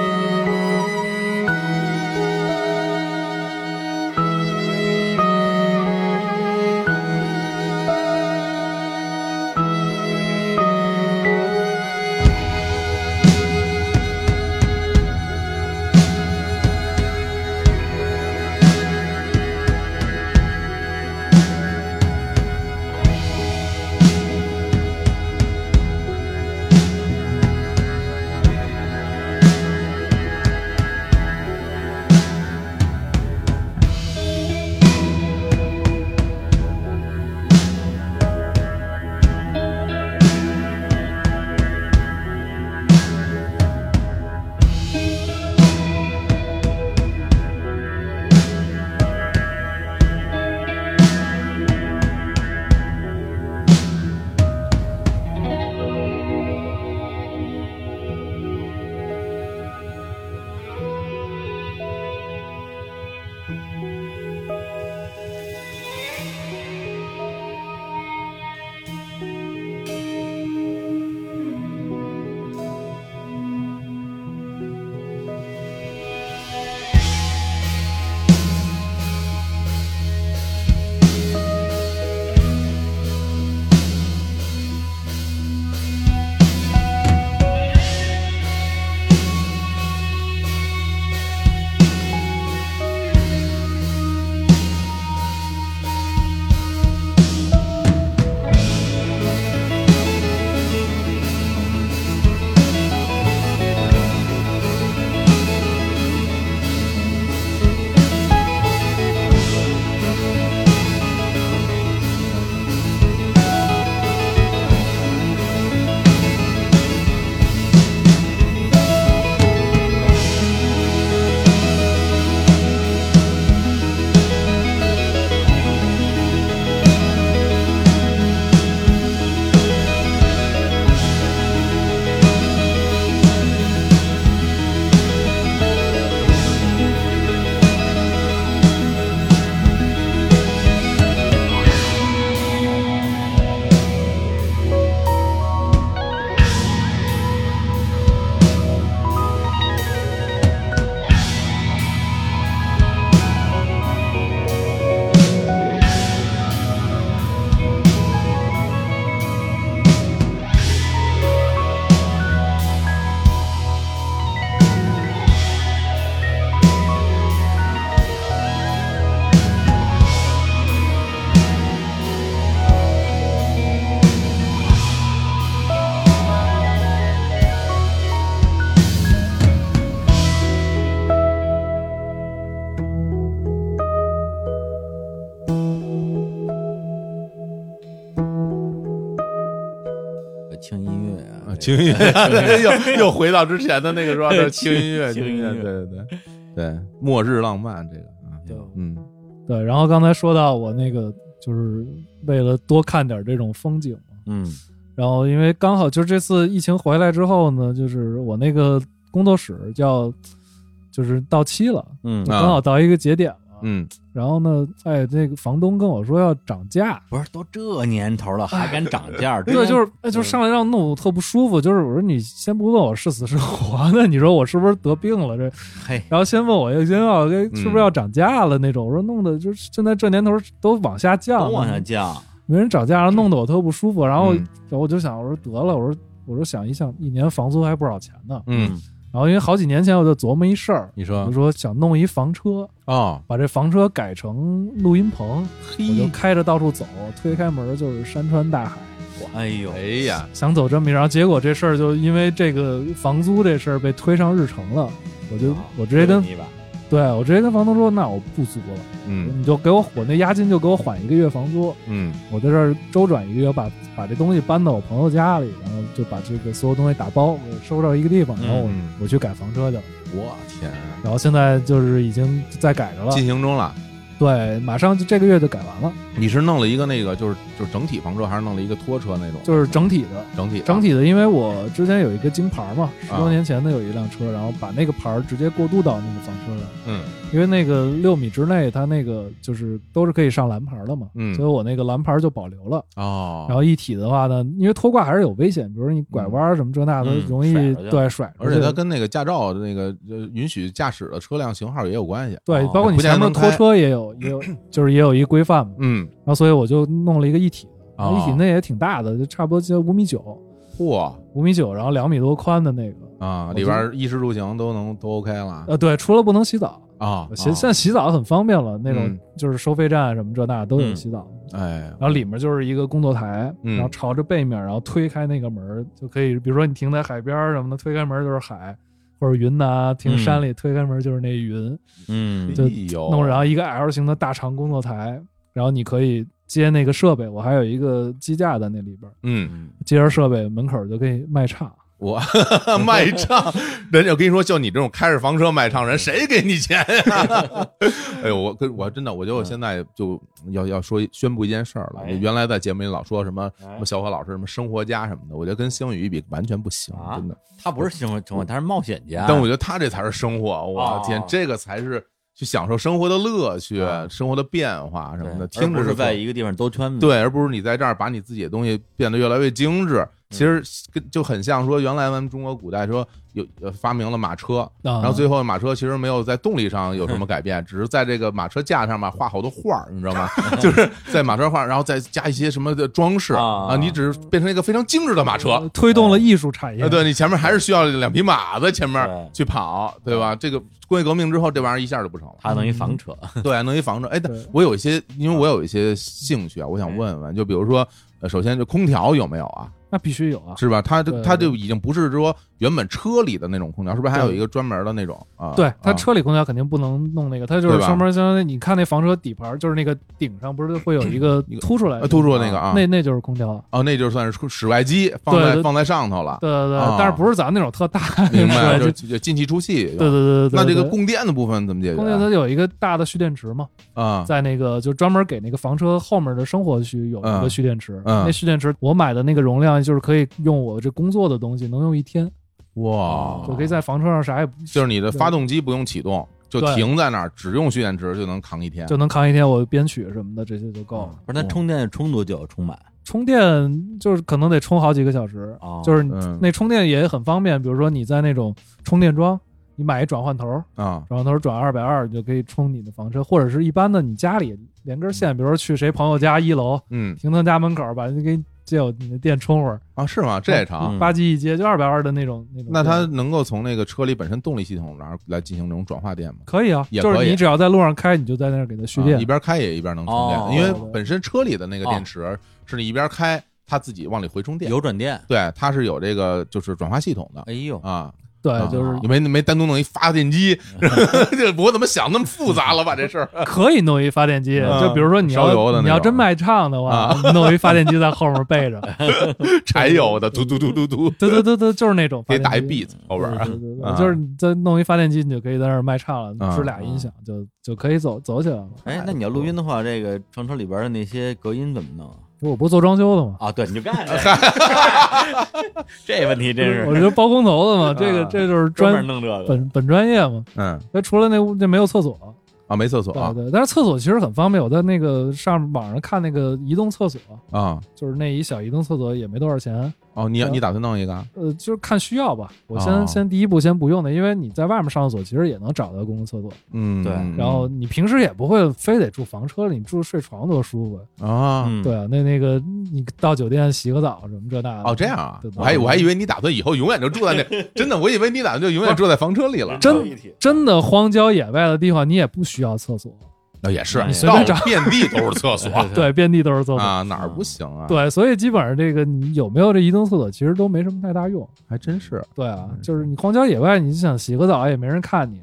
轻音乐啊，
啊，轻音乐又又回到之前的那个说法，就是轻音乐，
轻
轻
音
音
乐
乐，对对对对，末日浪漫这个啊，
对
嗯
对，然后刚才说到我那个，就是为了多看点这种风景嘛。
嗯
然后因为刚好就是这次疫情回来之后呢，就是我那个工作室叫就是到期了，
嗯
刚好到一个节点了。
啊嗯，
然后呢，哎，那个房东跟我说要涨价，
不是都这年头 了还敢涨价？
对，就是
嗯
哎，就是上来让弄我特不舒服，就是我说你先不问我是死是活，那你说我是不是得病了这？
嘿，
然后先问我先问我哎是不是要涨价了那种，我说弄得就是现在这年头都往下
都
降，
往下降，
没人涨价，然后弄得我特不舒服。然后
嗯
然后我就想，我说得了，我说我说想一想，一年房租还不少钱呢。
嗯，
然后因为好几年前我就琢磨一事儿，
你
我
说
就说想弄一房车，
哦，
把这房车改成录音棚，
嘿
我就开着到处走，推开门就是山川大海。
哎呦，
哎呀，
想走这么一，然后结果这事儿就因为这个房租这事儿被推上日程了。我
哦
就我直接跟
你吧，
对我直接跟房东说，那我不租了，
嗯
你就给我我那押金就给我缓一个月房租，
嗯
我在这儿周转一个月，把把这东西搬到我朋友家里，然后就把这个所有东西打包，我收到一个地方，然后我、
嗯
我去改房车去了。
我天，
然后现在就是已经在改着了，
进行中了。
对，马上就这个月就改完了，
你是弄了一个那个，就是就是整体房车，还是弄了一个拖车那种？
就是整体的。
整体
整体的，因为我之前有一个京牌儿嘛，十
啊
多年前的有一辆车，然后把那个牌儿直接过渡到那个房车上，
嗯
因为那个六米之内，它那个就是都是可以上蓝牌儿的嘛，
嗯
所以我那个蓝牌儿就保留了。
哦，
然后一体的话呢，因为拖挂还是有危险，比如你拐弯儿什么这那的，
嗯
容易
甩出去
对甩出
而
去，
且它跟那个驾照的那个呃允许驾驶的车辆型号也有关系。
对
哦，
包括你
不见
前
得
面
能
拖车 也有也有，就是也有一规范嘛。
嗯，
然后所以我就弄了一个一体的，然后
哦
一体那也挺大的，就差不多就五米九，
嚯
五米九，然后两米多宽的那个。
啊，
我
里
就
边儿衣食住行都能都 OK 了
呃，对，除了不能洗澡，
啊。
洗
啊
现在洗澡很方便了，那种
嗯
就是收费站啊什么这那都有
嗯
洗澡。
哎，
然后里面就是一个工作台，
嗯
然后朝着背面，然后推开那个门儿就可以，比如说你停在海边儿什么的，推开门就是海，或者云南停山里推开门就是那云，
嗯，
就
哎呦，
弄然后一个 L 型的大长工作台，然后你可以接那个设备，我还有一个机架在那里边儿，
嗯，
接着设备门口就可以卖唱。
我卖唱，人家我跟你说，就你这种开着房车卖唱人，谁给你钱呀、 哎呦，我跟我真的，我觉得我现在就要要说宣布一件事儿
嗯
了。
哎
我原来在节目里老说什么
哎
什么小何老师什么生活家什么的，我觉得跟星宇一比完全不行，
啊
真的。
他不是生活生活，他是冒险家，
嗯
但我觉得他这才是生活，我
哦
天，这个才是去享受生活的乐趣、
啊
生活的变化什么的。
对
听
而
着
不是
就
在一个地方兜圈子，
对，而不是你在这儿把你自己的东西变得越来越精致。其实跟就很像说，原来咱们中国古代说有呃发明了马车，
啊
然后最后马车其实没有在动力上有什么改变，只是在这个马车架上嘛画好多画儿，你知道吗？就是在马车画，然后再加一些什么的装饰
啊
啊，你只是变成一个非常精致的马车。
推动了艺术产业。
啊，对你前面还是需要两匹马在前
对
面去跑，对吧？这个工业革命之后，这玩意儿一下就不成了。
他
嗯
弄一房车，
对，弄一房车。哎，但
对
我有一些，因为我有一些兴趣啊，我
嗯
想问问，就比如说，呃，首先这空调有没有啊？
那必须有啊。
是吧？它
对
这它就已经不是说原本车里的那种空调，是不是还有一个专门的那种啊？
对，它
啊
车里空调肯定不能弄那个，它就是
对吧
上面相当于你看那房车底盘儿，就是那个顶上不是会有一个
一个
凸出来的
呃突出的那个啊，
那那就是空调。
哦，那就算是室外机放
对
在
对
放在上头了，
对对对，
啊
但是不是咱们那种特大
哦明白？
对
就
就
就进气出气。
对对对对对。
那这个
对
供电的部分怎么解决啊？
供电它有一个大的蓄电池嘛，
啊，
在那个就专门给那个房车后面的生活区有一
嗯
个蓄电池。
嗯
那蓄电池我买的那个容量就是可以用我这工作的东西能用一天，
哇，
我可以在房车上啥也不
就是你的发动机不用启动，就
对
停在那儿，只用蓄电池就能扛一天。
就能扛一天，我编曲什么的这些就够
嗯
了。
不是他充电充多久？充满
充电就是可能得充好几个小时，
哦
就是
嗯
那充电也很方便。比如说你在那种充电桩，你买一转换头，
啊，
转换头转二百二，你就可以充你的房车，或者是一般的你家里连根线，比如说去谁朋友家一楼，
嗯
停他家门口，把给你借我你的电充会儿，
啊，是吗？这也长。
嗯
吧唧一接就二百二的那种那种电。
那它能够从那个车里本身动力系统，然后来进行这种转化电吗？
可以啊，
也
就
可
是
以
你只要在路上开，你就在那儿给它蓄电
啊一。边开也一边能充电，
哦
因为本身车里的那个电池是你一边开，它自己往里回充电。
有转电，
对，它是有这个就是转化系统的
哎呦，
啊。
对，就是
你没没单独弄一发电机，这我怎么想那么复杂了吧这事儿？
可以弄一发电机，
嗯
就比如说你
啊烧油的那种啊
要你要真卖唱的话，弄一发电机在后面背着，
柴油的，嘟嘟嘟嘟嘟，
对对对对，就是那种发
给
电机
打一 beat 后边
对
儿
对对
啊
对，就是你再弄一发电机，你就可以在那儿卖
啊
唱了，支俩音响就就可以走走起来了。
哎，那你要录音的话，这个床车里边的那些隔音怎么弄啊？
我不是做装修的嘛，
啊，对，你就干这个， 这问题真
我
是
就包工头 的嘛，这个
啊
这就是
专门
专
弄这个。
本本专业嘛。
嗯
那除了那屋就没有厕所，
啊，没厕所
对
啊
对，但是厕所其实很方便。我在那个上网上看那个移动厕所，
啊
就是那一小移动厕所也没多少钱，
哦，你你打算弄一个啊？
呃，就是看需要吧。我先、
哦
先第一步先不用的，因为你在外面上厕所其实也能找到公共厕所，
嗯，
对
嗯
然后你平时也不会非得住房车里，你住睡床多舒服。
啊
嗯
对啊，那那个你到酒店洗个澡什么这那的。
哦这样啊
对，对
我还我还以为你打算以后永远就住在 那，真的，我以为你打算就永远住在房车里了。
真真的荒郊野外的地方，你也不需要厕所，
那哦也是
你，
嗯随
到
便找
遍地都是厕所
对，遍地都是厕所。
啊，哪儿不行啊？，
对，所以基本上这个你有没有这移动厕所，其实都没什么太大用。
还真是。
对啊，就是你荒郊野外，你想洗个澡也没人看你。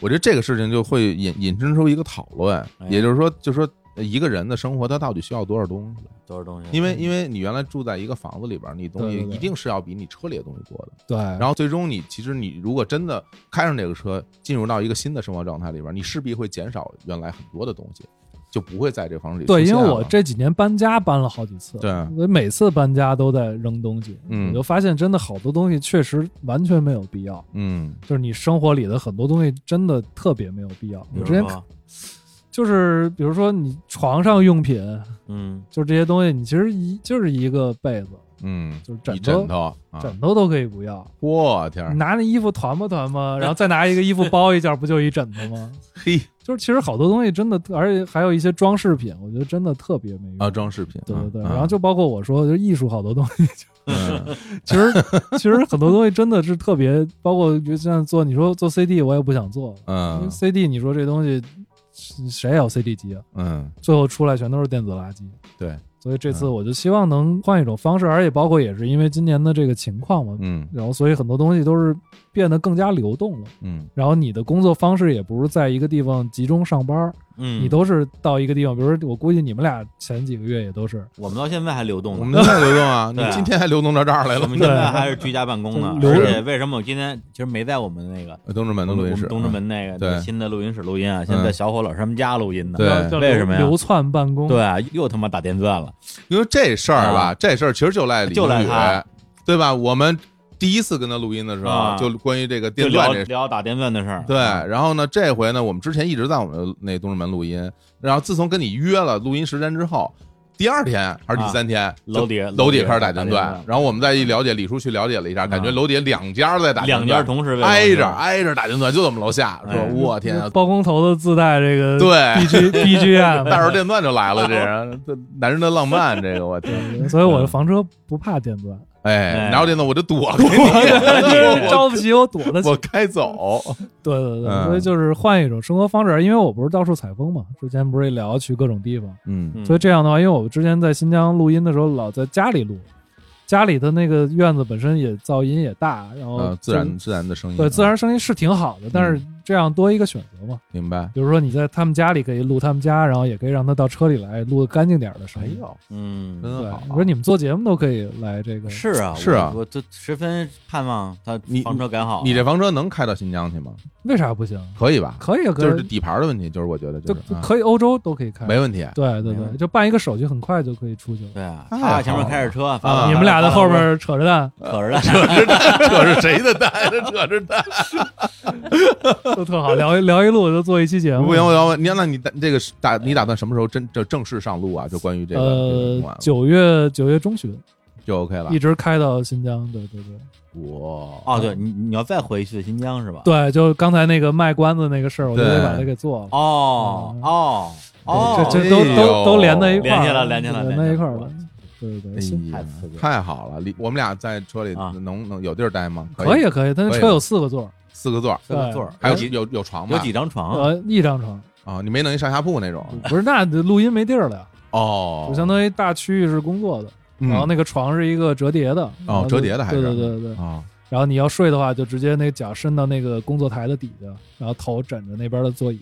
我觉得这个事情就会引引申出一个讨论
哎，
也就是说，就说呃一个人的生活他到底需要多少东西？
多少东西？
因为因为你原来住在一个房子里边，你东西
嗯对对对
一定是要比你车里的东西多的。
对，
然后最终你其实你如果真的开上这个车，进入到一个新的生活状态里边，你势必会减少原来很多的东西，就不会在这房子里
对，因
出
为
现
我
了
这几年搬家搬了好几次，
对啊
我每次搬家都在扔东西，
嗯
我就发现真的好多东西确实完全没有必要，
嗯
就是你生活里的很多东西真的特别没有必要。
比
我
如
之前
啊
说
就是比如说你床上用品，
嗯，
就是这些东西，你其实一就是一个被子，
嗯，
就是
一
枕头，
枕头啊，
枕头都可以不要，
我天
你
儿，
拿那衣服团吧团吧， 然后再拿一个衣服包一下，不就一枕头吗？
嘿
就是其实好多东西真的，而且还有一些装饰品，我觉得真的特别没用
啊，。装饰品，
对对对，
嗯
然后就包括我说，就艺术好多东西，
嗯
其实其实很多东西真的是特别，包括就像做你说做 CD，我也不想做，因为
嗯
CD 你说这东西谁谁有 CD 机啊？
嗯，
最后出来全都是电子垃圾。
对，
所以这次
嗯
我就希望能换一种方式，而且包括也是因为今年的这个情况嘛，
嗯
然后所以很多东西都是变得更加流动了。
嗯
然后你的工作方式也不是在一个地方集中上班儿，
嗯，
你都是到一个地方，比如说我估计你们俩前几个月也都是，
我们到现在还流动呢，
我们现在流动 啊，
对啊
你今天还流动到这儿来
我
了，
们现在还是居家办公呢。
流
而且为什么我今天其实没在我们那个
东直门的
我
录
们
音室，啊
东直门那个
对
新的录音室录音啊？现在在小伙老师他们家录音呢。
对
叫叫
为
流
什么呀
流窜办公，
对，啊，又他妈打电钻了。
因为这事儿吧，
啊
这事儿其实就赖李
就赖
宗宇
他，
对吧？我们第一次跟他录音的时候，
啊
就关于这个
就
电
聊
钻这事儿。
聊打电钻的事儿。
对，然后呢，这回呢，我们之前一直在我们那东直门录音，然后自从跟你约了录音时间之后，第二天还是第三天，
楼底下
就楼底下开始
楼底下打
打电
电
钻
钻，
然后我们再一了解，李叔去了解了一下，感觉楼底下两家在打电
两
钻，
家同时为
挨着
王者
挨着打电钻，就在我们楼下，说
哎
我天啊，
包工头的自带这个
对
B G B G
带
M，
着电钻就来了，这人，这男人的浪漫，这个我天。
所以我的房车不怕电钻，
哎，
哎
拿着电钻我就躲开 你，
招不起我躲得起
我。该走。
对对对，
嗯
所以就是换一种生活方式，因为我不是到处采风嘛，之前不是也聊去各种地方，
嗯
所以这样的话，因为我之前在新疆录音的时候，老在家里录，家里的那个院子本身也噪音也大，然后
呃，自然自然的声音，啊
哦对自然声音是挺好的，但是
嗯
这样多一个选择嘛。
明白。
比如说你在他们家里可以录他们家，然后也可以让他到车里来录干净点儿的声
哎
音。
呦，
嗯，嗯，
真
对
好，啊
我。说你们做节目都可以来这个，
是啊，
是啊
我我这十分盼望他
你
房车改
啊
好。啊
你这房车能开到新疆去吗？
为啥不行？
可以吧？
可以啊，可
就是
以，
底盘的问题，就是我觉得
就
就是啊
可以欧洲都可以开。
没问题。
对对
没问
对，就办一个手续，很快就可以出去了。
对啊，
太
他前
哎好
面
了
开着车，
啊
你们俩在
在
后边扯着 蛋，
扯着呢。
这是谁的蛋？ 这是蛋。
都特好，聊一聊一路就做一期节目。
不行，我要你那你打这个是打你打算什么时候真这正式上路啊？就关于这个这个
呃，九月九月中旬
就 OK 了
一。直开到新疆，对对对
哇，
哦，对你你要再回去新疆是吧？
对，就刚才那个卖关子那个事儿，我就得
对
把它给做了。
哦
嗯
哦哦，
这这
哎
都
呦
都都连在一块儿，
连起来连起来
连在一块儿
连
了
起。
对对
哎
对，行
呀
太刺激了
太好了！李，我们俩在车里
啊
能能有地儿待吗？
可
以，
以可以，但
可以
是车有四个座儿，
四个座儿，
四个座儿，
还有
几
有有床吗？
有几张床？
呃，一张床，
啊？你没弄一上下铺那种？
不是那录音没地儿了呀，
哦，
嗯就相当于大区域是工作的，
嗯哦
然后那个床是一个折叠的，然后就
折叠的还是
对对对对，
啊，
然后你要睡的话，就直接那脚伸到那个工作台的底下，然后头枕着那边的座椅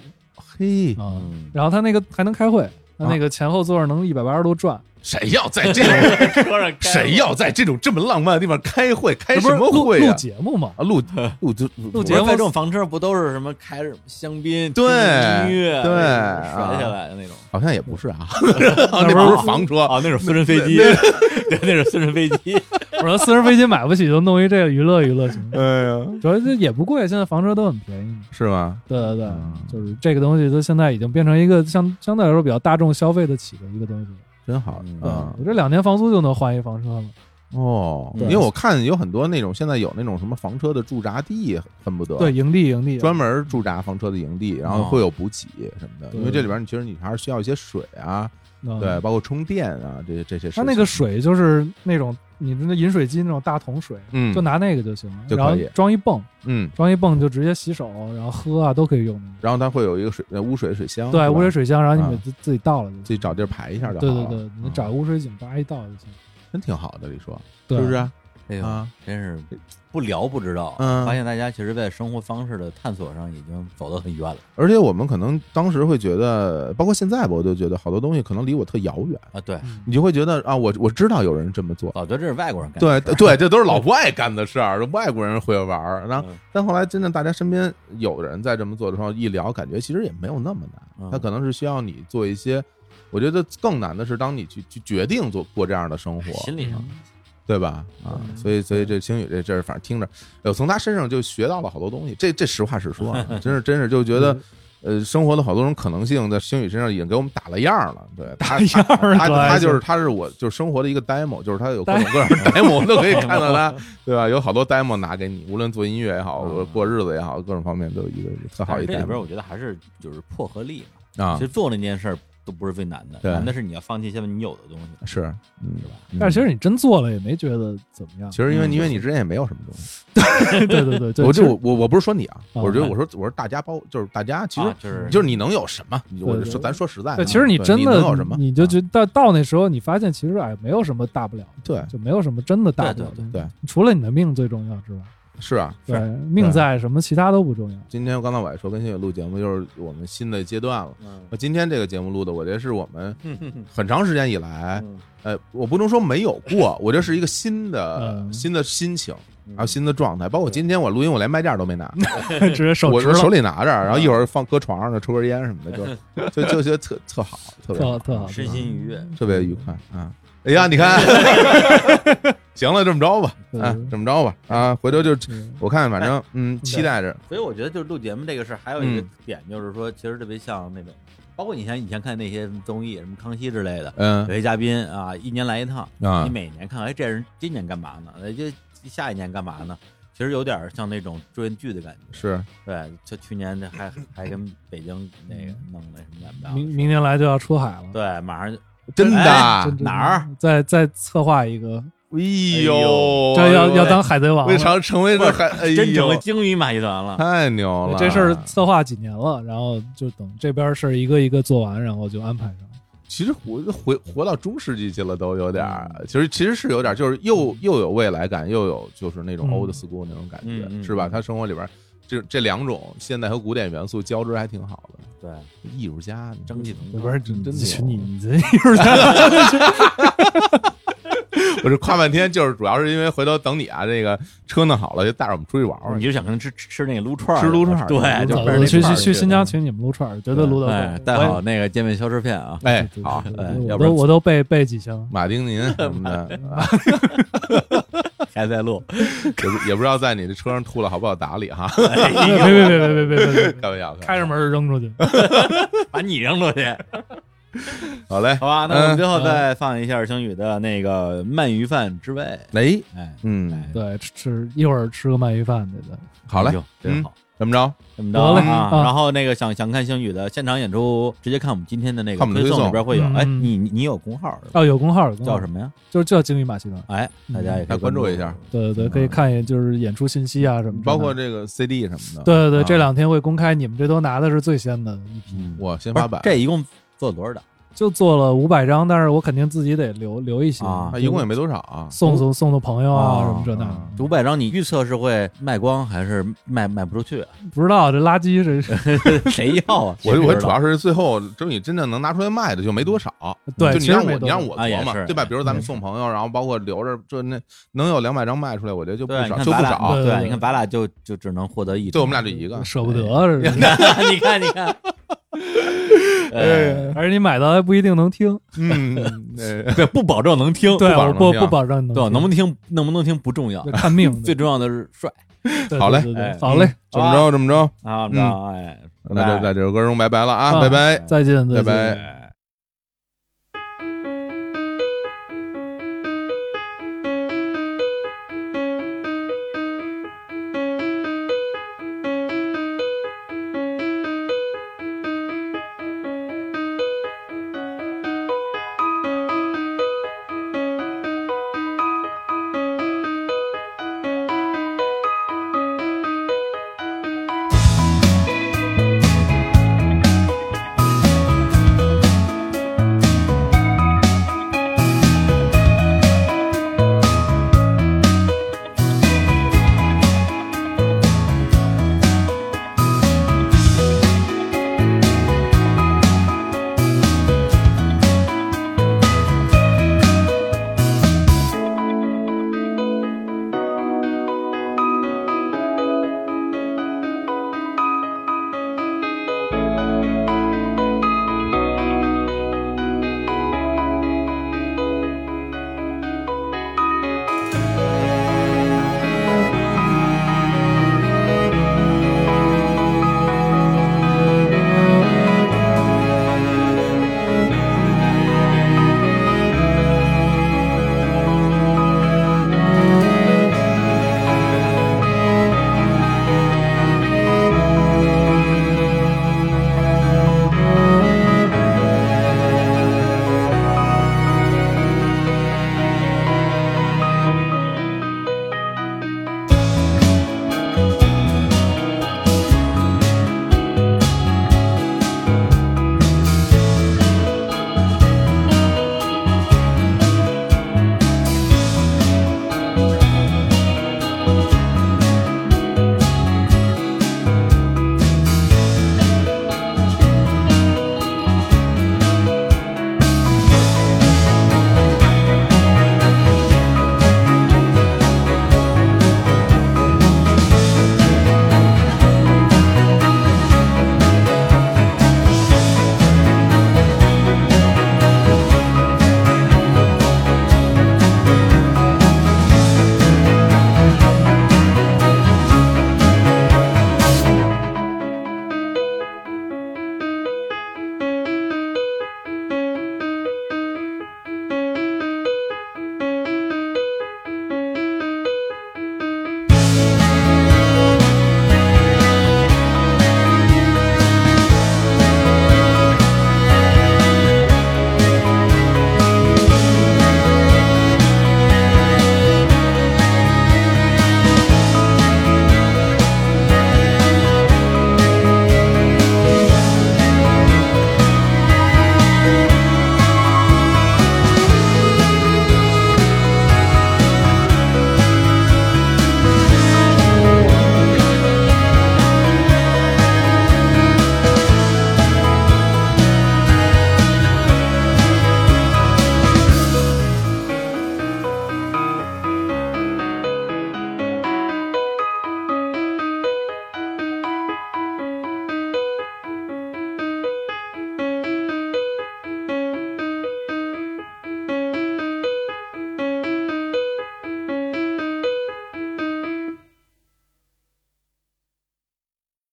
嘿，
啊、
嗯，
然后他那个还能开会，
啊
他那个前后座能一百八十度转，
谁要在这种谁要在这种这么浪漫的地方开会？开
这不
什
是
么
录
会
录
呀？
节目嘛？
啊，录 录就
录
我
节
说
目
在这种房车不都是什么开着香槟、
对
听音乐、
对
甩下来的那种。
好像也不是啊， 那不是房车，
啊，那是私人飞 机，对，那是私人飞机。
我说私人飞机买不起，就弄一这个娱乐娱乐行。
哎呀，
主要是也不贵，现在房车都很便宜。
是吗？
对对对
嗯，
就是这个东西，它现在已经变成一个相相对来说比较大众消费得起的一个东西了。
真好
嗯
啊
我！这两年房租就能换一房车了。
哦，
对
因为我看有很多那种现在有那种什么房车的驻扎地，恨不得
对，营地营地
专门驻扎房车的营地，然后
哦
会有补给什么的。
对
因为这里边你其实你还是需要一些水啊，
嗯
对，包括充电啊，这些这些事
它
情。
那个水就是那种你那饮水机那种大桶水，
嗯
就拿那个就行了，
就可
然后
以
装一泵，
嗯，
装一泵就直接洗手，然后喝啊都可以用那个。
然后它会有一个水呃污水水箱，
对，
是吧
污水水箱，然后
啊
你每次自己倒了就
自
行。
己找地儿排一下就好
对
了。
对对，你找
嗯
个污水井叭一倒就行，
真挺好的，你说
对
是不是？啊？
哎呦，
啊
真是不聊不知道，
嗯
发现大家其实，在生活方式的探索上已经走得很远了
而且我们可能当时会觉得，包括现在吧，我就觉得好多东西可能离我特遥远，
啊。对，
你就会觉得啊，我我知道有人这么做，
老觉得这是外国人干
对
的事儿，
对，这都是老外干的事儿，外国人会玩儿。然后
嗯，
但后来真的大家身边有人在这么做的时候，一聊，感觉其实也没有那么难
嗯。
他可能是需要你做一些，我觉得更难的是，当你去去决定做过这样的生活，
心理上
对吧？啊，所以所以这星宇这这儿反正听着，呃，从他身上就学到了好多东西。这这实话实说啊，真是真是就觉得。呃，生活的好多种可能性，在星宇身上已经给我们打了样儿了。对，打
样儿了
他
还
他就是
行
他是我就是生活的一个 demo，就是他有各种各样的 demo 都可以看到他，对吧？有好多 demo 拿给你，无论做音乐也好，
嗯
过日子也好，各种方面都有一个特好
但
一
是这里边
demo
我觉得还是就是破和力嘛。
啊
其实，做那件事儿都不是最难的，
对
难的是你要放弃现在你有的东西，
是，嗯
是吧？
嗯
但是其实你真做了也没觉得怎么样
其。实因为
嗯
因为你之前也没有什么东西，
对对对，对
我
其实
就我我不是说你啊，
啊
我觉得我说我说大家包就是大家其实
啊就是
就是你能有什么？你我
对
就说，咱说实在的啊，
对，其实
你
你真的
能有什么？啊嗯
你就觉到到那时候，你发现其实哎，没有什么大不了的，
对
就没有什么真的大不了的
对
对对对，
除了你的命最重要之外，
是啊，
对，命在什么其他都不重要。
今天刚才我也说，跟新宇录节目就是我们新的阶段了。
嗯
那今天这个节目录的，我觉得是我们
嗯
很长时间以来，呃，我不能说没有过，我这是一个新的
嗯
新的心情，然后新的状态。包括今天我录音，我连麦架都没拿，
直接手
我
持
我
了，
手里拿着，
嗯
然后一会儿放搁床上抽根烟什么的， 就就就觉得特特好，特别
特特好，
啊身心愉悦，
特别愉快啊！哎呀，你看， 行了，这么着吧，啊，这么着吧，啊，回头就
嗯
我看，反正嗯，期待着，
所以我觉得就是录节目这个事儿，还有一个
嗯
点就是说，其实特别像那种，包括你像以前看那些综艺，什么康熙之类的，有
嗯
些嘉宾啊，一年来一趟，
啊
你，每年看，哎，这人今年干嘛呢？哎，这下一年干嘛呢？其实有点像那种追剧的感觉，
是
对，就去年这还还跟北京那个弄那什么怎么着，
明明年来就要出海了，
对，马上就
真的啊，
哎真真
哪儿？
再再策划一个，
哎
呦
呦，
这要要
哎
当海贼王
为
了。
啥成为这海，哎
真成为
呦，
鲸鱼马戏团了。
太牛了，
这事儿策划几年了，然后就等这边事儿一个一个做完，然后就安排上。
其实活回活到中世纪去了，都有点儿，其实其实是有点儿，就是又又有未来感，又有就是那种
嗯
old school 那种感觉，
嗯嗯
是吧？
嗯
他生活里边儿这这两种现代和古典元素交织还挺好的，
对，
艺术家你
蒸汽朋克
不是你
真
你
牛
你你这一会儿
我这夸半天，就是主要是因为回头等你啊，这个车弄好了就带着我们出去玩玩
你
去。
就想跟吃吃吃那个撸串儿
吃撸串儿
对，
撸
哎就
串儿
走
奔着
走
那
去
串
去
儿
去新
了
疆请你们撸串儿，绝对撸到
哎，
够。
带
我
好
也
那个见面消食片啊，
哎，好，
对
哎
对
要
我
不然
都我都备备几箱。
马丁您什么的，啊
还在录，
也不也不知道在你的车上吐了好不好打理哈，
别别别别别别别别，
开玩笑，开玩笑
开着门扔出去。
把你扔出去。
好嘞，
好吧，那我们最
嗯
后再放一下星宇的那个鳗鱼饭之味。
哎，
哎，
嗯，
对，吃吃一会儿吃个鳗鱼饭去的。
好嘞嗯
哎，呦，真好，
怎么着？
这么着
得嘞
啊。
啊
然后那个想想看星宇的现场演出，直接看我们今天的那个
看我
推
们推
送
送嗯
里边会有。哎，
嗯
你你你有公号是吧
哦，有工号，有工号
叫什？么呀？
就是叫鲸鱼马嗯戏团。
哎，大家也可以
来关注一下，
对对对，可以看一眼就是演出信息啊什么之类的，
包括这个 CD 什么的。
对对对，
啊
这两天会公开，你们这都拿的是最先的一批。
嗯，
我先
不
发
是
版，
这一共做了多少档？
就做了五百张，但是我肯定自己得留留一些
啊
啊，一共也没多少啊。
送送送送朋友啊
哦
什么这那的，
五百张，你预测是会卖光还是卖卖不出 去？
不知道这垃圾这是
谁要啊？
我我主
要
要是最后，就是你真正能拿出来卖的就没多少。就
对
你
其实
让
没
我
多
你让
少
我
啊也
琢磨
是，
对吧？
也
比如咱们送朋友，然后包括留着这那能有两百张卖出来，我觉得就不
对，你
少，
看
就
咱
不
俩，
少。
对
对，啊
对
你看咱俩就就只能获得一张，
对，我们俩就一个。
舍不得
哎
是吧？
俩， 你看，你看，呃，
而且你买到还不一定能听，
嗯，呃
对，不保证能听，
对，
保
我
证
不
能听
不保证你
对，能
能
不
听
能听，能不能听不重要。
就，看 命
最重要的是帅
对对
好嘞
对对
哎
好嘞，
怎么着？怎么着？嗯
啊，你知道，哎，
那就在这首歌中拜拜了啊，
啊
拜拜。
再见，再
拜拜
见。
拜。